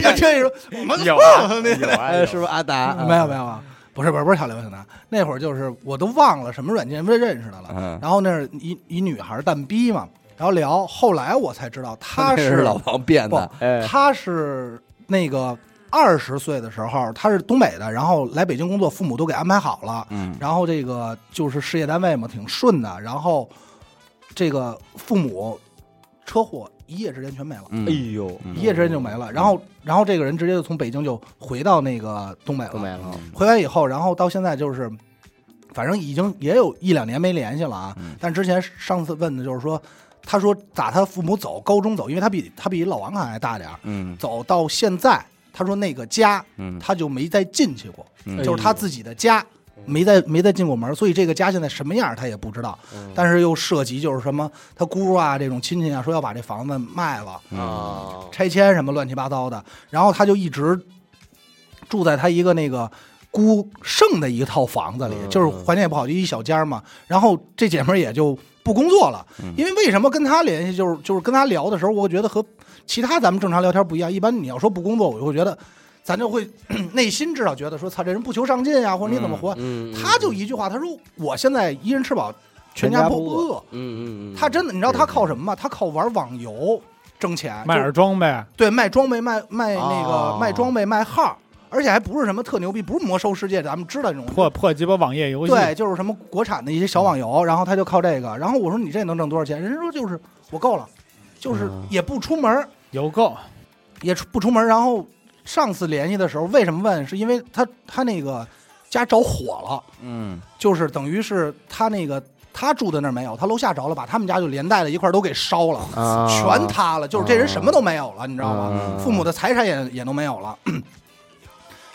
Speaker 3: 要听你说我们
Speaker 6: 有
Speaker 3: 错那
Speaker 6: 有啊，
Speaker 1: 哎
Speaker 6: 有
Speaker 1: 是不是阿达？
Speaker 3: 没有没有啊，不是不是不是小刘小南，那会儿就是我都忘了什么软件认识的了，
Speaker 1: 嗯，
Speaker 3: 然后那是一一女孩儿蛋逼嘛，然后聊，后来我才知道她
Speaker 1: 那是老王变的
Speaker 3: 不，
Speaker 2: 哎
Speaker 3: 他是那个二十岁的时候，他是东北的，然后来北京工作，父母都给安排好了，
Speaker 1: 嗯
Speaker 3: 然后这个就是事业单位嘛，挺顺的，然后这个父母车祸一夜之间全没了。
Speaker 1: 嗯
Speaker 2: 哎呦，
Speaker 1: 嗯
Speaker 3: 一夜之间就没了，然后，然后这个人直接就从北京就回到那个东北了。
Speaker 2: 都没了。
Speaker 3: 回来以后，然后到现在就是，反正已经也有一两年没联系了啊。
Speaker 1: 嗯
Speaker 3: 但之前上次问的就是说，他说打他父母走，高中走，因为他比他比老王还大点儿，
Speaker 1: 嗯
Speaker 3: 走到现在，他说那个家
Speaker 1: 嗯，
Speaker 3: 他就没再进去过，
Speaker 1: 嗯
Speaker 3: 就是他自己的家。没再没再进过门，所以这个家现在什么样他也不知道，但是又涉及就是什么他姑啊这种亲戚啊说要把这房子卖了，
Speaker 2: 啊，
Speaker 3: 拆迁什么乱七八糟的，然后他就一直住在他一个那个孤剩的一套房子里，
Speaker 2: 嗯
Speaker 3: 就是环境也不好，就一小间儿嘛。然后这姐们儿也就不工作了，
Speaker 2: 嗯
Speaker 3: 因为为什么跟他联系，就是就是跟他聊的时候，我觉得和其他咱们正常聊天不一样。一般你要说不工作，我就会觉得咱就会 内心至少觉得说，操，这人不求上进呀、啊或者你怎么活？
Speaker 2: 嗯，
Speaker 3: 他就一句话，他说我现在一人吃饱，全家
Speaker 1: 全家
Speaker 3: 不
Speaker 1: 不
Speaker 3: 饿。
Speaker 2: 嗯嗯嗯，
Speaker 3: 他真的，你知道他靠什么吗？他靠玩网游挣钱，
Speaker 4: 买
Speaker 3: 就
Speaker 4: 点装备，
Speaker 3: 对，卖装备、卖卖那个、
Speaker 2: 哦
Speaker 3: 卖装备、卖号，而且还不是什么特牛逼，不是魔兽世界，咱们知道这种
Speaker 4: 破破鸡巴网页游戏，
Speaker 3: 对，就是什么国产的一些小网游，然后他就靠这个。然后我说你这能挣多少钱？人家说就是我够了，就是
Speaker 2: 嗯
Speaker 3: 也不出门儿，
Speaker 4: 邮购，
Speaker 3: 也出不出门儿。然后上次联系的时候，为什么问？是因为他他那个家着火了，
Speaker 1: 嗯
Speaker 3: 就是等于是他那个他住的那儿没有，他楼下着了，把他们家就连带的一块儿都给烧了，
Speaker 1: 啊
Speaker 3: 全塌了，就是这人什么都没有了，你知道吗？父母的财产也也都没有了。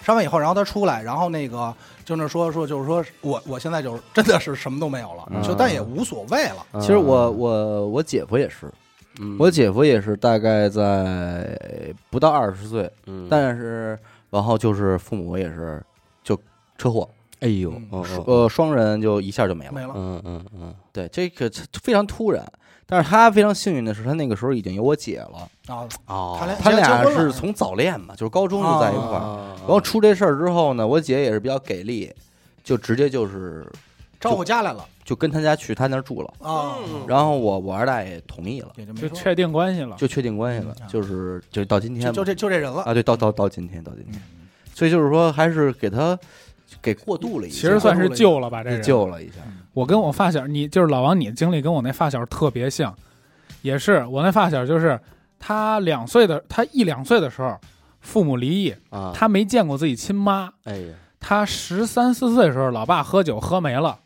Speaker 3: 上完以后，然后他出来，然后那个就那说说，就是说我我现在就是真的是什么都没有了，
Speaker 2: 嗯
Speaker 3: 就但也无所谓了。
Speaker 2: 啊
Speaker 1: 其实我我我姐夫也是，
Speaker 2: 嗯
Speaker 3: 嗯
Speaker 1: 我姐夫也是大概在不到二十岁，
Speaker 3: 嗯
Speaker 2: 嗯
Speaker 1: 但是然后就是父母也是就车祸，
Speaker 2: 哎呦，
Speaker 3: 哦
Speaker 1: 呃，双人就一下就没了。
Speaker 3: 嗯没了，
Speaker 2: 嗯嗯嗯，
Speaker 1: 对，这个非常突然。但是他非常幸运的是，他那个时候已经有我姐了。
Speaker 3: 啊，
Speaker 2: 哦，
Speaker 3: 他俩
Speaker 1: 他
Speaker 3: 结
Speaker 1: 俩
Speaker 3: 婚了
Speaker 1: 是从早恋嘛，就是高中就在一块儿。
Speaker 2: 然
Speaker 1: 然后出这事儿之后呢，我姐也是比较给力，就直接就是
Speaker 3: 招我家来了
Speaker 1: 就跟他家去他那儿住了。
Speaker 3: 啊，
Speaker 1: 然后我我二大爷同意了，
Speaker 3: 也就
Speaker 4: 就
Speaker 3: 没说，
Speaker 4: 确定关系了。
Speaker 1: 就确定关系了
Speaker 3: 嗯啊，
Speaker 1: 就是就到今天
Speaker 3: 就
Speaker 1: 嘛
Speaker 3: 就这就这人了。
Speaker 1: 啊，对，到到到今天到今天，所以就是说还是给他给过渡了一下，
Speaker 4: 其实算是救了吧，这
Speaker 1: 是
Speaker 4: 人。
Speaker 1: 救了一下，
Speaker 4: 我跟我发小，你就是老王，你的经历跟我那发小特别像，也是我那发小，就是他两岁的，他一两岁的时候，父母离异，
Speaker 2: 啊，
Speaker 4: 他没见过自己亲妈。
Speaker 2: 哎呀，
Speaker 4: 他十三四岁的时候，老爸喝酒喝没了，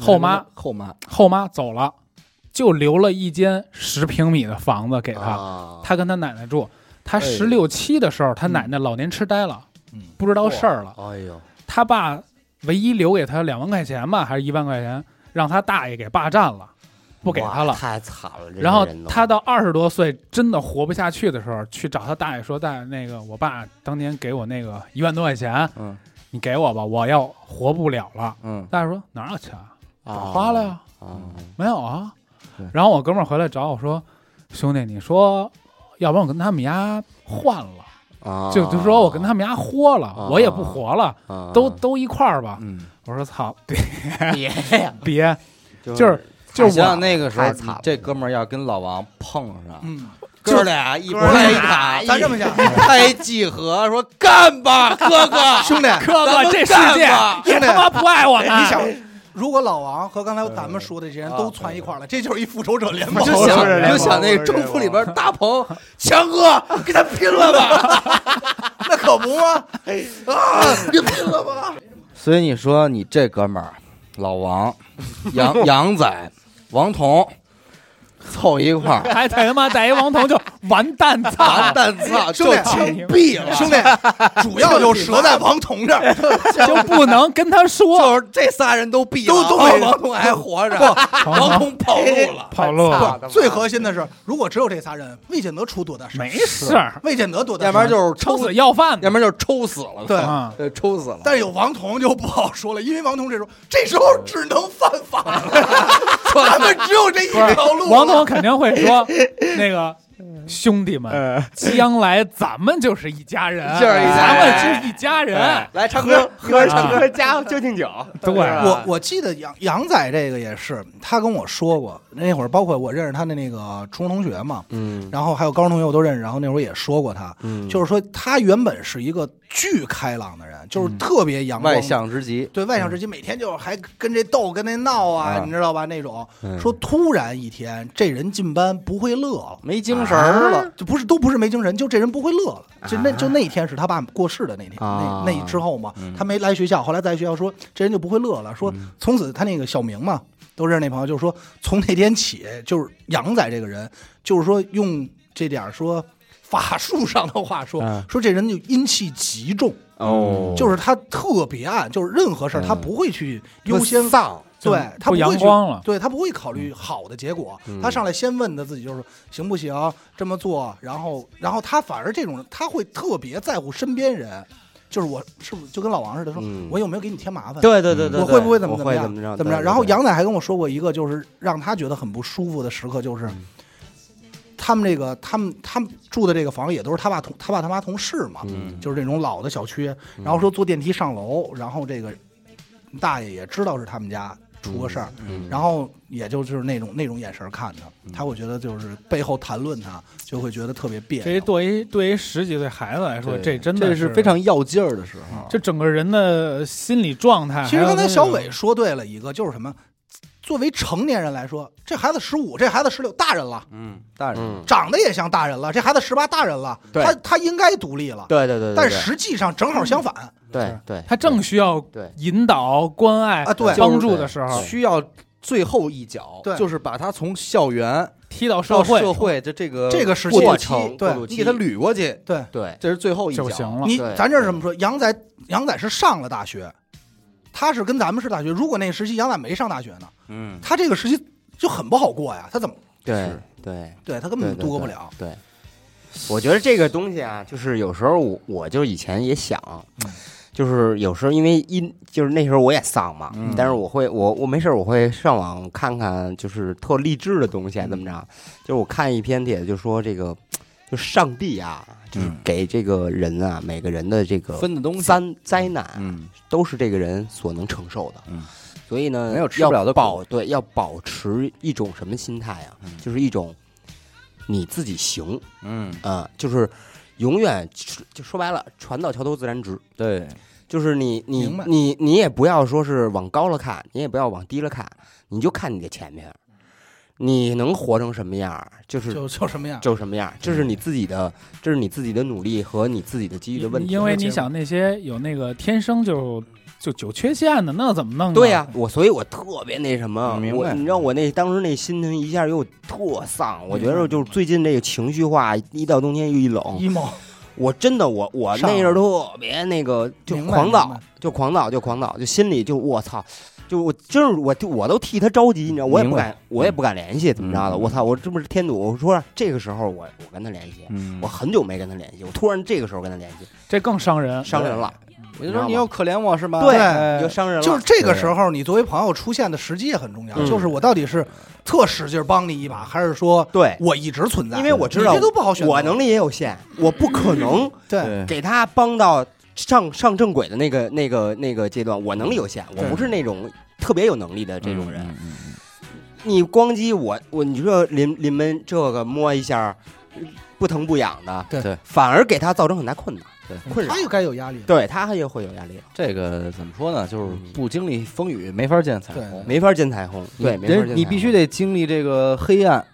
Speaker 4: 后妈
Speaker 1: 后妈
Speaker 4: 后妈走了，就留了一间十平米的房子给
Speaker 2: 给
Speaker 4: 他。
Speaker 2: 啊哦
Speaker 4: 他跟他奶奶住。他
Speaker 1: 哎
Speaker 4: 十六七的时候，他奶奶老年痴呆了，
Speaker 3: 嗯
Speaker 4: 不知道事儿了。
Speaker 2: 哎呦，
Speaker 4: 他爸唯一留给他两万块钱吧，还是一万块钱，让他大爷给霸占了，不给他了。
Speaker 2: 太惨了。
Speaker 4: 然后他到二十多岁真的活不下去的时候，去找他大爷说：“大爷，那个我爸当年给我那个一万多块钱，
Speaker 1: 嗯
Speaker 4: 你给我吧，我要活不了了。
Speaker 1: 嗯”
Speaker 4: 大爷说：“哪有钱啊？早花了呀。
Speaker 2: 啊，
Speaker 4: 没有啊
Speaker 1: 对。
Speaker 4: 然后我哥们儿回来找我说：“兄弟，你说，要不然我跟他们家换了，
Speaker 2: 哦
Speaker 1: 啊
Speaker 4: 就就说我跟他们家豁了，
Speaker 2: 啊
Speaker 4: 我也不活了，
Speaker 1: 啊
Speaker 2: 他
Speaker 4: 都都一块儿吧。
Speaker 1: 嗯，
Speaker 4: 我说：“操，别
Speaker 2: 别
Speaker 4: 别，
Speaker 2: 就
Speaker 4: 就是就
Speaker 1: 你想
Speaker 4: 是
Speaker 1: 想
Speaker 4: 我
Speaker 1: 那个时候
Speaker 2: 太惨了，
Speaker 1: 这哥们儿要跟老王碰上，
Speaker 3: 嗯，哎
Speaker 1: 哥俩一
Speaker 2: 哥俩
Speaker 1: 拍一啊卡，
Speaker 3: 咱这 么想，
Speaker 1: 拍即合，说干吧，哥哥，
Speaker 3: 兄弟，
Speaker 4: 哥哥这世界
Speaker 1: 咱
Speaker 4: 也他妈不爱
Speaker 1: 哎
Speaker 4: 我
Speaker 3: 你想
Speaker 4: 了。，
Speaker 3: 如果老王和刚才咱们说的这些人
Speaker 1: 啊
Speaker 3: 都窜一块儿了，这就是一复仇者联盟
Speaker 1: 就。
Speaker 6: 仇
Speaker 1: 想
Speaker 6: 者联盟
Speaker 1: 就想那个征服里边大鹏 强哥跟他拼了吧，
Speaker 3: 那哎可不吗？
Speaker 1: 所以你说你这哥们儿老王、杨杨仔、王彤凑一块儿，
Speaker 4: 哎还得他妈带一王彤就完蛋
Speaker 1: 完
Speaker 4: 操！
Speaker 1: 蛋操，
Speaker 3: 兄
Speaker 1: 就
Speaker 3: 弟
Speaker 1: 枪
Speaker 3: 毙了，兄弟，主要就折在王彤这儿，
Speaker 4: 就不能跟他说
Speaker 1: 就是这仨人都毙了，
Speaker 3: 都都
Speaker 1: 哦
Speaker 3: 没哎
Speaker 1: 王彤还活着，王
Speaker 4: 王
Speaker 1: 彤跑路了。
Speaker 4: 跑路了，
Speaker 3: 不，最核心的是，如果只有这仨人，未见得出多大事儿，
Speaker 4: 没事儿，
Speaker 3: 未见得多大
Speaker 1: 要
Speaker 3: 事儿，
Speaker 1: 不然就是
Speaker 4: 撑
Speaker 1: 抽
Speaker 4: 死要饭
Speaker 1: 要
Speaker 4: 的。
Speaker 1: 不然就是抽死了，
Speaker 3: 对
Speaker 4: 啊，
Speaker 1: 呃，抽死了。
Speaker 3: 但是有王彤就不好说了，因为王彤这时候这时候只能犯法了，咱们只有这一
Speaker 4: 不是
Speaker 3: 条路了。
Speaker 4: 王彤啊肯定会说那个。
Speaker 3: 嗯
Speaker 4: 兄弟
Speaker 2: 嗯
Speaker 4: 们，将来咱们就是一家 人，
Speaker 1: 就是一家人
Speaker 4: 咱们是一家
Speaker 3: 嗯
Speaker 4: 人。
Speaker 2: 来唱嗯歌，喝着唱
Speaker 4: 啊
Speaker 2: 歌加就敬酒，
Speaker 4: 对
Speaker 2: 吧
Speaker 4: 啊
Speaker 3: 我我记得杨杨仔这个也是，他跟我说过，那会儿包括我认识他的那个初中同学嘛，
Speaker 2: 嗯，
Speaker 3: 然后还有高中同学我都认识，然后那会儿也说过他，就是说他原本是一个巨开朗的人，就是特别阳光，
Speaker 1: 外向之极，
Speaker 3: 对外向之极，每天就还跟这斗跟那闹啊，
Speaker 1: 啊
Speaker 3: 你知道吧？那种
Speaker 2: 嗯
Speaker 3: 说突然一天这人进班不会乐了。
Speaker 1: 没精神儿了。
Speaker 3: 就不是都不是没精神，就这人不会乐了。就那就那一天是他爸过世的那天，
Speaker 2: 啊
Speaker 3: 那那之后嘛，他没来学校，后来在学校说这人就不会乐了，说从此他那个小明嘛，都认识那朋友，就是说从那天起，就是杨仔这个人，就是说用这点儿说法术上的话说，
Speaker 2: 嗯
Speaker 3: 说这人就阴气极重，
Speaker 2: 哦
Speaker 3: 就是是他特别暗，就是任何事儿他不会去优先
Speaker 2: 丧，
Speaker 4: 就
Speaker 3: 对他
Speaker 4: 不
Speaker 3: 会
Speaker 4: 阳
Speaker 3: 去
Speaker 4: 光了
Speaker 3: 对他不会考虑好的结果，
Speaker 2: 嗯
Speaker 3: 他上来先问他自己就是行不行，这么做，然后然后他反而这种他会特别在乎身边人，就是我是不是就跟老王似的说，
Speaker 2: 嗯
Speaker 3: 我有没有给你添麻烦，
Speaker 2: 对对对对，
Speaker 3: 我会不会怎么
Speaker 2: 我
Speaker 3: 怎么样
Speaker 2: 怎么着
Speaker 3: 怎么着？然后杨仔还跟我说过一个就是让他觉得很不舒服的时刻，就是。
Speaker 2: 嗯
Speaker 3: 他们这个，他们他们住的这个房也都是他爸同他爸他妈同事嘛，
Speaker 2: 嗯
Speaker 3: 就是这种老的小区，然后说坐电梯上楼，然后这个大爷也知道是他们家出个事儿，
Speaker 2: 嗯
Speaker 3: 然后也就是那种那种眼神儿看他，他会觉得就是背后谈论他，就会觉得特别别
Speaker 4: 这
Speaker 3: 扭。
Speaker 4: 对于对于十几岁孩子来说，这真
Speaker 1: 这
Speaker 4: 的
Speaker 1: 是非常要劲儿的时
Speaker 2: 嗯
Speaker 1: 候。啊
Speaker 4: 这整个人的心理状态。
Speaker 3: 其实
Speaker 4: 还
Speaker 3: 刚
Speaker 4: 有
Speaker 3: 才小
Speaker 4: 那种
Speaker 3: 伟说对了一个，就是什么，作为成年人来说，这孩子十五，这孩子十六，大人了，
Speaker 1: 嗯，大人
Speaker 2: 嗯，
Speaker 3: 长得也像大人了，这孩子十八，大人了，
Speaker 2: 对
Speaker 3: 他他应该独立了。
Speaker 2: 对对对，对
Speaker 3: 但
Speaker 2: 对嗯
Speaker 3: 实际上正好相反
Speaker 2: 对对，
Speaker 4: 他正需要
Speaker 2: 对
Speaker 4: 引导、关爱
Speaker 3: 啊，、对，
Speaker 4: 帮助的时候，
Speaker 1: 需要最后一脚
Speaker 3: 对，
Speaker 1: 就是把他从校园
Speaker 4: 踢到
Speaker 1: 到
Speaker 4: 社会
Speaker 1: 社会的这个
Speaker 3: 这个时期
Speaker 1: 过渡
Speaker 3: 期
Speaker 1: 期，
Speaker 3: 对
Speaker 1: 你给他捋过去，
Speaker 3: 对，
Speaker 2: 对
Speaker 1: 这是最后一
Speaker 4: 就
Speaker 1: 脚。
Speaker 4: 行了。
Speaker 3: 你
Speaker 2: 嗯对
Speaker 3: 咱这是怎么说？杨仔杨仔是上了大学，他是跟咱们是大学。如果那个时期杨仔没上大学呢，
Speaker 1: 嗯，
Speaker 3: 他这个时期就很不好过呀。他怎么
Speaker 2: 对对。
Speaker 3: 对他根
Speaker 2: 对
Speaker 3: 本度过不了。。
Speaker 2: 对对对我觉得这个东西啊，就是有时候我我就以前也想，
Speaker 1: 嗯
Speaker 2: 就是有时候因为一就是那时候我也丧嘛，
Speaker 1: 嗯
Speaker 2: 但是我会我我没事儿我会上网看看，就是特励志的东西啊，怎么着？
Speaker 1: 嗯
Speaker 2: 就是我看一篇帖，就说这个，就上帝啊，就是给这个人啊，每个人的这个
Speaker 1: 嗯分的东西，
Speaker 2: 三灾难啊，
Speaker 1: 嗯，
Speaker 2: 都是这个人所能承受的。
Speaker 1: 嗯，
Speaker 2: 所以呢，
Speaker 1: 没有吃不了的苦
Speaker 2: 要保对，要保持一种什么心态啊？
Speaker 1: 嗯
Speaker 2: 就是一种你自己行
Speaker 1: 嗯，
Speaker 2: 啊、呃就是永远就说白了，船到桥头自然直。
Speaker 1: 对，
Speaker 2: 就是你你
Speaker 3: 明白
Speaker 2: 你你也不要说是往高了看，你也不要往低了看，你就看你的前面，你能活成什么样儿，就是
Speaker 3: 就就什么样？
Speaker 2: 就什么样儿，这是你自己的，这是你自己的努力和你自己的机遇的问题。
Speaker 4: 因为你想那些有那个天生就就有缺陷的，那怎么弄？啊
Speaker 2: 对呀、，我所以，我特别那什么，
Speaker 1: 明白
Speaker 2: 我你知道我那当时那心情一下又特丧，我觉得就是最近这个情绪化，一到冬天又一冷，
Speaker 3: emo
Speaker 2: 我真的我我
Speaker 3: 上
Speaker 2: 那
Speaker 3: 来
Speaker 2: 阵儿特别那个就
Speaker 3: 明白
Speaker 2: 狂
Speaker 3: 明白
Speaker 2: 躁，就狂躁，就狂躁，就心里就我操，就我真是我就我都替他着急，你知道，我也不
Speaker 1: 明白
Speaker 2: 敢我也不敢联系，怎么着的，
Speaker 1: 嗯
Speaker 2: 我操，我这不是添堵，我说这个时候我我跟他联系。
Speaker 1: 嗯
Speaker 2: 我很久没跟他联系，我突然这个时候跟他联系，
Speaker 4: 这更伤人。
Speaker 2: 伤人了，
Speaker 1: 我就说你又可怜我是吧？
Speaker 3: 对
Speaker 2: 你就伤人了。
Speaker 3: 就是这个时候，你作为朋友出现的时机也很重要。
Speaker 2: 嗯
Speaker 3: 就是我到底是特使劲帮你一把，还是说
Speaker 2: 对，
Speaker 3: 我一直存在？
Speaker 2: 因为我知道
Speaker 3: 你这都不好选择。
Speaker 2: 我能力也有限，我不可能
Speaker 3: 对
Speaker 1: 对，
Speaker 2: 给他帮到上上正轨的那个那个那个阶段，我能力有限，我
Speaker 1: 对
Speaker 2: 不是那种特别有能力的这种人。
Speaker 1: 嗯，嗯嗯
Speaker 2: 你光击我我，你说临临门这个摸一下，不疼不痒的，
Speaker 3: 对
Speaker 1: 对
Speaker 2: 反而给他造成很大困难
Speaker 1: 对
Speaker 2: 困扰
Speaker 3: 他。也该有压力了。
Speaker 2: 对他也会有压力，
Speaker 1: 这个怎么说呢？就是不经历风雨，没法见彩虹。
Speaker 2: 没法见彩虹。对，没法见彩虹
Speaker 1: 人你必须得经历这个黑暗、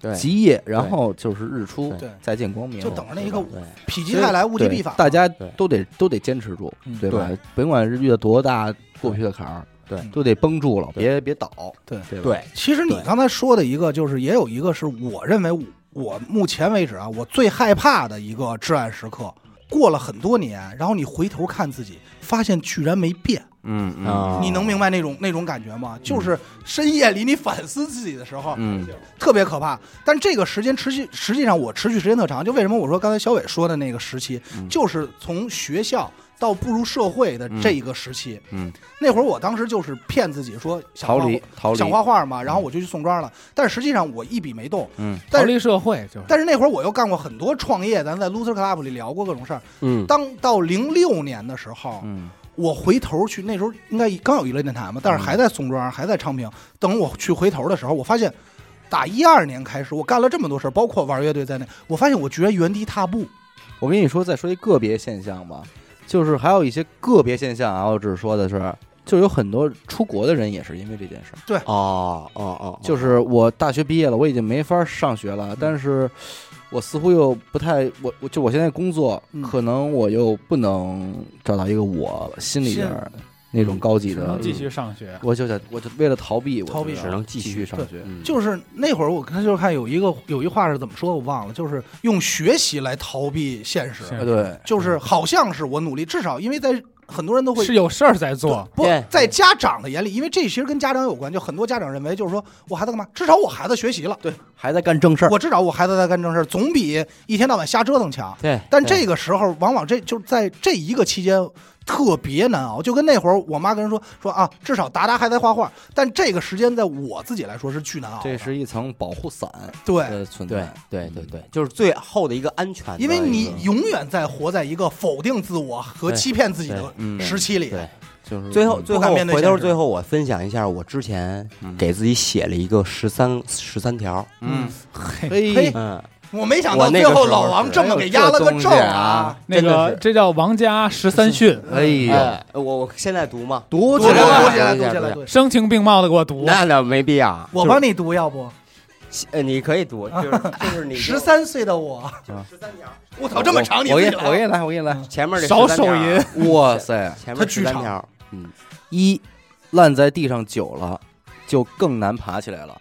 Speaker 2: 对
Speaker 1: 极夜，然后就是日出
Speaker 3: 对，
Speaker 1: 再见光明。
Speaker 3: 就等着那一个
Speaker 1: 对吧
Speaker 2: 对
Speaker 3: 否极泰来，物极必反嘛。
Speaker 1: 大家
Speaker 2: 对
Speaker 1: 都得都得坚持住
Speaker 4: 嗯，
Speaker 1: 对吧？甭管是遇到多大过不去的坎儿，
Speaker 2: 对
Speaker 1: 都得绷住了，
Speaker 2: 对
Speaker 1: 别别倒。
Speaker 3: 对
Speaker 1: 对吧
Speaker 2: 对，
Speaker 3: 其实你
Speaker 2: 对
Speaker 3: 刚才说的一个，就是也有一个是我认为我我目前为止啊，我最害怕的一个至暗时刻。过了很多年，然后你回头看自己，发现居然没变，
Speaker 1: 嗯嗯
Speaker 2: 啊
Speaker 3: 你能明白那种那种感觉吗？就是深夜里你反思自己的时候，
Speaker 1: 嗯
Speaker 3: 特别可怕。但这个时间持续，实际上我持续时间特长，就为什么我说刚才小伟说的那个时期，
Speaker 1: 嗯
Speaker 3: 就是从学校到步入社会的这一个时期。
Speaker 1: 嗯，
Speaker 3: 那会儿我当时就是骗自己说想
Speaker 1: 逃
Speaker 3: 画
Speaker 1: 离逃离
Speaker 3: 想画画嘛，然后我就去宋庄了。但实际上我一笔没动。
Speaker 1: 嗯
Speaker 4: 逃
Speaker 3: 但是
Speaker 4: 离社会就是。
Speaker 3: 但是那会儿我又干过很多创业，咱在 Loser Club 里聊过各种事儿。
Speaker 2: 嗯
Speaker 3: 当到零六年的时候，
Speaker 1: 嗯
Speaker 3: 我回头去，那时候应该刚有娱乐电台嘛，但是还在宋庄，还在昌平。等我去回头的时候，我发现，打一二年开始，我干了这么多事儿，包括玩乐队在内，我发现我居然原地踏步。
Speaker 1: 我跟你说，再说一个别现象吧，就是还有一些个别现象啊，我只是说的是，就有很多出国的人也是因为这件事儿。
Speaker 2: 哦哦哦，
Speaker 1: 就是是我大学毕业了，我已经没法上学了，但是我似乎又不太，我我就我现在工作，
Speaker 3: 嗯
Speaker 1: 可能我又不能找到一个我心里边儿那种高级
Speaker 4: 只
Speaker 1: 的
Speaker 4: 能，继续上学，
Speaker 1: 我就想，我就为了逃避，我
Speaker 3: 逃避
Speaker 1: 就
Speaker 2: 只能继
Speaker 1: 继
Speaker 2: 续
Speaker 1: 续上学。
Speaker 2: 嗯
Speaker 3: 就是那会儿我看，就是看有一个有一话是怎么说，我忘了，就是用学习来逃避现实，
Speaker 4: 是
Speaker 1: 啊，对，
Speaker 3: 就是好像是我努力，至少因为在很多人都会
Speaker 4: 是有事儿在做，
Speaker 3: 不
Speaker 2: 对
Speaker 3: 在家长的眼里，因为这其实跟家长有关，就很多家长认为就是说我孩子干嘛，至少我孩子学习了，对
Speaker 1: 还在干正事儿。
Speaker 3: 我至少我孩子在干正事儿，总比一天到晚瞎折腾强。
Speaker 2: 对，
Speaker 3: 但这个时候，往往这就在这一个期间特别难熬，就跟那会儿我妈跟人说说啊，至少达达还在画画，但这个时间在我自己来说是巨难熬的。
Speaker 1: 这是一层保护伞
Speaker 3: 对，
Speaker 1: 的存
Speaker 2: 对
Speaker 1: 在，嗯
Speaker 2: 对对对，就是最后的一个安全的一
Speaker 3: 因
Speaker 2: 个，
Speaker 3: 为你永远在活在一个否定自我和欺骗自己的
Speaker 1: 嗯，
Speaker 3: 时期里。
Speaker 2: 对，
Speaker 1: 就是
Speaker 2: 最后最
Speaker 3: 不敢
Speaker 2: 后
Speaker 3: 面对
Speaker 2: 回头
Speaker 3: 现实
Speaker 2: 最后我分享一下，我之前给自己写了一个十三十三条，
Speaker 1: 嗯，
Speaker 4: 嘿，
Speaker 1: 嘿
Speaker 3: 嘿，
Speaker 2: 嗯，
Speaker 3: 我没想到
Speaker 2: 我那
Speaker 3: 最
Speaker 2: 个时候
Speaker 3: 后老王这么给压了
Speaker 1: 哎呦这
Speaker 3: 个咒
Speaker 1: 东西啊！
Speaker 4: 那
Speaker 2: 真的
Speaker 4: 个
Speaker 2: 是
Speaker 4: 这叫王家十三训，
Speaker 1: 哎呦，
Speaker 2: 哎，我我现在读吗？
Speaker 1: 读
Speaker 3: 读
Speaker 1: 起
Speaker 3: 起来，
Speaker 1: 来
Speaker 3: 读
Speaker 1: 吧
Speaker 3: 起来，读起
Speaker 2: 对
Speaker 3: 来，
Speaker 2: 对对
Speaker 3: 读起来！
Speaker 4: 声情并茂的给我读，
Speaker 2: 那那没必要，
Speaker 3: 我帮你读，要不
Speaker 2: 就是呃你可以读，啊就是就是你就
Speaker 3: 十三岁的我，
Speaker 2: 十三条，
Speaker 3: 我操，这么长你
Speaker 1: 我
Speaker 3: 自
Speaker 1: 给
Speaker 3: 己
Speaker 1: 你
Speaker 3: 来
Speaker 1: 我给你来，我给你来。
Speaker 2: 前面这
Speaker 4: 少
Speaker 2: 13
Speaker 4: 手
Speaker 2: 条啊
Speaker 4: 淫，
Speaker 1: 哇塞，
Speaker 2: 前
Speaker 3: 它
Speaker 2: 面
Speaker 3: 巨
Speaker 2: 十三
Speaker 3: 长
Speaker 2: 条，嗯
Speaker 1: 一烂在地上久了，就更难爬起来了。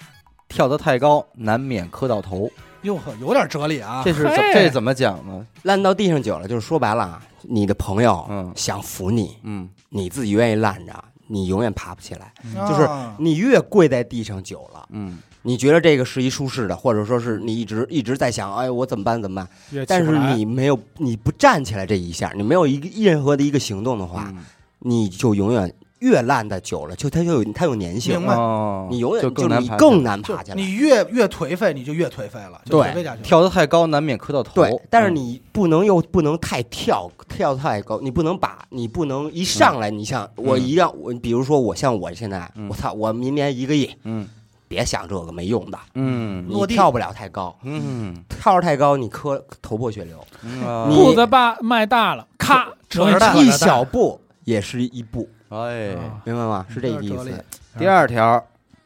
Speaker 1: 跳得太高，难免磕到头。
Speaker 3: 哟呵，有点哲理啊！
Speaker 1: 这是怎
Speaker 4: 嘿
Speaker 1: 这怎么讲呢？
Speaker 2: 烂到地上久了，就是说白了啊，你的朋友
Speaker 1: 嗯
Speaker 2: 想扶你，
Speaker 1: 嗯，
Speaker 2: 你自己愿意烂着，你永远爬不起来。
Speaker 3: 就
Speaker 2: 就是你越跪在地上久了，
Speaker 1: 嗯，
Speaker 2: 你觉得这个是一舒适的，或者说是你一直一直在想，哎，我怎么办？怎么办？
Speaker 4: 也起
Speaker 2: 但
Speaker 4: 不
Speaker 2: 是
Speaker 4: 来
Speaker 2: 你没有，你不站起来这一下，你没有一个任何的一个行动的话，
Speaker 1: 嗯
Speaker 2: 你就永远越烂的久了，就它就有它有粘性
Speaker 3: 明，白
Speaker 1: 哦，
Speaker 2: 你永远
Speaker 1: 就更
Speaker 2: 是
Speaker 1: 难
Speaker 2: 你
Speaker 1: 爬起来
Speaker 2: 更难爬起来。
Speaker 3: 你越越颓废，你就越颓废了，就
Speaker 2: 对
Speaker 3: 颓废下去了。
Speaker 1: 跳得太高，难免磕到头。
Speaker 2: 对，但是
Speaker 1: 嗯
Speaker 2: 你不能又不能太跳跳太高，你不能把你不能一上来，你像我一样，我比如说我像我现在，
Speaker 1: 嗯
Speaker 2: 我操，我明年一个亿，
Speaker 1: 嗯
Speaker 2: 别想这个没用的，
Speaker 1: 嗯
Speaker 2: 你
Speaker 3: 落地
Speaker 2: 跳不了太高，
Speaker 1: 嗯
Speaker 2: 跳得太高你磕头破血流，
Speaker 1: 嗯啊
Speaker 2: 你
Speaker 4: 步子把迈大了，咔，
Speaker 3: 扯
Speaker 4: 成
Speaker 3: 着蛋
Speaker 4: 扯
Speaker 2: 一
Speaker 4: 着蛋
Speaker 2: 小步也是一步，
Speaker 1: 哎，
Speaker 4: 啊
Speaker 2: 明白吗？是这个意
Speaker 3: 有点哲
Speaker 2: 思
Speaker 3: 理。
Speaker 1: 第二条，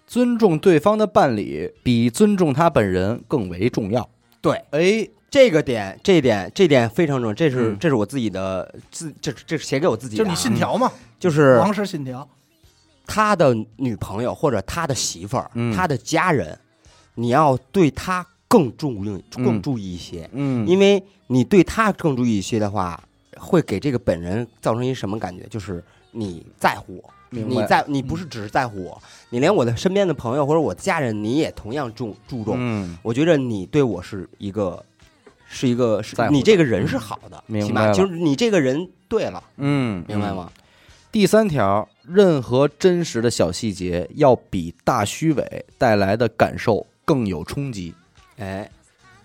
Speaker 1: 尊重对方的伴侣比尊重他本人更为重要。
Speaker 2: 对，
Speaker 1: 哎，
Speaker 2: 这个点，这点，这点非常重要，这是
Speaker 1: 嗯
Speaker 2: 这是我自己的自，这这是写给我自己
Speaker 3: 就
Speaker 2: 的
Speaker 3: 是
Speaker 2: 啊，
Speaker 3: 你信条嘛，
Speaker 2: 就是
Speaker 3: 王室信条。
Speaker 2: 他的女朋友或者他的媳妇儿、
Speaker 1: 嗯
Speaker 2: 他的家人，你要对他更注意、
Speaker 1: 嗯
Speaker 2: 更注意一些，
Speaker 1: 嗯
Speaker 2: 因为你对他更注意一些的话，会给这个本人造成一什么感觉？就是你在乎我，
Speaker 1: 明
Speaker 2: 你
Speaker 1: 白嗯
Speaker 2: 在，你不是只是在乎我，你连我的身边的朋友或者我的家人，你也同样注注重。
Speaker 1: 嗯
Speaker 2: 我觉着你对我是一个，是一个，是
Speaker 1: 在乎的
Speaker 2: 你这个人是好的，
Speaker 1: 明白
Speaker 2: 起码
Speaker 1: 了
Speaker 2: 就是你这个人对了，
Speaker 1: 嗯，
Speaker 2: 明白吗？
Speaker 1: 第三条，任何真实的小细节要比大虚伪带来的感受更有冲击。
Speaker 2: 哎，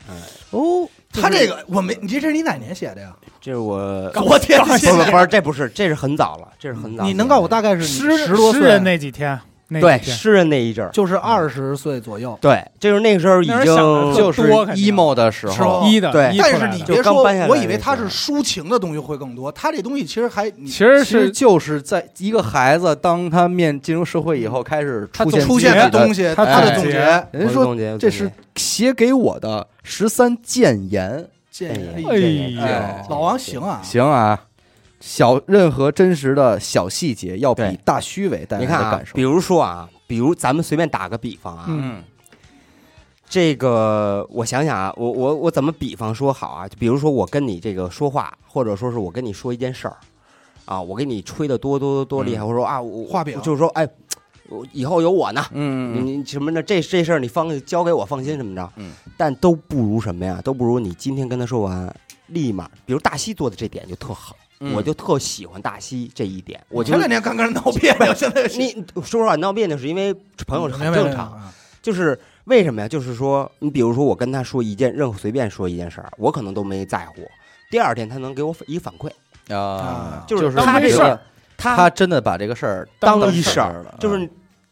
Speaker 2: 嗯、
Speaker 1: 哦，
Speaker 3: 他这个我没，你这这是你哪年写的呀？
Speaker 2: 这是我
Speaker 3: 昨天
Speaker 2: 不
Speaker 3: 写
Speaker 2: 是不
Speaker 3: 的。
Speaker 2: 是，这不是，这是很早了，这是很早。
Speaker 3: 你能告诉我大概是
Speaker 4: 诗
Speaker 3: 十多
Speaker 4: 诗人
Speaker 3: 岁？
Speaker 4: 那几天，那
Speaker 2: 对
Speaker 4: 几天
Speaker 2: 诗人那一阵儿，
Speaker 3: 就是二十岁左右。
Speaker 2: 对，就是那个时候已
Speaker 4: 那时候
Speaker 2: 经
Speaker 4: 想的
Speaker 1: 就
Speaker 4: 特
Speaker 1: 是
Speaker 4: 多肯定
Speaker 1: emo 的时
Speaker 3: 是吗
Speaker 1: 候，
Speaker 4: 一的，
Speaker 2: 对
Speaker 4: 一出来
Speaker 3: 但
Speaker 4: 的
Speaker 3: 是你别
Speaker 2: 就
Speaker 3: 说
Speaker 2: 刚搬下，来
Speaker 3: 我以为他
Speaker 2: 那
Speaker 3: 是
Speaker 2: 个
Speaker 3: 抒情的东西会更多，他这东西其实还你
Speaker 4: 其实
Speaker 1: 其实
Speaker 4: 是
Speaker 1: 就是在一个孩子当他面进入社会以后，开始出现
Speaker 3: 出现
Speaker 1: 自己
Speaker 3: 的
Speaker 1: 的
Speaker 3: 东。西，
Speaker 4: 他
Speaker 3: 他的
Speaker 1: 总
Speaker 3: 总
Speaker 4: 结
Speaker 3: 结
Speaker 1: 人家
Speaker 2: 我
Speaker 1: 说
Speaker 2: 总结我
Speaker 1: 这
Speaker 2: 总
Speaker 1: 是
Speaker 2: 结
Speaker 1: 写给我的十三谏言，
Speaker 3: 建
Speaker 2: 哎
Speaker 3: 议。
Speaker 4: 哎
Speaker 2: 呀
Speaker 4: 呦
Speaker 1: 哎
Speaker 3: 老王行啊，
Speaker 1: 行啊，小任何真实的小细节要比
Speaker 2: 对
Speaker 1: 大虚伪带
Speaker 2: 你
Speaker 1: 来
Speaker 2: 看
Speaker 1: 的
Speaker 2: 啊
Speaker 1: 感，受
Speaker 2: 比。如说啊，比如咱们随便打个比方啊，
Speaker 1: 嗯
Speaker 2: 这个我想想啊，我我我怎么比方说好啊？就比如说我跟你这个说话，或者说是我跟你说一件事儿，啊，我给你吹的多多多多厉害，我说啊，我
Speaker 3: 画饼
Speaker 2: 就是说哎，我以后有我呢，
Speaker 1: 嗯嗯
Speaker 2: 你什么的，这这事儿你放交给我，放心什么着，
Speaker 1: 嗯，
Speaker 2: 但都不如什么呀？都不如你今天跟他说完，立马，比如大西做的这点就特好，
Speaker 1: 嗯
Speaker 2: 我就特喜欢大西这一点，我就
Speaker 3: 前两天刚跟人闹别扭，现在
Speaker 2: 你说实话闹别扭是因为朋友是很正常，
Speaker 3: 啊。
Speaker 2: 就是为什么呀？就是说，你比如说我跟他说一件任何随便说一件事儿，我可能都没在乎，第二天他能给我一反馈，
Speaker 1: 啊，
Speaker 2: 就是
Speaker 4: 当
Speaker 2: 他
Speaker 4: 回
Speaker 2: 这
Speaker 1: 这
Speaker 4: 事
Speaker 1: 个
Speaker 4: 儿
Speaker 2: 个
Speaker 1: 他真的把这个事儿
Speaker 4: 当
Speaker 1: 当
Speaker 2: 一
Speaker 1: 事
Speaker 2: 事儿
Speaker 1: 儿了，
Speaker 2: 就是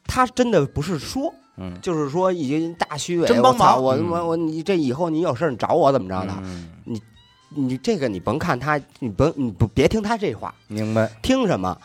Speaker 2: 他真的不是说。
Speaker 1: 嗯
Speaker 2: 就是说已经大虚伪，
Speaker 3: 真帮忙
Speaker 2: 我操
Speaker 1: 嗯
Speaker 2: 我我我你这以后你有事儿你找我怎么着的？
Speaker 1: 嗯
Speaker 2: 你这个你甭看他，你甭你不别听他这话，
Speaker 1: 明白
Speaker 2: 听什么？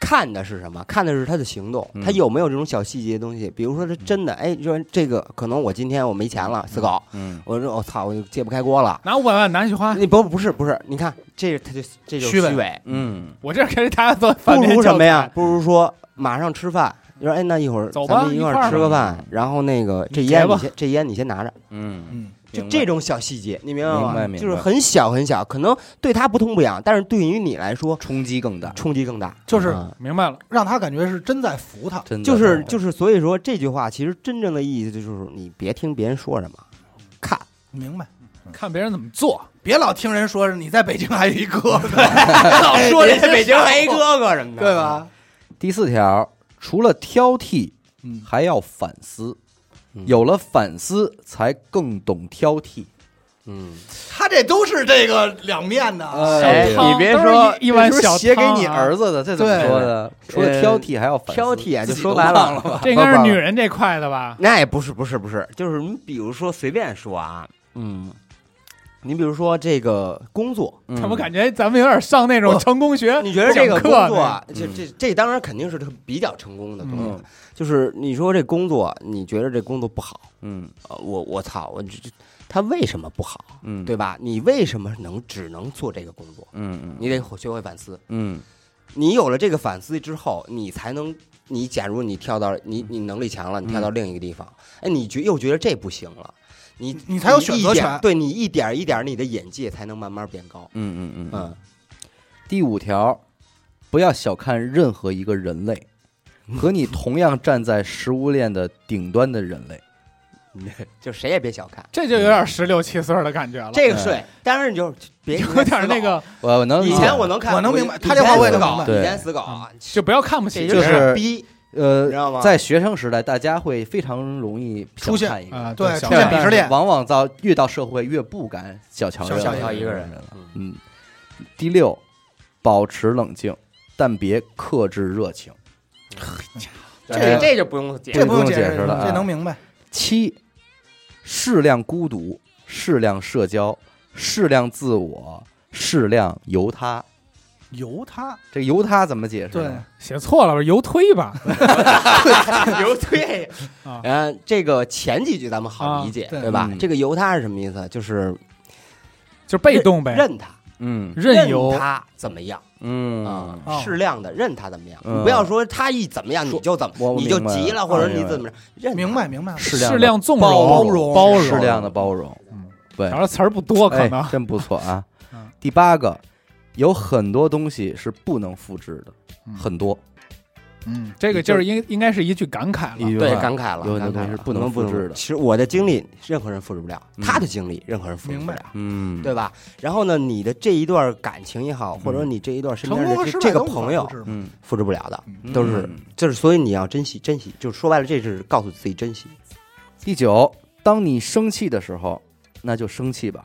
Speaker 2: 看的是什么？看的是他的行动，
Speaker 1: 嗯
Speaker 2: 他有没有这种小细节的东西？比如说，他真的，哎，说这个可能我今天我没钱了，死狗，
Speaker 1: 嗯
Speaker 2: 我说我哦操，我就揭不开锅了。
Speaker 4: 拿五百万拿去花，
Speaker 2: 你不不是不是，你看这他就这就是
Speaker 3: 虚
Speaker 2: 虚
Speaker 3: 伪
Speaker 2: 伪，
Speaker 1: 嗯
Speaker 4: 我这开始大家做
Speaker 2: 不
Speaker 4: 反面
Speaker 2: 如什
Speaker 4: 教
Speaker 2: 么呀
Speaker 4: 材？？
Speaker 2: 不如说马上吃饭。你说哎，那一会儿
Speaker 4: 走吧
Speaker 2: 咱们一块
Speaker 4: 一块儿
Speaker 2: 儿吃
Speaker 1: 吧
Speaker 2: 个饭，然后那个这
Speaker 4: 你
Speaker 2: 烟
Speaker 4: 结吧
Speaker 2: 你先这烟你先拿着，
Speaker 1: 嗯，
Speaker 3: 嗯，
Speaker 2: 就
Speaker 1: 明白
Speaker 2: 这种小细节，你明白
Speaker 1: 明白
Speaker 2: 吗？
Speaker 1: 明白
Speaker 2: 就是很小很小，可能对他不痛不痒，但是对于你来说
Speaker 1: 冲击更大，
Speaker 2: 冲击更大。
Speaker 3: 就是
Speaker 2: 嗯
Speaker 4: 明白了，
Speaker 3: 让他感觉是真在服他，
Speaker 1: 真的
Speaker 2: 就是就是，所以说这句话其实真正的意义就是你别听别人说 什么，看
Speaker 3: 明白？
Speaker 2: 嗯
Speaker 4: 看别人怎么做。
Speaker 3: 别老听人说是你在北京还有一哥哥，
Speaker 2: 哎
Speaker 3: 老说这
Speaker 2: 人
Speaker 3: 些
Speaker 2: 家北京
Speaker 3: 傻
Speaker 2: 黑哥哥什么的，
Speaker 3: 对？吧？
Speaker 1: 第四条，除了挑剔，
Speaker 3: 嗯
Speaker 1: 还要反思。
Speaker 2: 嗯
Speaker 1: 有了反思，才更懂挑剔。
Speaker 2: 嗯，
Speaker 3: 他这都是这个两面的
Speaker 2: 呃
Speaker 3: 啊，
Speaker 1: 哎
Speaker 4: 小汤
Speaker 2: 你别
Speaker 4: 都是
Speaker 2: 说
Speaker 4: 一一碗
Speaker 1: 这是不
Speaker 4: 小
Speaker 1: 是写给
Speaker 4: 汤
Speaker 1: 你
Speaker 4: 啊
Speaker 1: 儿子的，这怎么
Speaker 3: 对
Speaker 1: 说的？除了挑剔，还要反思。
Speaker 2: 挑剔啊，就
Speaker 1: 自己
Speaker 2: 说
Speaker 1: 都
Speaker 2: 白
Speaker 1: 忘
Speaker 2: 了
Speaker 1: 了，吧，
Speaker 4: 这应该是女人这块的吧？
Speaker 2: 那也不是不是不是，就是你比如说随便说啊，嗯，你比如说这个工作，
Speaker 1: 嗯
Speaker 4: 怎么感觉咱们有点上那种成功学？
Speaker 2: 你觉得这个
Speaker 4: 讲课
Speaker 2: 工作啊，
Speaker 1: 那
Speaker 2: 这
Speaker 1: 嗯
Speaker 2: 这这当然肯定是特比较成功的东西
Speaker 1: 嗯，
Speaker 2: 就是你说这工作，你觉得这工作不好，
Speaker 1: 嗯
Speaker 2: 呃我我操，我这这他为什么不好，
Speaker 1: 嗯
Speaker 2: 对吧？你为什么能只能做这个工作？
Speaker 1: 嗯嗯
Speaker 2: 你得学会反思。
Speaker 1: 嗯
Speaker 2: 你有了这个反思之后，你才能，你假如你跳到
Speaker 3: 嗯
Speaker 2: 你你能力强了，你跳到另一个地方，哎，你觉又觉得这不行了，你
Speaker 3: 你才有选择
Speaker 2: 一点
Speaker 3: 权
Speaker 2: 对你一点一点，你的眼界才能慢慢变高。
Speaker 1: 嗯嗯嗯。
Speaker 2: 嗯，
Speaker 1: 第五条，不要小看任何一个人 类，和你同样站在食物链的顶端的人类。
Speaker 2: 就谁也别小看
Speaker 4: 这就有点十六七岁的感觉了，
Speaker 3: 嗯
Speaker 2: 这个税，当然你 就别
Speaker 4: 有点那个，
Speaker 1: 我我能理
Speaker 2: 以
Speaker 1: 解
Speaker 2: 前我能看，
Speaker 3: 我能明白
Speaker 2: 以
Speaker 3: 他这话我也
Speaker 2: 以前
Speaker 3: 能明白嗯
Speaker 2: 死狗以
Speaker 1: 对
Speaker 2: 前死狗啊，
Speaker 4: 就不要看不
Speaker 2: 这
Speaker 4: 起
Speaker 1: 就
Speaker 4: 别
Speaker 1: 是
Speaker 4: 人
Speaker 2: 逼，你
Speaker 1: 呃
Speaker 2: 知，道吗？
Speaker 1: 在学生时代，大家会非常容易
Speaker 3: 出现
Speaker 1: 小看一个人
Speaker 4: 啊，
Speaker 3: 对
Speaker 4: 小
Speaker 3: 出现
Speaker 4: 看
Speaker 3: 鄙视链
Speaker 1: 往往到越到社会越不敢小瞧
Speaker 3: 小瞧
Speaker 1: 一
Speaker 2: 一
Speaker 1: 个
Speaker 2: 个
Speaker 1: 人
Speaker 2: 人
Speaker 1: 了。
Speaker 2: 嗯
Speaker 1: 嗯，第六，保持冷静，但别克制热情。
Speaker 2: 这
Speaker 1: 哎
Speaker 2: 个这就不用解
Speaker 3: 这
Speaker 2: 释，
Speaker 3: 不用
Speaker 1: 不用解
Speaker 3: 解
Speaker 1: 释了啊
Speaker 3: 这能明白。
Speaker 1: 七，适量孤独，适量社交，适量自我，适量由他。
Speaker 3: 由他，
Speaker 1: 这个由他怎么解释
Speaker 3: 对
Speaker 1: 呢？，
Speaker 4: 写错了吧？油推吧，
Speaker 2: 犹退
Speaker 4: 啊
Speaker 2: 嗯，这个前几句咱们好理解
Speaker 3: 啊，对
Speaker 2: 对吧
Speaker 1: 嗯？
Speaker 2: 这个由他是什么意思？就是
Speaker 4: 就是被动呗，
Speaker 2: 任他，
Speaker 1: 嗯
Speaker 4: 任由
Speaker 2: 他怎么样
Speaker 1: 嗯
Speaker 2: 啊
Speaker 3: 哦？
Speaker 2: 适量的任他怎么样，
Speaker 1: 嗯
Speaker 2: 你不要说他一怎么样
Speaker 1: 说
Speaker 2: 你就怎
Speaker 1: 我
Speaker 2: 么，你就
Speaker 1: 明白
Speaker 2: 急了，
Speaker 1: 了哎
Speaker 2: 或者
Speaker 1: 明白
Speaker 2: 你
Speaker 1: 了
Speaker 2: 怎么着，任他
Speaker 3: 明白明白了。
Speaker 1: 适量
Speaker 4: 适
Speaker 1: 的
Speaker 4: 量纵
Speaker 1: 包
Speaker 4: 容、
Speaker 3: 容
Speaker 4: 包容，
Speaker 1: 适量的包容。
Speaker 4: 嗯
Speaker 1: 对
Speaker 4: 然，后词儿不多，可能
Speaker 1: 哎、真不错啊
Speaker 4: 嗯。
Speaker 1: 第八个，有很多东西是不能复制的，
Speaker 4: 嗯
Speaker 1: 很多
Speaker 4: 嗯，这个就是应应该是一句感慨了。
Speaker 2: 对，感慨了，
Speaker 1: 有很多东
Speaker 2: 感慨
Speaker 1: 西
Speaker 2: 了
Speaker 1: 是不能复制的
Speaker 2: 其实我的经历任何人复制不了，
Speaker 1: 嗯
Speaker 2: 他的经历任何人复制不
Speaker 3: 明
Speaker 2: 了
Speaker 3: 白。
Speaker 1: 嗯，
Speaker 2: 对吧？然后呢，你的这一段感情也好，或者你这一段身
Speaker 3: 成
Speaker 2: 边
Speaker 3: 功和
Speaker 2: 的
Speaker 3: 失
Speaker 2: 这
Speaker 3: 败
Speaker 2: 这个
Speaker 3: 都无法
Speaker 2: 朋友
Speaker 3: 复制嘛
Speaker 1: 嗯，
Speaker 2: 复制不了的，
Speaker 1: 嗯，
Speaker 2: 都是就是所以你要珍惜珍惜，就是说白了，这是告诉自己珍惜。
Speaker 1: 第九，当你生气的时候，那就生气吧；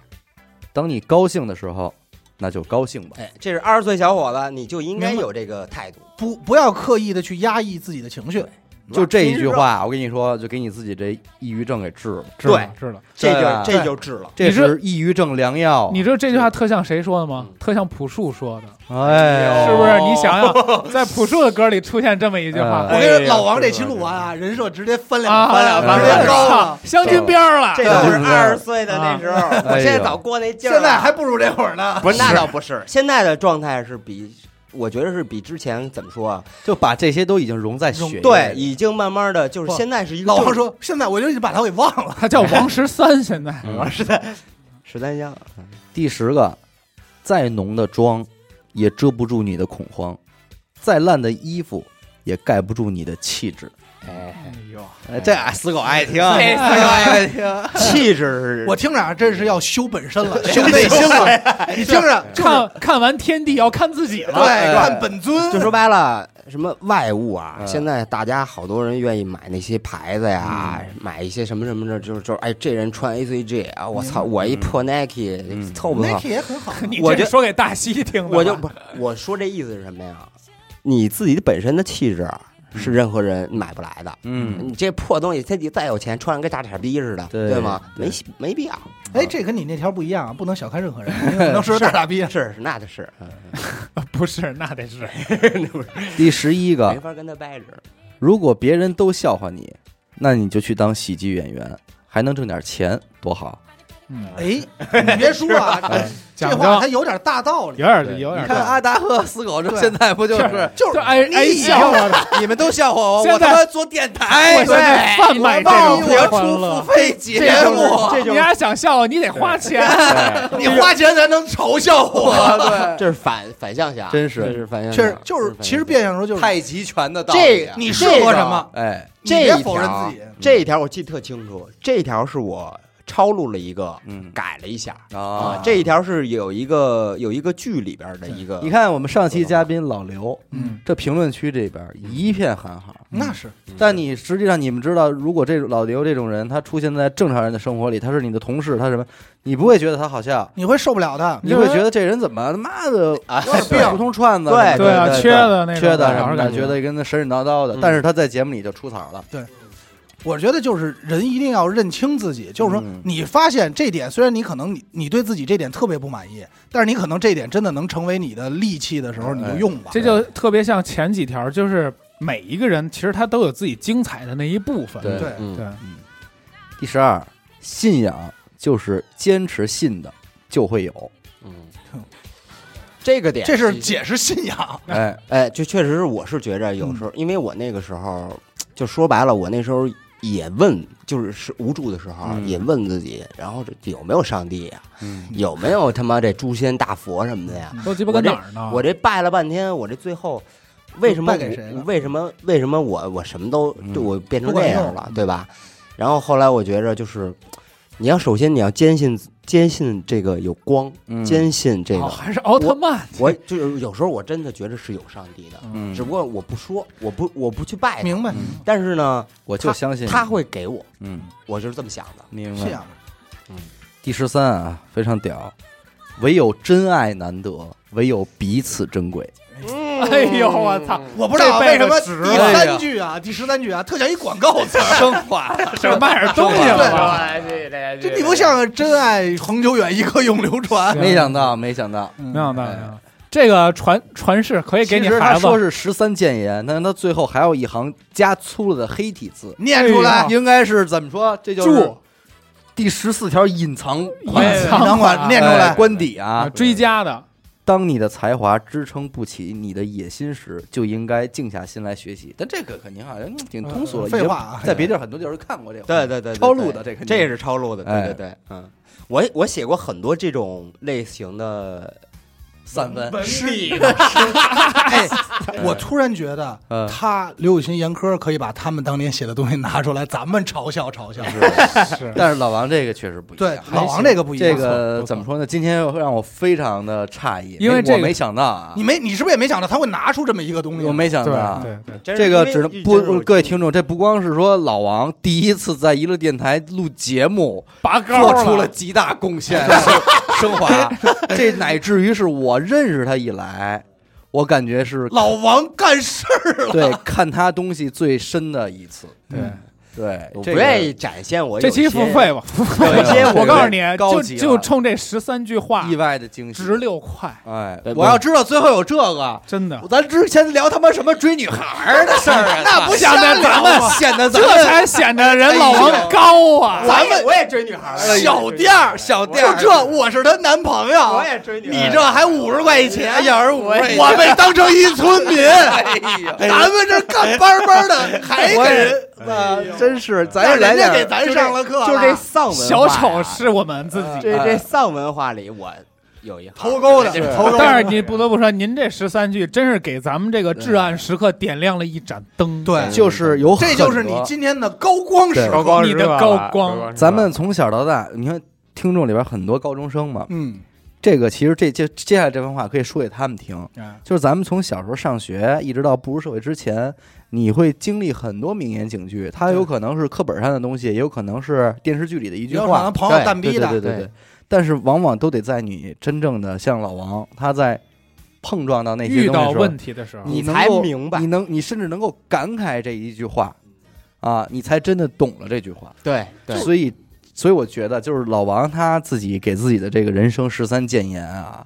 Speaker 1: 当你高兴的时候，那就高兴吧。
Speaker 2: 哎，这是二十岁小伙子，你就应该
Speaker 3: 明白
Speaker 2: 有这个态度。
Speaker 3: 不不要刻意的去压抑自己的情绪，
Speaker 1: 就这一句话，我跟你说，就给你自己这抑郁症给治了。
Speaker 4: 知道知道。
Speaker 2: 这
Speaker 1: 对啊
Speaker 2: 就这就治了。
Speaker 1: 这
Speaker 4: 你这
Speaker 1: 是抑郁症良药。
Speaker 4: 你知道这句话特像谁说的吗？特像朴树说的，
Speaker 1: 哎，
Speaker 4: 是不是？你想想，在朴树的歌里出现这么一句话
Speaker 1: 哎，
Speaker 3: 我
Speaker 1: 呀
Speaker 3: 跟老王这期录完啊，人设直接翻两
Speaker 4: 啊
Speaker 1: 啊
Speaker 3: 哎翻两翻，直接高了。
Speaker 4: 相亲边儿了，
Speaker 2: 这
Speaker 1: 对
Speaker 2: 都是
Speaker 1: 对
Speaker 2: 二十岁的那时候，
Speaker 1: 哎
Speaker 2: 我
Speaker 1: 呦
Speaker 2: 现在早过那劲儿了。
Speaker 3: 现在还不如这会儿呢。
Speaker 2: 不是，那倒不是。现在的状态是比，我觉得是比之前怎么说啊？
Speaker 1: 就把这些都已经融在血
Speaker 4: 融
Speaker 1: 液。
Speaker 2: 对，，已经慢慢的就是
Speaker 4: 不
Speaker 2: 现在是一个
Speaker 3: 老王
Speaker 2: 正
Speaker 3: 说：“现在我就已经把他给忘了。
Speaker 4: 他叫王十三，现在
Speaker 1: 嗯
Speaker 2: 十三香，
Speaker 1: 第十个，再浓的妆也遮不住你的恐慌，再烂的衣服也盖不住你的气质。
Speaker 4: 哎呦，
Speaker 1: 哎，这死狗爱听，哎
Speaker 2: 这死狗
Speaker 1: 爱听。
Speaker 2: 气 质”
Speaker 3: 我听着啊，这是哎要修本身 了，修内心了。 你听着，就是
Speaker 4: 看看完天地要看自己了，
Speaker 3: 对，看 本尊，
Speaker 2: 就说白了，什么外物啊
Speaker 1: 嗯？
Speaker 2: 现在大家好多人愿意买那些牌子呀，
Speaker 1: 嗯
Speaker 2: 买一些什么什么的，就是就是，哎，这人穿 A C G 啊，我操，我一破 Nike
Speaker 1: 嗯
Speaker 2: 凑不凑
Speaker 3: Nike？也很好。
Speaker 4: 你
Speaker 2: 我
Speaker 4: 这
Speaker 2: 就是
Speaker 4: 说给大西听的吧，
Speaker 2: 我就不是，我说这意思是什么呀？你自己本身的气质是任何人买不来的。
Speaker 1: 嗯，
Speaker 2: 你这破东西，他你再有钱，穿上跟大傻逼似的，
Speaker 1: 对
Speaker 2: 吗？
Speaker 1: 对
Speaker 2: 没没必要。
Speaker 3: 哎，这跟你那条不一样啊，不能小看任何 人，因为我能说大傻逼。
Speaker 2: 是是，那就是嗯
Speaker 4: 不 是，那得是
Speaker 1: 第十一个
Speaker 2: 没，法跟他掰扯。
Speaker 1: 如果别人都笑话你，那你就去当喜剧演员，还能挣点钱，多好。
Speaker 3: 哎，你别说 啊，这
Speaker 4: 嗯讲
Speaker 3: 话
Speaker 4: 究
Speaker 3: 它，有点大道理
Speaker 4: 有。点
Speaker 2: 嗯
Speaker 4: 有点
Speaker 1: 看阿达和死狗这
Speaker 3: 对
Speaker 1: 现在不就是是
Speaker 3: 就是
Speaker 4: 就哎哎
Speaker 1: 你
Speaker 4: 笑话的，
Speaker 1: 你们都笑话我，
Speaker 4: 现
Speaker 1: 我
Speaker 4: 在
Speaker 1: 他妈做电台，
Speaker 4: 我现在贩卖这
Speaker 1: 我
Speaker 4: 种
Speaker 1: 我
Speaker 4: 欢乐
Speaker 1: 出付费节目，
Speaker 4: 你要想笑话，你得花钱。
Speaker 3: 你花钱才能嘲笑我。
Speaker 2: 这是反反向想，
Speaker 1: 真是
Speaker 2: 这是反向
Speaker 3: 确
Speaker 2: 想，
Speaker 4: 哎
Speaker 3: 实，就是
Speaker 2: 这反
Speaker 3: 其实
Speaker 2: 向想
Speaker 3: 变相说就是
Speaker 1: 太极拳的道理
Speaker 2: 这
Speaker 1: 啊。
Speaker 3: 你适合什么？
Speaker 1: 哎，
Speaker 3: 你别
Speaker 2: 这一
Speaker 3: 否认
Speaker 2: 条
Speaker 3: 自己
Speaker 2: 这一条我记得特清楚，这一条是我抄录了一个，
Speaker 1: 嗯
Speaker 2: 改了一下
Speaker 1: 啊，
Speaker 2: 这一条是有一个有一个剧里边的一个，
Speaker 1: 你看我们上期嘉宾老刘，
Speaker 4: 嗯，
Speaker 1: 这评论区这边一片喊好。
Speaker 3: 那是
Speaker 2: 嗯
Speaker 1: 但你实际上你们知道，如果这种老刘这种人，他出现在正常人的生活里，他是你的同事，他什么，你不会觉得他好笑，
Speaker 3: 你会受不了的。
Speaker 1: 你会觉得这人怎么他妈的
Speaker 2: 啊
Speaker 1: 有点普通串子，
Speaker 2: 对
Speaker 4: 对啊，缺的那种
Speaker 1: 缺的
Speaker 4: 小
Speaker 1: 什
Speaker 4: 孩
Speaker 1: 么的，
Speaker 4: 感
Speaker 1: 觉得跟他神神叨叨的
Speaker 2: 嗯，
Speaker 1: 但是他在节目里就出草了，
Speaker 3: 我觉得就是人一定要认清自己，就是说
Speaker 1: 嗯
Speaker 3: 你发现这点，虽然你可能你你对自己这点特别不满意，但是你可能这点真的能成为你的利器的时候，你就用吧。
Speaker 4: 这就特别像前几条，就是每一个人其实他都有自己精彩的那一部分。
Speaker 1: 对
Speaker 3: 对，
Speaker 2: 嗯
Speaker 4: 对，
Speaker 1: 第十二，信仰就是坚持信的，就会有。
Speaker 2: 嗯，这个点
Speaker 3: 这是解释信仰。
Speaker 1: 哎，
Speaker 2: 哎，就确实是，我是觉着
Speaker 3: 嗯
Speaker 2: 有时候，因为我那个时候，就说白了，我那时候也问，就是是无助的时候，
Speaker 1: 嗯
Speaker 2: 也问自己，然后这有没有上帝呀、
Speaker 1: 嗯，
Speaker 2: 有没有他妈这诸仙大佛什么的呀？
Speaker 4: 都鸡巴跟哪儿呢？
Speaker 2: 我这拜了半天，我这最后为什
Speaker 3: 嗯
Speaker 2: 么
Speaker 3: 拜给谁了
Speaker 2: 我为什么为什么我我什么都
Speaker 1: 嗯
Speaker 2: 对我变成
Speaker 3: 不管
Speaker 2: 这
Speaker 3: 用
Speaker 2: 样了，对吧？然后后来我觉着就是，你要首先你要坚信坚信这个有光，
Speaker 1: 嗯
Speaker 2: 坚信这
Speaker 4: 哦
Speaker 2: 个，
Speaker 4: 还是奥特曼。
Speaker 2: 我就是有时候我真的觉得是有上帝的，
Speaker 1: 嗯
Speaker 2: 只不过我不说，我不我不去拜他，
Speaker 3: 明白，
Speaker 1: 嗯
Speaker 2: 但是呢，
Speaker 1: 我就相信
Speaker 2: 他，会给我，
Speaker 1: 嗯，
Speaker 2: 我就是这啊么想的。
Speaker 1: 明
Speaker 3: 信
Speaker 1: 白。
Speaker 3: 仰。
Speaker 1: 第十三啊，非常屌，唯有真爱难得，唯有彼此珍贵。
Speaker 4: 哎呦，我操！
Speaker 3: 我不知道
Speaker 4: 这
Speaker 3: 为
Speaker 4: 辈
Speaker 3: 什
Speaker 4: 子
Speaker 3: 么
Speaker 4: 值
Speaker 3: 第
Speaker 1: 了
Speaker 3: 三句啊，第十三句啊，特像一广告词儿。
Speaker 1: 升华，
Speaker 4: 这卖点东西了吧？
Speaker 3: 这你不像真爱恒久远，一刻永流 传。嗯
Speaker 1: 没想到，没想到。
Speaker 4: 没想到，没想到这个传传世可以给
Speaker 1: 其
Speaker 4: 你
Speaker 1: 实
Speaker 4: 孩
Speaker 1: 他
Speaker 4: 子。
Speaker 1: 说是十三谏言，但是他最后还有一行加粗了的黑体字，
Speaker 3: 念出
Speaker 4: 哎
Speaker 3: 来
Speaker 4: 啊，
Speaker 1: 应该是怎么说？这就是
Speaker 4: 注
Speaker 1: 第十四条隐藏
Speaker 4: 隐藏
Speaker 3: 等会儿念出
Speaker 1: 哎
Speaker 3: 来。
Speaker 1: 官邸啊
Speaker 4: 啊，追加的，
Speaker 1: 当你的才华支撑不起你的野心时，就应该静下心来学习。但这个肯定好像挺通俗了，
Speaker 3: 废话
Speaker 1: 已
Speaker 3: 啊
Speaker 1: 经在别地儿很多地儿都看过这个。
Speaker 2: 对对对，对
Speaker 1: 抄录的
Speaker 2: 对
Speaker 1: 这肯定
Speaker 2: 这也是抄录的，
Speaker 1: 哎
Speaker 2: 对对对，嗯，我我写过很多这种类型的，
Speaker 1: 散文
Speaker 3: 诗意。哎，我突然觉得
Speaker 1: 嗯
Speaker 3: 他刘雨欣、严科可以把他们当年写的东西拿出来，咱们嘲笑嘲笑。
Speaker 4: 是
Speaker 1: 但是老王这个确实不一样。
Speaker 3: 对，老王这个不一样。
Speaker 1: 这个怎么说呢？今天让我非常的诧异，
Speaker 4: 因为这
Speaker 1: 我
Speaker 4: 个
Speaker 1: 没想到啊
Speaker 3: 你，没，你是不是也没想到他会拿出这么一个东西？
Speaker 1: 我没想到啊
Speaker 4: 对。对对，
Speaker 2: 真是
Speaker 1: 这个
Speaker 2: 因为
Speaker 1: 只能
Speaker 2: 一
Speaker 1: 不
Speaker 2: 真是我
Speaker 1: 各位听众，这不光是说老王第一次在娱乐电台录节目
Speaker 4: 拔
Speaker 1: 做
Speaker 4: 高
Speaker 1: 出了极大 贡献，升华，这乃至于是我认识他以来，我感觉是
Speaker 3: 老王干事儿了，
Speaker 1: 对看他东西最深的一次。
Speaker 4: 对，
Speaker 1: 对，
Speaker 2: 我不
Speaker 1: 这个
Speaker 2: 愿意展现我有
Speaker 4: 这期付
Speaker 2: 些
Speaker 4: 费吧，付费
Speaker 1: 这个
Speaker 4: 我告诉你，
Speaker 1: 高
Speaker 4: 就
Speaker 1: 级了
Speaker 4: 就冲这十三句话
Speaker 1: 意，外的惊喜。
Speaker 4: 值六块，
Speaker 1: 哎
Speaker 2: 对，
Speaker 1: 我要知道最后有这个，
Speaker 4: 真的。
Speaker 1: 咱之前聊他妈什么追女孩儿的事儿 啊，
Speaker 3: 那不
Speaker 1: 显
Speaker 3: 显
Speaker 1: 得
Speaker 3: 得
Speaker 1: 咱
Speaker 3: 咱
Speaker 1: 们
Speaker 3: 们
Speaker 1: 显得咱
Speaker 4: 这
Speaker 1: 们
Speaker 4: 才显得人老
Speaker 1: 哎呦
Speaker 4: 王高啊！
Speaker 3: 咱们
Speaker 2: 我也追女孩儿
Speaker 3: 小店儿，小店儿，就这，哎我是她男朋
Speaker 1: 啊
Speaker 3: 友，
Speaker 2: 追女
Speaker 3: 你这还五十块钱，
Speaker 1: 要是哎我也哎
Speaker 3: 我被当成一村民，
Speaker 1: 呀
Speaker 3: 咱们这干巴巴的还给人，哎
Speaker 1: 啊，真是咱
Speaker 3: 让
Speaker 1: 也来
Speaker 3: 人
Speaker 1: 点
Speaker 3: 家
Speaker 1: 儿
Speaker 3: 给咱上了课了，
Speaker 2: 就这丧文化
Speaker 4: 小
Speaker 2: 呀
Speaker 4: 丑是我们自己。
Speaker 2: 这这丧文化里，我有一
Speaker 3: 头钩的，头钩的
Speaker 4: 但是你不得不说，您这十三句真是给咱们这个至暗时刻点亮了一盏灯。，
Speaker 3: 对，
Speaker 1: 就是有很多，
Speaker 3: 这就是你今天的高光时
Speaker 1: 对
Speaker 3: 刻。
Speaker 4: 你的高光，
Speaker 1: 咱们从小到大，你看听众里边很多高中生嘛，
Speaker 3: 嗯，
Speaker 1: 这个其实这接接下来这番话可以说给他们听，
Speaker 4: 啊
Speaker 1: 就是咱们从小时候上学一直到步入社会之前，你会经历很多名言警句，它有可能是课本上的东西，也有可能是电视剧里的一句
Speaker 3: 有可
Speaker 1: 话
Speaker 3: 能，朋友蛋
Speaker 1: 对
Speaker 3: 逼
Speaker 1: 对对
Speaker 3: 的，
Speaker 1: 对
Speaker 2: 对
Speaker 1: 对。但是往往都得在你真正的像老王，他在碰撞到那些
Speaker 4: 遇
Speaker 1: 东西的
Speaker 4: 到
Speaker 1: 时候
Speaker 4: 问题的时候，
Speaker 1: 你
Speaker 2: 你
Speaker 1: 能
Speaker 2: 才
Speaker 1: 够
Speaker 2: 明白
Speaker 1: 你能你甚至能够感慨这一句话，啊，你才真的懂了这句话。
Speaker 2: 对对，
Speaker 1: 所以，所以我觉得就是老王他自己给自己的这个人生十三谏言啊，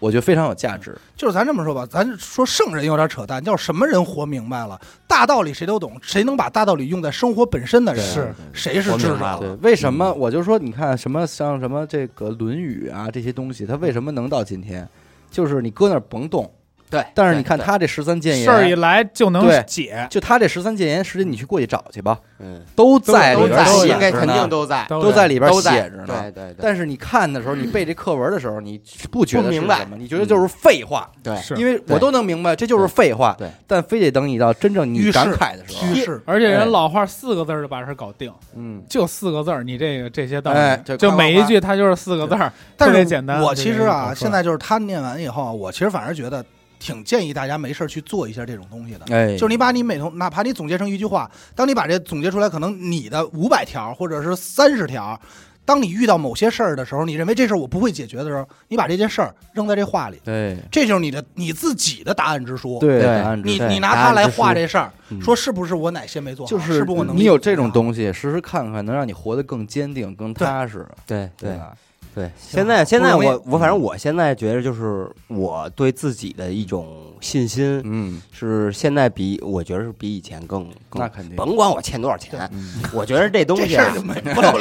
Speaker 1: 我觉得非常有价值。
Speaker 3: 就是咱这么说吧，咱说圣人有点扯淡，叫什么人活明白了？大道理谁都懂，谁能把大道理用在生活本身的人，
Speaker 4: 是
Speaker 3: 谁是
Speaker 2: 我
Speaker 3: 智
Speaker 2: 明白
Speaker 3: 者？
Speaker 2: 了。
Speaker 1: 为什么我就说你看什么像什么这个《论语啊》这些东西，它为什么能到今天？就是你搁那儿甭动，
Speaker 2: 对，
Speaker 1: 但是你看
Speaker 2: 对，
Speaker 1: 他这十三谏
Speaker 4: 事儿一
Speaker 1: 言，
Speaker 4: 来就能
Speaker 1: 对
Speaker 4: 解，
Speaker 1: 就他这十三谏言，实际你去过去找去吧，
Speaker 2: 嗯，
Speaker 1: 都在里
Speaker 2: 都
Speaker 1: 边
Speaker 2: 在
Speaker 1: 儿
Speaker 4: 都
Speaker 1: 写
Speaker 2: 应该
Speaker 1: 着
Speaker 2: 肯
Speaker 1: 呢
Speaker 2: 定都在，
Speaker 1: 都在里边儿
Speaker 2: 都在
Speaker 1: 写着呢。
Speaker 2: 对对对，
Speaker 1: 但是你看的时候，你背这课文的时候，你不觉得是
Speaker 2: 不明白
Speaker 1: 什么？你觉得就是废话，
Speaker 2: 对
Speaker 4: 是
Speaker 1: 因为我都能明白，这就是废话。
Speaker 2: 对对
Speaker 1: 但非得等你到真正
Speaker 3: 于
Speaker 1: 你
Speaker 3: 是
Speaker 1: 感慨的时候，
Speaker 3: 趋势
Speaker 4: 而且
Speaker 1: 哎
Speaker 4: 人老话四个字儿就把事儿搞定，
Speaker 1: 嗯，
Speaker 4: 就四个字儿。你这个这些道
Speaker 1: 哎
Speaker 4: 理，
Speaker 1: 这
Speaker 4: 就
Speaker 1: 夸
Speaker 4: 每
Speaker 1: 夸
Speaker 4: 一
Speaker 1: 夸
Speaker 4: 句它就是四个字儿，
Speaker 3: 但
Speaker 4: 特别
Speaker 3: 是
Speaker 4: 简单。
Speaker 3: 我其实啊，现
Speaker 4: 在
Speaker 3: 在就是他念完以后，啊我其实反而觉得挺建议大家没事儿去做一下这种东西的。
Speaker 1: 哎，
Speaker 3: 就是你把你每通，哪怕你总结成一句话，当你把这总结出来，可能你的五百条或者是三十条，当你遇到某些事儿的时候，你认为这事儿我不会解决的时候，你把这件事儿扔在这话里，
Speaker 1: 对
Speaker 3: 这就是你的你自己的答案之书。
Speaker 1: 对
Speaker 2: 对
Speaker 1: 答案之
Speaker 3: 你
Speaker 1: 对
Speaker 3: 你拿
Speaker 1: 答
Speaker 3: 它
Speaker 1: 案
Speaker 3: 来
Speaker 1: 之书
Speaker 3: 画这事儿，
Speaker 1: 嗯
Speaker 3: 说是不是我哪些没做好，
Speaker 1: 就是
Speaker 3: 不是我能力啊
Speaker 1: 你有这种
Speaker 3: 不够
Speaker 1: 东西，时时看看，能让你活得更坚定、更踏实。
Speaker 2: 对对
Speaker 1: 吧？
Speaker 2: 对，现在现在
Speaker 3: 不容易
Speaker 2: 我我反
Speaker 1: 嗯
Speaker 2: 正我现在觉得就是我对自己的一种信心
Speaker 1: 嗯，
Speaker 2: 是现在比我觉得是比以前更更
Speaker 1: 那肯定
Speaker 2: 甭管我欠多少钱，
Speaker 1: 嗯
Speaker 2: 我觉得这东
Speaker 3: 这
Speaker 2: 西
Speaker 3: 事
Speaker 2: 啊
Speaker 3: 儿就 没不了。
Speaker 2: 不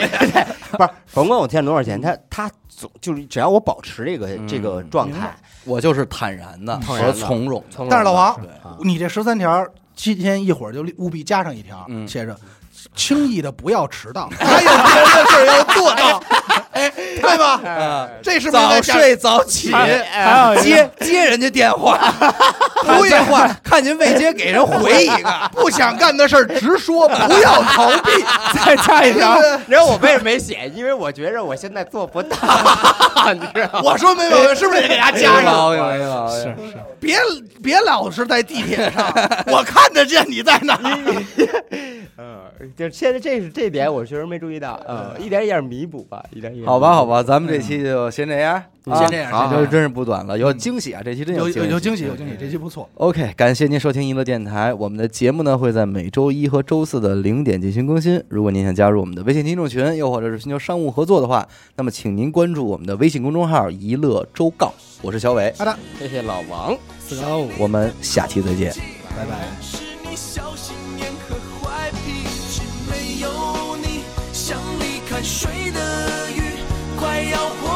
Speaker 2: 是甭管我欠多少钱，他他总就是只要我保持这个
Speaker 1: 嗯
Speaker 2: 这个状态，
Speaker 1: 我就是坦然的
Speaker 2: 坦然
Speaker 1: 和
Speaker 2: 的
Speaker 1: 从容的。
Speaker 2: 从
Speaker 3: 但是老王
Speaker 2: 容的啊
Speaker 3: 你这十三条，今天一会儿就务必加上一条，
Speaker 1: 嗯
Speaker 3: 写着轻易的不要迟到， 还有别的事儿要做到，哎，对吧？
Speaker 1: 啊，
Speaker 3: 这是不是应
Speaker 1: 早
Speaker 3: 该加
Speaker 1: 睡 早起，
Speaker 4: 还有一个
Speaker 1: 接接人家电话，不接话，看您未接给人回一个。
Speaker 3: 不想干的事儿直 说，不要逃避。
Speaker 2: 再加一条
Speaker 3: 对对，
Speaker 2: 然后我为什么没写？因为我觉着我现在做 不到，你知道吗？
Speaker 3: 我说没毛病，是不是得给大家
Speaker 2: 哎
Speaker 3: 加上？
Speaker 1: 有没有？
Speaker 4: 是
Speaker 1: 是
Speaker 4: 是
Speaker 3: 别别老是在地 铁上，我看得见你在哪儿。
Speaker 2: 嗯，就现在这是这点，我确实没注意到，嗯，一点一点弥补嗯吧，一点一点。
Speaker 1: 好吧，好，吧，咱们这期就先这样，
Speaker 3: 嗯先这样
Speaker 1: 啊
Speaker 3: 先这
Speaker 1: 这
Speaker 3: 样
Speaker 1: 真是不短了，有惊喜啊！这期真
Speaker 3: 有有
Speaker 1: 有
Speaker 3: 有惊喜，有惊喜，这期不错。
Speaker 1: OK，感谢您收听娱乐电台。我们的节目呢会在每周一和周四的零点进行更新。如果您想加入我们的微信听众群，又或者是寻求商务合作的话，那么请您关注我们的微信公众号“一乐周告”。我是小伟，
Speaker 2: 谢谢老王。
Speaker 1: 我们下期再见。
Speaker 3: 拜拜。
Speaker 5: 是你小心眼和坏脾气，没有你像离开水的鱼，快要活